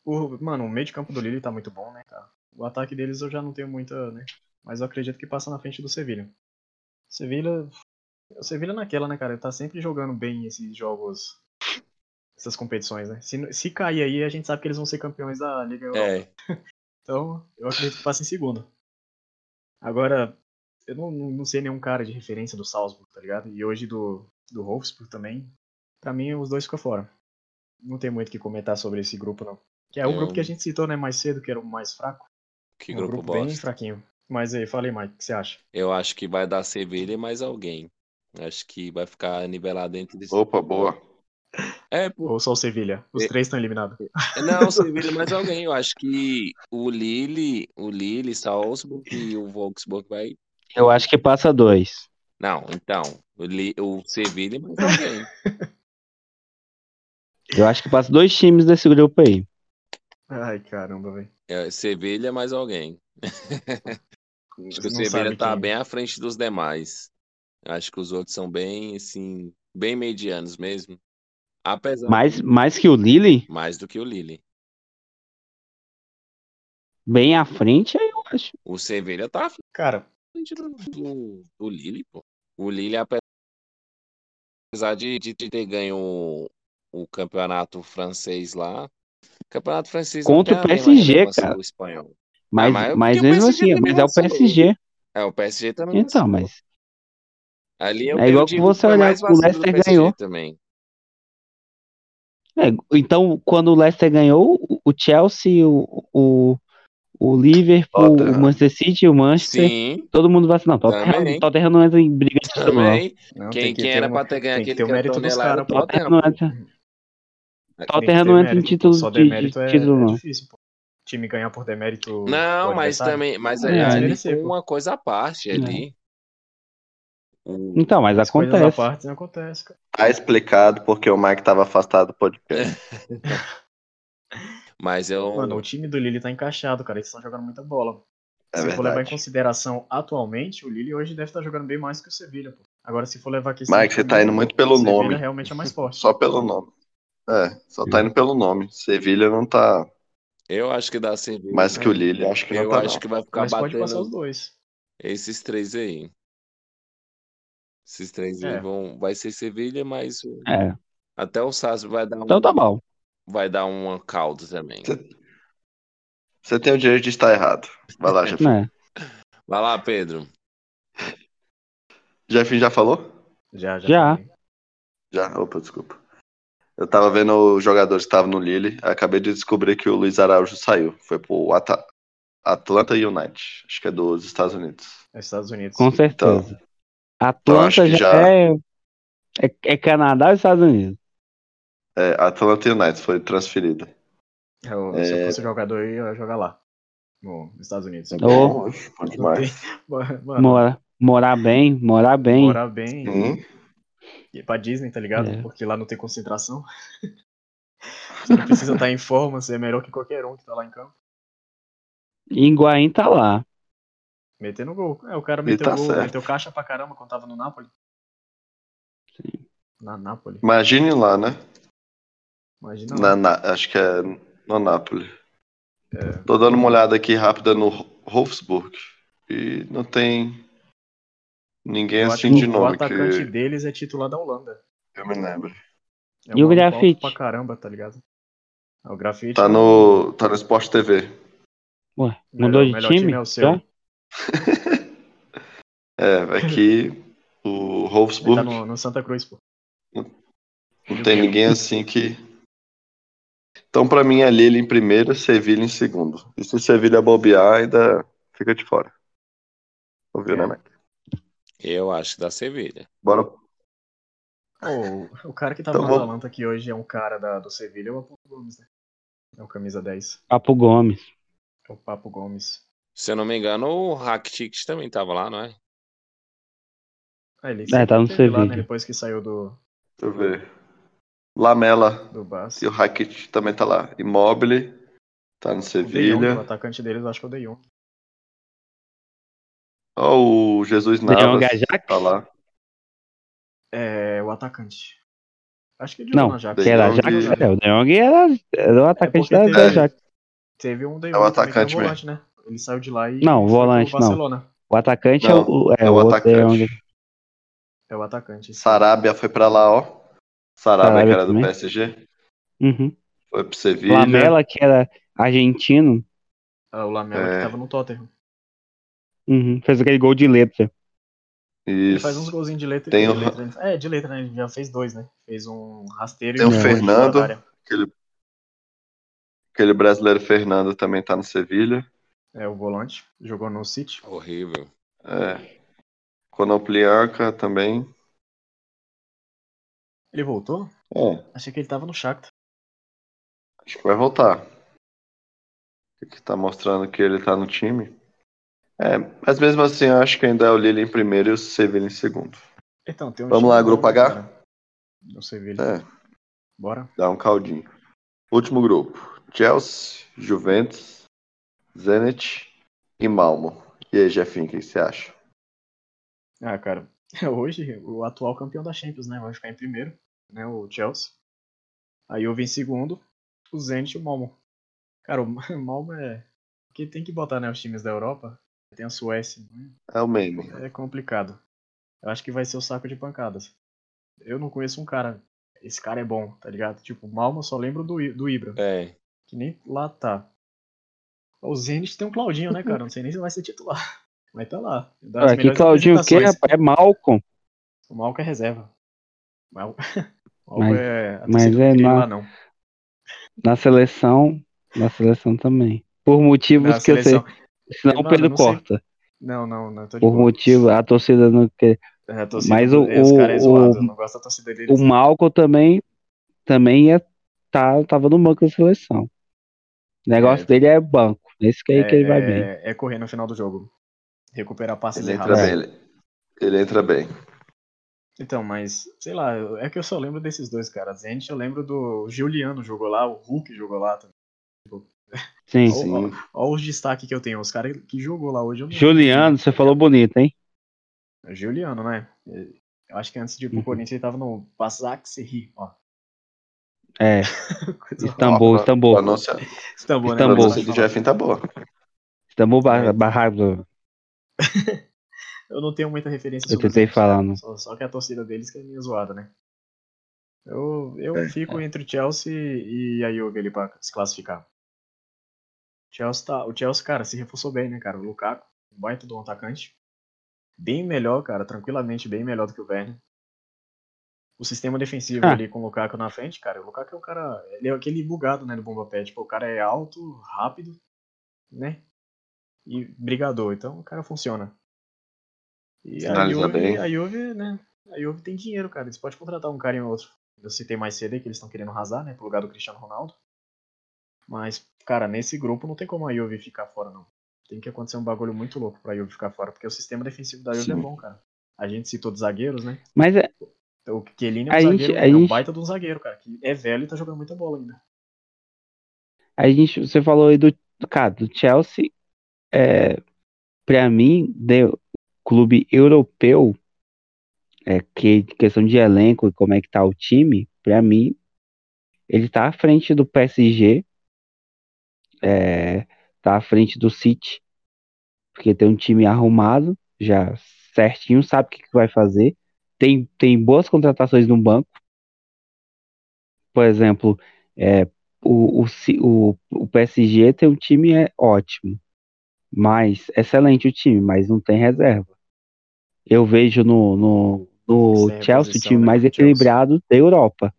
C: O, mano, o meio de campo do Lille tá muito bom, né, cara? O ataque deles eu já não tenho muita, né? Mas eu acredito que passa na frente do Sevilha. Sevilha. O Sevilha naquela, né, cara? Ele tá sempre jogando bem esses jogos. Essas competições, né? Se, se cair aí, a gente sabe que eles vão ser campeões da Liga Europa.
D: É,
C: Então, eu acredito que passa em segundo. Agora, eu não, não, não sei nenhum cara de referência do Salzburg, tá ligado? E hoje do, do Wolfsburg também. Pra mim, os dois ficam fora. Não tem muito o que comentar sobre esse grupo, não. Que é o
D: Eu-
C: grupo que a gente citou, né, mais cedo, que era o mais fraco.
D: que
C: um
D: grupo,
C: grupo bem
D: bosta.
C: fraquinho. Mas aí, falei, Mike, o que você acha?
D: Eu acho que vai dar Sevilha e mais alguém. Acho que vai ficar nivelado entre.
A: Opa, boa.
D: É, por-
C: Ou só o Sevilha? Os
D: É.
C: três estão eliminados. (laughs)
D: Não, Sevilha mais alguém. Eu acho que o Lille, o Lille, Salzburg e o Wolfsburg vai.
B: Eu acho que passa dois.
D: Não, então, o, Li... o Sevilha é mais alguém.
B: Eu acho que passa dois times desse grupo aí.
C: Ai, caramba, velho.
D: É, Sevilha mais alguém. Acho que o
C: Não
D: Sevilha
C: sabe
D: tá
C: quem. é.
D: bem à frente dos demais. Eu acho que os outros são bem, assim, bem medianos mesmo. Apesar
B: Mais, mais que o Lille,
D: mais do que o Lille.
B: bem à frente, aí eu acho.
D: O Sevilha tá à
C: Cara,
D: frente do, do, do Lille, pô. O Lille, apesar de, de ter ganho o, o campeonato francês lá, o campeonato francês não
B: Contra
D: tem
B: o
D: a mesma
B: PSG,
D: relevância
B: cara.
D: do espanhol.
B: Mas,
D: mas é
B: mas
D: porque o
B: mesmo
D: PSG
B: assim,
D: também
B: mas é o
D: vacilou.
B: PSG.
D: É, o PSG também
B: Então,
D: vacilou.
B: mas
D: Ali
B: é
D: eu, eu
B: igual
D: digo
B: que você
D: foi
B: olhar
D: mais
B: que o
D: vacilo do
B: Leicester
D: PSG
B: ganhou.
D: também.
B: É, então, quando o Leicester ganhou, o- o Chelsea, o, o, o Liverpool,
A: Tottenham.
B: o Manchester City, o Manchester,
D: Sim,
B: todo mundo vai assim, não, Tottenham,
D: Também.
B: Tottenham não entra em briga de título, não.
D: também.
C: não,
D: Quem,
C: tem que
D: quem
C: ter
D: era
C: uma-
D: pra ter ganho
C: tem que
D: aquele
C: ter o mérito dos
D: cantonel lá era o
C: caras, pô.
D: Tottenham,
B: Tottenham não é
D: pô.
B: entra,
C: Tem É que
B: Tottenham
C: ter
B: não entra em
C: mérito, pô.
B: título
C: Só
B: de,
C: demérito
B: de
C: é,
B: título,
C: é
B: não.
C: difícil, pô. Time ganhar por demérito.
D: Não,
C: do
D: mas
C: adversário.
D: também, mas
B: É,
D: ali
B: ali-
D: foi uma coisa à parte
B: É.
D: ali. O-
B: Então, mas
C: As coisas à
B: acontece.
C: parte não acontece, cara.
A: Tá explicado porque o Mike tava afastado do podcast.
D: Mas é um eu,
C: Mano, o time do Lille tá encaixado, cara. Eles estão jogando muita bola.
A: É
C: se for
A: verdade.
C: levar em consideração atualmente, o Lille hoje deve estar jogando bem mais que o Sevilha, pô. Agora, se for levar a questão.
A: Mike,
C: de
A: você tá
C: nível,
A: indo muito pelo
C: o Sevilha
A: nome.
C: realmente
A: (laughs)
C: é mais forte.
A: Só pelo nome. É, só tá indo pelo nome. Sevilha não tá
D: eu acho que dá Sevilha.
A: mais que o
C: É.
A: Lille. Acho que não
D: eu
A: tá,
D: acho
A: não.
D: que vai ficar
C: Mas pode passar os
D: batendo
C: dois.
D: esses três aí. Esses três aí
C: É.
D: vão, vai ser Sevilha, mas o-
B: É,
D: até o Sassi vai dar um,
B: então tá bom.
D: vai dar uma caldo também.
A: Cê- Você tem o direito de estar errado. Vai
C: É.
A: lá, Jeff.
B: né?
D: Vai lá, Pedro.
A: Jeff já falou?
C: Já, já.
B: Já.
C: falei.
A: Já. Opa, desculpa. Eu tava vendo os jogadores que estavam no Lille. Acabei de descobrir que o Luiz Araújo saiu. Foi pro Ata- Atlanta United. Acho que é dos Estados Unidos.
C: É Estados Unidos.
B: Com
A: Então,
B: certeza.
A: eu acho
B: Atlanta
A: que
B: já,
A: já-
B: É, é, é Canadá ou Estados Unidos?
A: é, Atlanta United foi transferido.
C: Eu- É Se
A: É.
C: eu fosse jogador, eu ia jogar lá. No, nos Estados Unidos.
B: Ô.
A: Bom, bom demais.
C: (laughs) Mano,
B: Mora, morar bem, morar bem.
C: Ah. morar bem.
A: Hum,
C: E pra Disney, tá ligado?
B: É.
C: Porque lá não tem concentração. (laughs) você não precisa estar em forma, você é melhor que qualquer um que tá lá em campo.
B: Higuaín tá lá.
C: Metendo gol. É, o cara
A: E
C: meteu
A: tá
C: gol,
A: certo.
C: meteu caixa pra caramba quando tava no Napoli. Na Napoli.
A: Imagine lá, né?
C: Imagina
A: Na,
C: lá.
A: na- acho que é no Nápoles.
C: É.
A: Tô dando uma olhada aqui rápida no Wolfsburg. E não tem ninguém
C: Eu acho
A: assim de
C: que o
A: nome
C: atacante
A: que
C: deles é titular da Holanda.
A: eu me lembro.
C: É
B: E
C: um
B: o
C: maluco
B: grafite?
C: alto Pra caramba, tá ligado? É, o grafite.
A: Tá
C: é o
A: no, tá no Sport TV.
B: Ué,
C: melhor-
B: mudou
C: melhor
B: de time?
C: é o seu.
B: já?
A: É, aqui o
C: Ele tá
A: Wolfsburg
C: no, no Santa Cruz, pô.
A: não tem ninguém assim que. Então, pra mim, ali ele em primeiro, Sevilha em segundo. E se Sevilha bobear, ainda fica de fora. Ouviu,
C: É.
A: né, Mac?
D: Eu acho que dá Sevilha.
A: Bora.
C: Ô, o cara que tava
A: Então
C: no
A: vamos-
C: Atalanta aqui hoje é um cara da, do Sevilha, é o Papo Gomes, né? É o camisa 10.
B: Papo Gomes.
C: É o Papo Gomes.
D: Se eu não me engano, o Rakitic também tava lá, não é?
C: Ah, ele
B: É, tá no
C: teve lá, né,
B: Sevilha.
C: depois que saiu do,
A: Deixa eu ver. Lamela
C: do Barça.
A: e o Hackett também tá lá. Immobile Tá no
C: O De Jong, o
A: Sevilha.
C: atacante deles, eu acho um que é o De Jong.
A: Ó, o Jesus
B: Leão
A: Navas
B: Gajak?
A: tá lá.
C: É, o atacante. Acho que o De
B: Não,
C: Jong já.
A: De
B: Que era
A: Jong
B: Ajax?
A: e-
B: É, o De Jong era, era o atacante
C: porque
B: da,
C: teve-
B: da Ajax.
C: Teve um De Jong
A: É o
C: também, que
A: atacante
C: um volante, né? Ele saiu de lá e
B: Não,
C: foi pro
B: volante, não.
C: Barcelona.
B: O atacante é
A: Não,
B: o,
A: É o
B: outro um De Jong.
A: atacante.
C: É o atacante. esse.
A: Sarabia foi pra lá, ó. Sarabia,
B: Sarabia
A: que era do
B: também.
A: PSG.
B: Uhum.
A: Foi pro Sevilha.
B: Lamela, que era argentino,
C: Ah, o Lamela
A: É.
C: que tava no Tottenham.
B: uhum, fez aquele gol de letra.
A: Isso.
C: Ele faz um uns golzinhos de letra.
A: Tem
C: de
A: o-
C: letra, ele- É, de letra, né? Ele já fez dois, né? Fez um rasteiro
A: Tem
B: o
C: um gol de
A: Fernando.
C: fora da área.
A: Aquele brasileiro Fernando também tá no Sevilha.
C: É o volante. Jogou no City.
E: Horrível.
A: É. Konoplianka também.
C: Ele voltou?
A: É,
C: Achei que ele tava no Shakhtar.
A: acho que vai voltar. O que tá mostrando que ele tá no time. É, mas mesmo assim, eu acho que ainda é o Lille em primeiro e o Sevilha em segundo.
C: Então, tem um
A: Vamos
C: time
A: lá,
C: bom,
A: grupo
C: né,
A: H?
C: cara? No Sevilha.
A: É,
C: Bora.
A: dá um caldinho. Último grupo: Chelsea, Juventus, Zenit e Malmo. E aí, Jefinho, o que você acha?
C: Ah, cara. (laughs) Hoje, o atual campeão da Champions, né? Vai ficar em primeiro, né? O Chelsea. Aí eu vim em segundo, o Zenit e o Malmo. Cara, o (laughs) Malmo é. Porque tem que botar, né? Os times da Europa. Tem a Suécia, né?
A: É o meme.
C: É complicado. Eu acho que vai ser o saco de pancadas. Eu não conheço um cara. Esse cara é bom, tá ligado? Tipo, o Malmo eu só lembro do, I- do Ibra,
E: É.
C: que nem lá tá. O Zenit tem um Claudinho, né, cara? Não sei nem se vai ser titular. Mas tá lá. Das
B: Aqui,
C: melhores
B: Claudinho, o que,
C: apresentações.
B: rapaz? É Malcom.
C: O Malco é reserva. O Mal... (laughs) o Malco
B: Mas-
C: é. a
B: mas
C: torcida não
B: é
C: queria ele
B: na-
C: lá, não.
B: Na seleção, na seleção também. Por motivos
C: Na
B: que eu
C: É seleção.
B: sei. Senão
C: Mano,
B: o Pedro
C: não sei.
B: corta.
C: Não, não, não. Tô de
B: Por
C: boa.
B: motivo, a torcida não quer.
C: É, a torcida
B: Mas
C: do-
B: o-
C: é, os caras é
B: o-
C: zoado. eu Não gosto da torcida deles.
B: O
C: não.
B: Malcom também, também ia tá, tava no banco da seleção. O negócio
C: É.
B: dele é banco. Esse que aí que ele vai
C: é,
B: bem.
C: é correr no final do jogo. Recuperar passes
A: Ele entra
C: errados.
A: bem. Ele, ele entra bem.
C: Então, mas, sei lá, eu- é que eu só lembro desses dois caras. Zenit, eu lembro do Juliano jogou lá, o Hulk jogou lá. também.
B: Sim.
C: Ó,
A: Sim.
C: Ó os destaques que eu tenho, os caras que jogou lá hoje. Eu não lembro
B: Juliano,
C: quem
B: você falou bonito, hein?
C: é. Juliano, né? Eu acho que antes de ir pro
B: Uhum.
C: Corinthians ele tava no Basak Serri, ó.
B: É,
C: Coisa
B: Istambul,
A: Ó,
B: Istambul.
A: A pronúncia,
C: Istambul,
A: a
B: Istambul.
C: né? Não
A: pronúncia
C: pode
A: de
C: falar.
A: Jefinho tá boa.
B: Estamos
C: É.
B: barrado.
C: Eu não tenho muita referência
B: Eu
C: sobre os
B: tentei
C: outros, cara.
B: falar, né?
C: Só, só que a torcida deles que é meio zoada, né? Eu, eu
A: É,
C: fico entre o Chelsea e a Juve ali pra se classificar. Chelsea tá, o Chelsea, cara, se reforçou bem, né, cara? O Lukaku, um baita de um atacante. Bem melhor, cara, tranquilamente bem melhor do que o Werner. O sistema defensivo
B: Ah.
C: ali com o Lukaku na frente, cara, o Lukaku é o cara, ele é aquele bugado, né, do Bomba Pet. Tipo, o cara é alto, rápido, né? E brigador, então o cara funciona. E a
A: Finaliza
C: Juve,
A: bem.
C: a Juve, né, a Juve tem dinheiro, cara. Eles podem contratar um cara em outro. Eu citei mais cedo aí que eles estão querendo arrasar, né? Pro lugar do Cristiano Ronaldo. Mas, cara, nesse grupo não tem como a Juve ficar fora, não. Tem que acontecer um bagulho muito louco pra Juve ficar fora, porque o sistema defensivo da Juve é
A: Sim.
C: bom, cara. A gente citou dos zagueiros, né?
B: Mas é,
C: O Chiellini é um
B: A gente-
C: zagueiro,
B: a
C: é um
B: gente-
C: baita de um zagueiro, cara, que é velho e tá jogando muita bola ainda.
B: a gente, você falou aí do, do- cara, do Chelsea. É, pra mim, de clube europeu, é, que questão de elenco e como é que tá o time, pra mim, ele tá à frente do PSG, é, tá à frente do City, porque tem um time arrumado, já certinho, sabe o que, que vai fazer. Tem, tem boas contratações no banco. Por exemplo, é, o, o, Ci- o, o PSG tem um time é ótimo, mas excelente o time, mas não tem reserva. Eu vejo no, no, no
C: Sem
B: Chelsea o
C: reposição,
B: time
C: né,
B: mais
C: pro Chelsea.
B: equilibrado da Europa,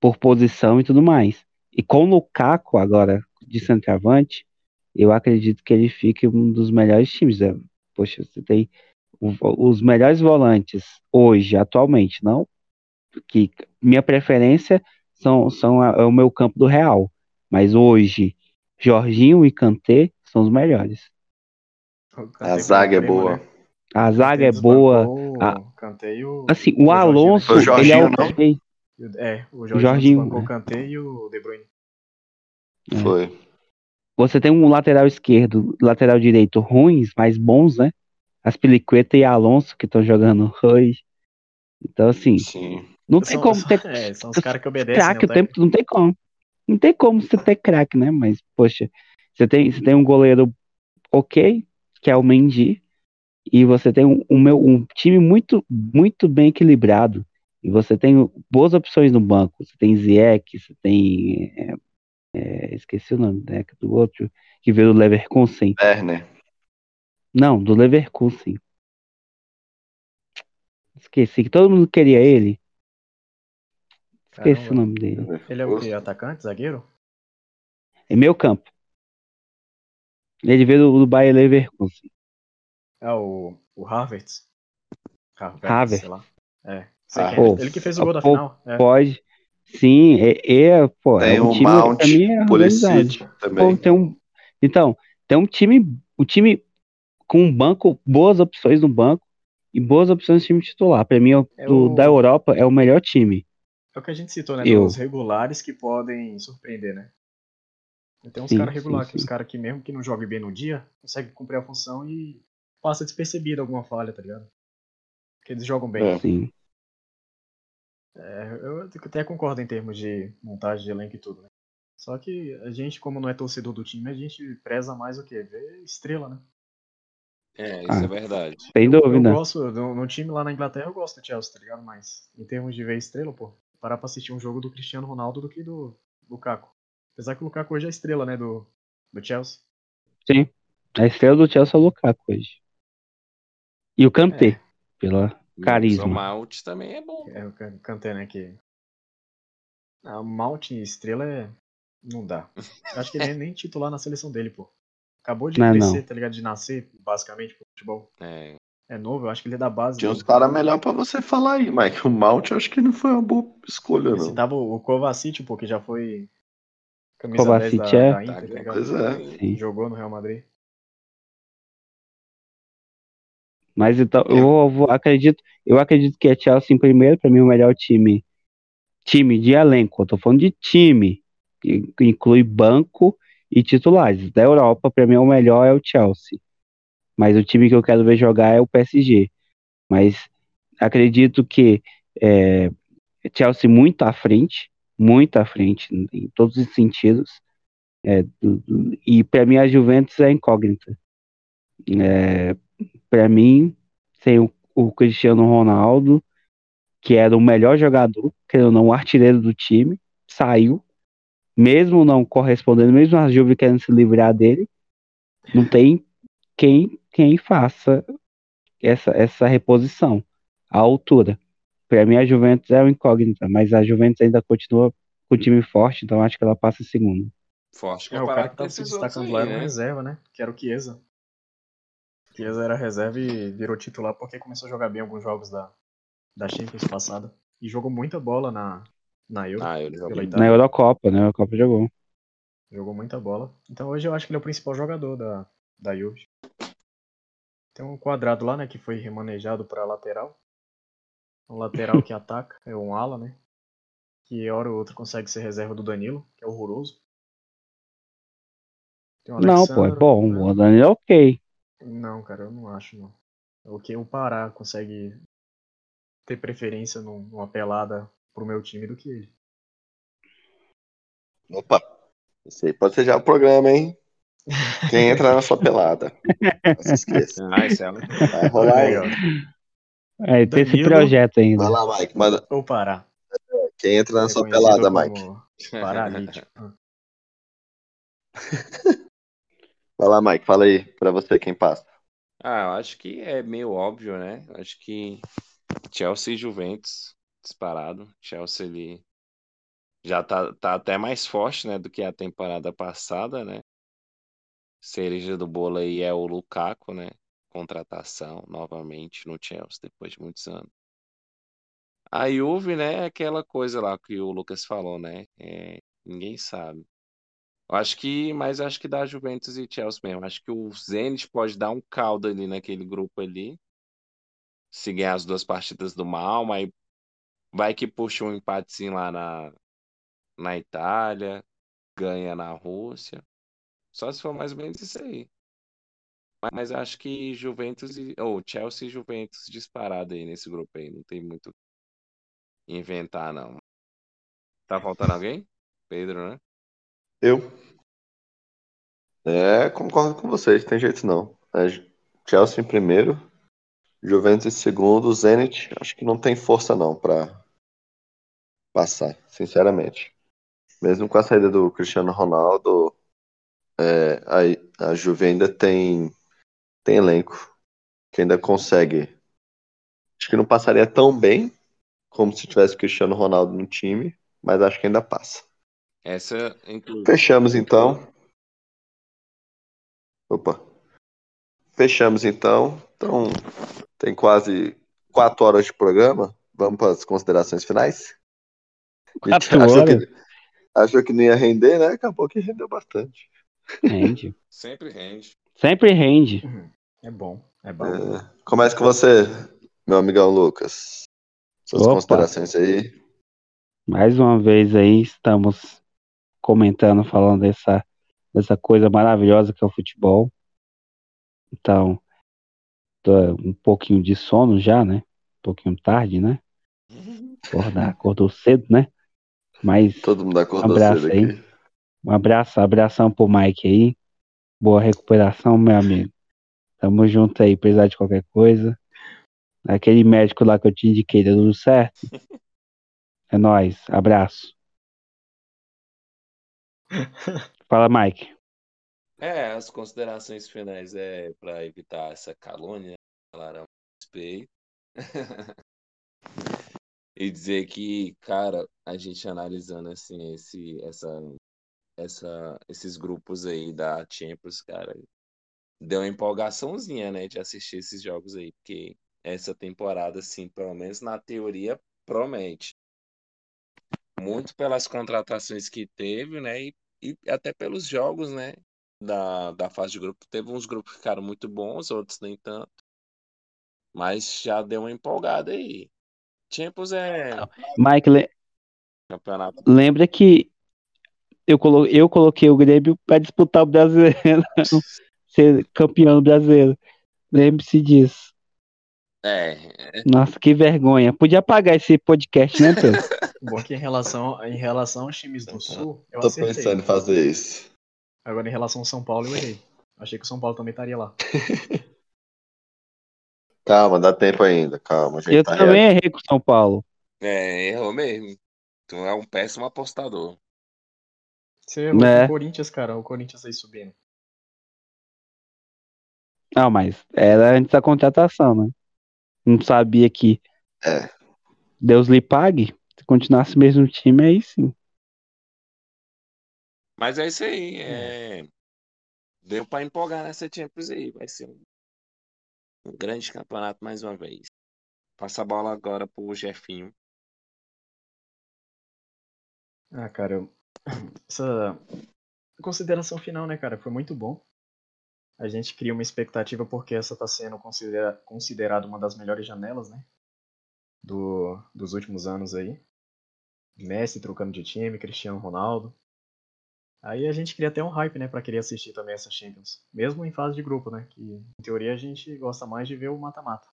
B: por posição e tudo mais. E com o Lukaku agora de centroavante, eu acredito que ele fique um dos melhores times. né? Poxa, você tem o- os melhores volantes hoje, atualmente, não? Que minha preferência são, são a- é o meu campo do Real, mas hoje Jorginho e Kanté são os melhores.
C: O Kanté
A: A
C: foi
A: zaga é
C: ao Bremen,
A: boa.
C: né?
B: A
C: O Kanté
B: zaga é
C: desbancou
B: boa. Ah. a-
C: O Kanté e o...
B: Assim,
C: o
B: o
C: Jorginho, né?
B: Alonso,
A: Foi o
B: ele é
A: Jorginho, não?
B: ok.
C: E o- É, o
B: Assim, Jorginho,
C: Jorginho desbancou
B: é.
C: o Kanté e o De Bruyne.
B: É.
A: Foi.
B: Você tem um lateral esquerdo, lateral direito ruins, mas bons, né? As Peliqueta e Alonso que estão jogando hoje. Então, assim,
A: Sim.
B: não tem
C: São,
B: como
C: são-
B: ter
C: (laughs) é, são os caras que obedecem. né,
B: craque
C: o
B: o tempo, não tem como. Não tem como você ter craque, né? Mas, poxa, você tem, você tem um goleiro ok, que é o Mendy, e você tem um, um meu, um time muito, muito bem equilibrado. E você tem boas opções no banco. Você tem Zieck, você tem. é, é, esqueci o nome né, do outro, que veio do Leverkusen.
A: Werner.
B: Não, do Leverkusen. Esqueci que todo mundo queria ele.
C: técnico.
B: Esqueci
C: Caramba.
B: o nome dele.
C: Ele é o quê? Atacante? Zagueiro?
B: É meu campo. Ele veio do, do Bayer Leverkusen.
C: É o, o Harvard. Harvard,
B: Harvard.
C: sei lá. É. Sei
A: Ah,
C: quem é.
B: pô,
C: Ele que fez o
B: ah,
C: gol da
B: pô,
C: final. É.
B: Pode. Sim, é, é, pô,
A: Tem
B: é um
A: o
B: time
A: Mount,
B: pra mim é organizado.
A: Pulisic também.
B: Pô, tem um, então, tem um time, um time com um banco, boas opções no banco e boas opções no time titular. Pra mim, é o-
C: É
B: do-
C: o-
B: da Europa é o melhor time.
C: É o que a gente citou, né?
B: Eu.
C: Os regulares que podem surpreender, né? Tem uns
B: Sim,
C: caras regulares,
B: sim,
C: que os
B: sim.
C: caras que mesmo que não joguem bem no dia, conseguem cumprir a função e passa despercebido alguma falha, tá ligado? Porque eles jogam bem.
A: É.
B: Sim.
C: É, eu até concordo em termos de montagem de elenco e tudo, né? Só que a gente, como não é torcedor do time, a gente preza mais o quê? Ver estrela, né?
D: É, isso
B: Ah.
D: é verdade.
A: (laughs)
B: Sem
C: Eu
B: dúvida.
C: gosto, no, no time lá na Inglaterra eu gosto do Chelsea, tá ligado? Mas em termos de ver estrela, pô, parar pra assistir um jogo do Cristiano Ronaldo do que do Lukaku. Apesar que o Lukaku hoje é a estrela, né, do, do Chelsea.
B: Sim. A estrela do Chelsea é o Lukaku hoje. E o Kanté,
C: É.
B: pela
D: O
B: carisma.
D: Mount também é bom.
C: É o Can- Kanté, né, que... A Malte estrela é... não dá. Eu acho que
B: (laughs)
C: ele é nem titular na seleção dele, pô. Acabou de
B: Não é
C: crescer,
B: não.
C: tá ligado? De nascer, basicamente, pro futebol.
D: É.
C: É novo, eu acho que ele é da base.
A: Tinha
C: do-
A: uns caras melhor pra você falar aí, Mike. O Mount eu acho que não foi uma boa escolha,
C: Eu
A: não.
C: citava o Kovacic, pô, que já foi camisa
B: Kovacic
C: 10 da,
B: é-
C: da Inter,
D: Tá
C: tá
D: ganhando.
C: ligado?
A: Pois é.
B: Sim.
C: Jogou no Real Madrid.
B: Mas então, eu
A: É.
B: vou- vou- acredito, eu acredito que é Chelsea em primeiro, pra mim o melhor time. Time de elenco, eu tô falando de time, que inclui banco e titulares. Da Europa, pra mim o melhor é o Chelsea. Mas o time que eu quero ver jogar é o PSG. Mas acredito que é, Chelsea muito à frente, muito à frente em todos os sentidos. É, do- do- e pra mim a Juventus é incógnita. É, para mim, sem o, o Cristiano Ronaldo, que era o melhor jogador, que era o artilheiro do time, saiu, mesmo não correspondendo, mesmo a Juve querendo se livrar dele, não tem quem quem faça essa, essa reposição à altura. Pra mim a Juventus é uma incógnita, mas a Juventus ainda continua com o time forte, então acho que ela passa em segundo.
D: Forte
C: É, o
D: comparado
C: cara que
D: com
C: tava se
D: esses outros
C: destacando
D: aí,
C: lá era o
D: né?
C: reserva, né? Que era o Chiesa. Chiesa era reserva e virou titular porque começou a jogar bem alguns jogos da, da Champions passada. E jogou muita bola na, na Euro.
D: Ah, ele jogou
C: Pela
D: muito.
C: Itália.
B: Na Eurocopa, né? A Eurocopa jogou.
C: Jogou muita bola. Então hoje eu acho que ele é o principal jogador da, da Juve. Tem um quadrado lá, né? Que foi remanejado pra lateral. Um lateral
B: (laughs)
C: que ataca, é um ala, né? Que hora ou outra consegue ser reserva do Danilo, que é horroroso. Tem o
B: Não, pô, é
C: Alexandro,
B: bom.
C: né?
B: O Danilo é ok.
C: Não, cara, eu não acho, não. É O que o Pará consegue ter preferência num- numa pelada pro meu time do que ele.
A: Opa. Esse aí pode ser já o programa, hein? Quem entra na sua pelada. Não se esqueça.
D: Ah, isso é um...
A: Vai rolar aí.
C: Aí, ó,
B: Aí É, tem esse
C: Danilo-
B: projeto ainda.
A: Vai lá, Mike. Manda.
C: o Pará,
A: Quem entra na sua
C: reconhecido
A: pelada, Mike?
C: É como paralítico. Ah,
A: Vai lá, Mike. Fala aí pra você quem passa.
D: Ah, eu acho que é meio óbvio, né? Eu Acho que Chelsea e Juventus disparado. Chelsea ele já tá, tá até mais forte, né, do que a temporada passada, né? Cereja do bolo aí é o Lukaku, né? Contratação novamente no Chelsea depois de muitos anos. A Juve, né, é aquela coisa lá que o Lucas falou, né? É, ninguém sabe. Eu acho que, mas eu acho que dá Juventus e Chelsea mesmo. Eu Acho que o Zenit pode dar um caldo ali naquele grupo ali. Se ganhar as duas partidas do mal, mas vai que puxa um empatezinho lá na, na Itália, ganha na Rússia. Só se for mais ou menos isso aí. Mas, mas acho que Juventus e. Ou Chelsea e Juventus disparado aí nesse grupo aí. Não tem muito o que inventar, não. Tá faltando alguém? Pedro, né?
A: Eu. É, concordo com vocês, tem jeito não. É Chelsea em primeiro, Juventus em segundo, Zenit, acho que não tem força não pra passar, sinceramente. Mesmo com a saída do Cristiano Ronaldo, é, a, a Juve ainda tem, tem elenco que ainda consegue. Acho que não passaria tão bem como se tivesse o Cristiano Ronaldo no time, mas acho que ainda passa.
D: Essa, inclusive.
A: Fechamos então. Opa. Fechamos então. Então, tem quase quatro horas de programa. Vamos para as considerações finais? A gente
B: Quatro
A: achou,
B: horas?
A: que, achou que não ia render, né? Acabou que rendeu bastante.
B: Rende.
D: Sempre rende.
B: Sempre rende.
C: É bom, é bom.
A: É, começa com você, meu amigão Lucas. Suas
B: Opa.
A: considerações aí.
B: Mais uma vez aí estamos comentando, falando dessa, dessa coisa maravilhosa que é o futebol. Então, tô um pouquinho de sono já, né? Um pouquinho tarde, né? Acordar, acordou cedo, né? Mas
A: Todo mundo acordou
B: Abraço
A: cedo
B: aí.
A: aqui.
B: um abraço, abração pro Mike aí. Boa recuperação, meu amigo. Tamo junto aí, precisar de qualquer coisa. Aquele médico lá que eu te indiquei, deu tudo certo? É nóis, abraço. Fala, Mike.
D: É, as considerações finais é para evitar essa calúnia, falar a um respeito. (laughs) E dizer que, cara, a gente analisando assim esse essa essa esses grupos aí da Champions, cara, deu uma empolgaçãozinha, né, de assistir esses jogos aí, porque essa temporada assim, pelo menos na teoria, promete. Muito pelas contratações que teve, né, e, e até pelos jogos, né, da, da fase de grupo. Teve uns grupos que ficaram muito bons, outros nem tanto. Mas já deu uma empolgada aí. Champions é
B: Mike, le-
D: campeonato.
B: lembra que eu, colo- eu coloquei o Grêmio pra disputar o brasileiro, (laughs)
A: É.
B: ser campeão brasileiro. Lembre-se disso.
D: É,
B: Nossa, que vergonha. Podia apagar esse podcast, né, Pedro?
C: Bom, que em relação, em relação aos times do Sul,
A: Tá,
C: eu
A: Tô
C: acertei.
A: pensando em fazer isso.
C: Agora, em relação ao São Paulo, eu errei. Achei que o São Paulo também estaria lá.
A: Calma, dá tempo ainda. Calma, a gente
B: Eu
A: tá
B: também errei com o São Paulo.
D: é, errou mesmo. Tu é um péssimo apostador.
C: Você errou
B: Né?
C: com o Corinthians, cara. O Corinthians aí subindo.
B: Não, mas era antes da contratação, né? Não sabia que
A: É.
B: Deus lhe pague. Se continuasse o mesmo time, aí sim.
D: Mas é isso aí. É... Deu pra empolgar nessa Champions aí. Vai ser um, um grande campeonato mais uma vez. Passa a bola agora pro Jefinho.
C: Ah, cara, eu... (clears throat) essa consideração final, né, cara? Foi muito bom. A gente cria uma expectativa porque essa tá sendo considera... considerada uma das melhores janelas, né? Do... Dos últimos anos aí. Messi trocando de time, Cristiano Ronaldo. Aí a gente cria até um hype, né, pra querer assistir também essa Champions. Mesmo em fase de grupo, né? Que em teoria a gente gosta mais de ver o mata-mata.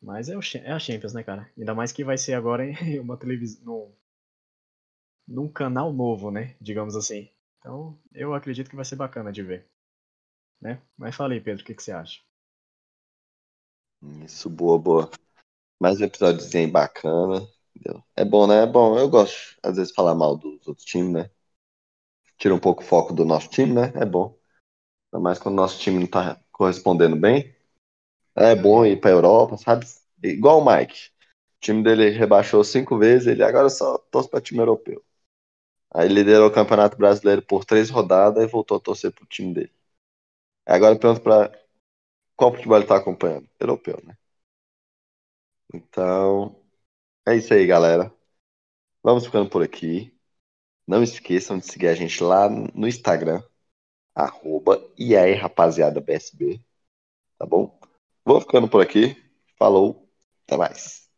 C: Mas é, o, Cha- é a Champions, né, cara? Ainda mais que vai ser agora em (laughs) uma televisão. Num, num canal novo, né? Digamos assim. Então eu acredito que vai ser bacana de ver. Né? Mas fala aí, Pedro, o que, que você acha?
A: Isso, boa, boa. Mais um episódiozinho bacana. entendeu? É bom, né? É bom. Eu gosto, às vezes, falar mal dos outros times, né? Tira um pouco o foco do nosso time, né? É bom. Ainda mais quando o nosso time não tá correspondendo bem. É bom ir pra Europa, sabe? Igual o Mike. O time dele rebaixou cinco vezes, ele agora só torce pra time europeu. Aí liderou o Campeonato Brasileiro por três rodadas e voltou a torcer pro time dele. Agora eu pergunto pra qual futebol ele tá acompanhando? Europeu, né? Então, é isso aí, galera. Vamos ficando por aqui. Não esqueçam de seguir a gente lá no Instagram, arroba e aí, rapaziada BSB. Tá bom? Vou ficando por aqui. Falou, até mais.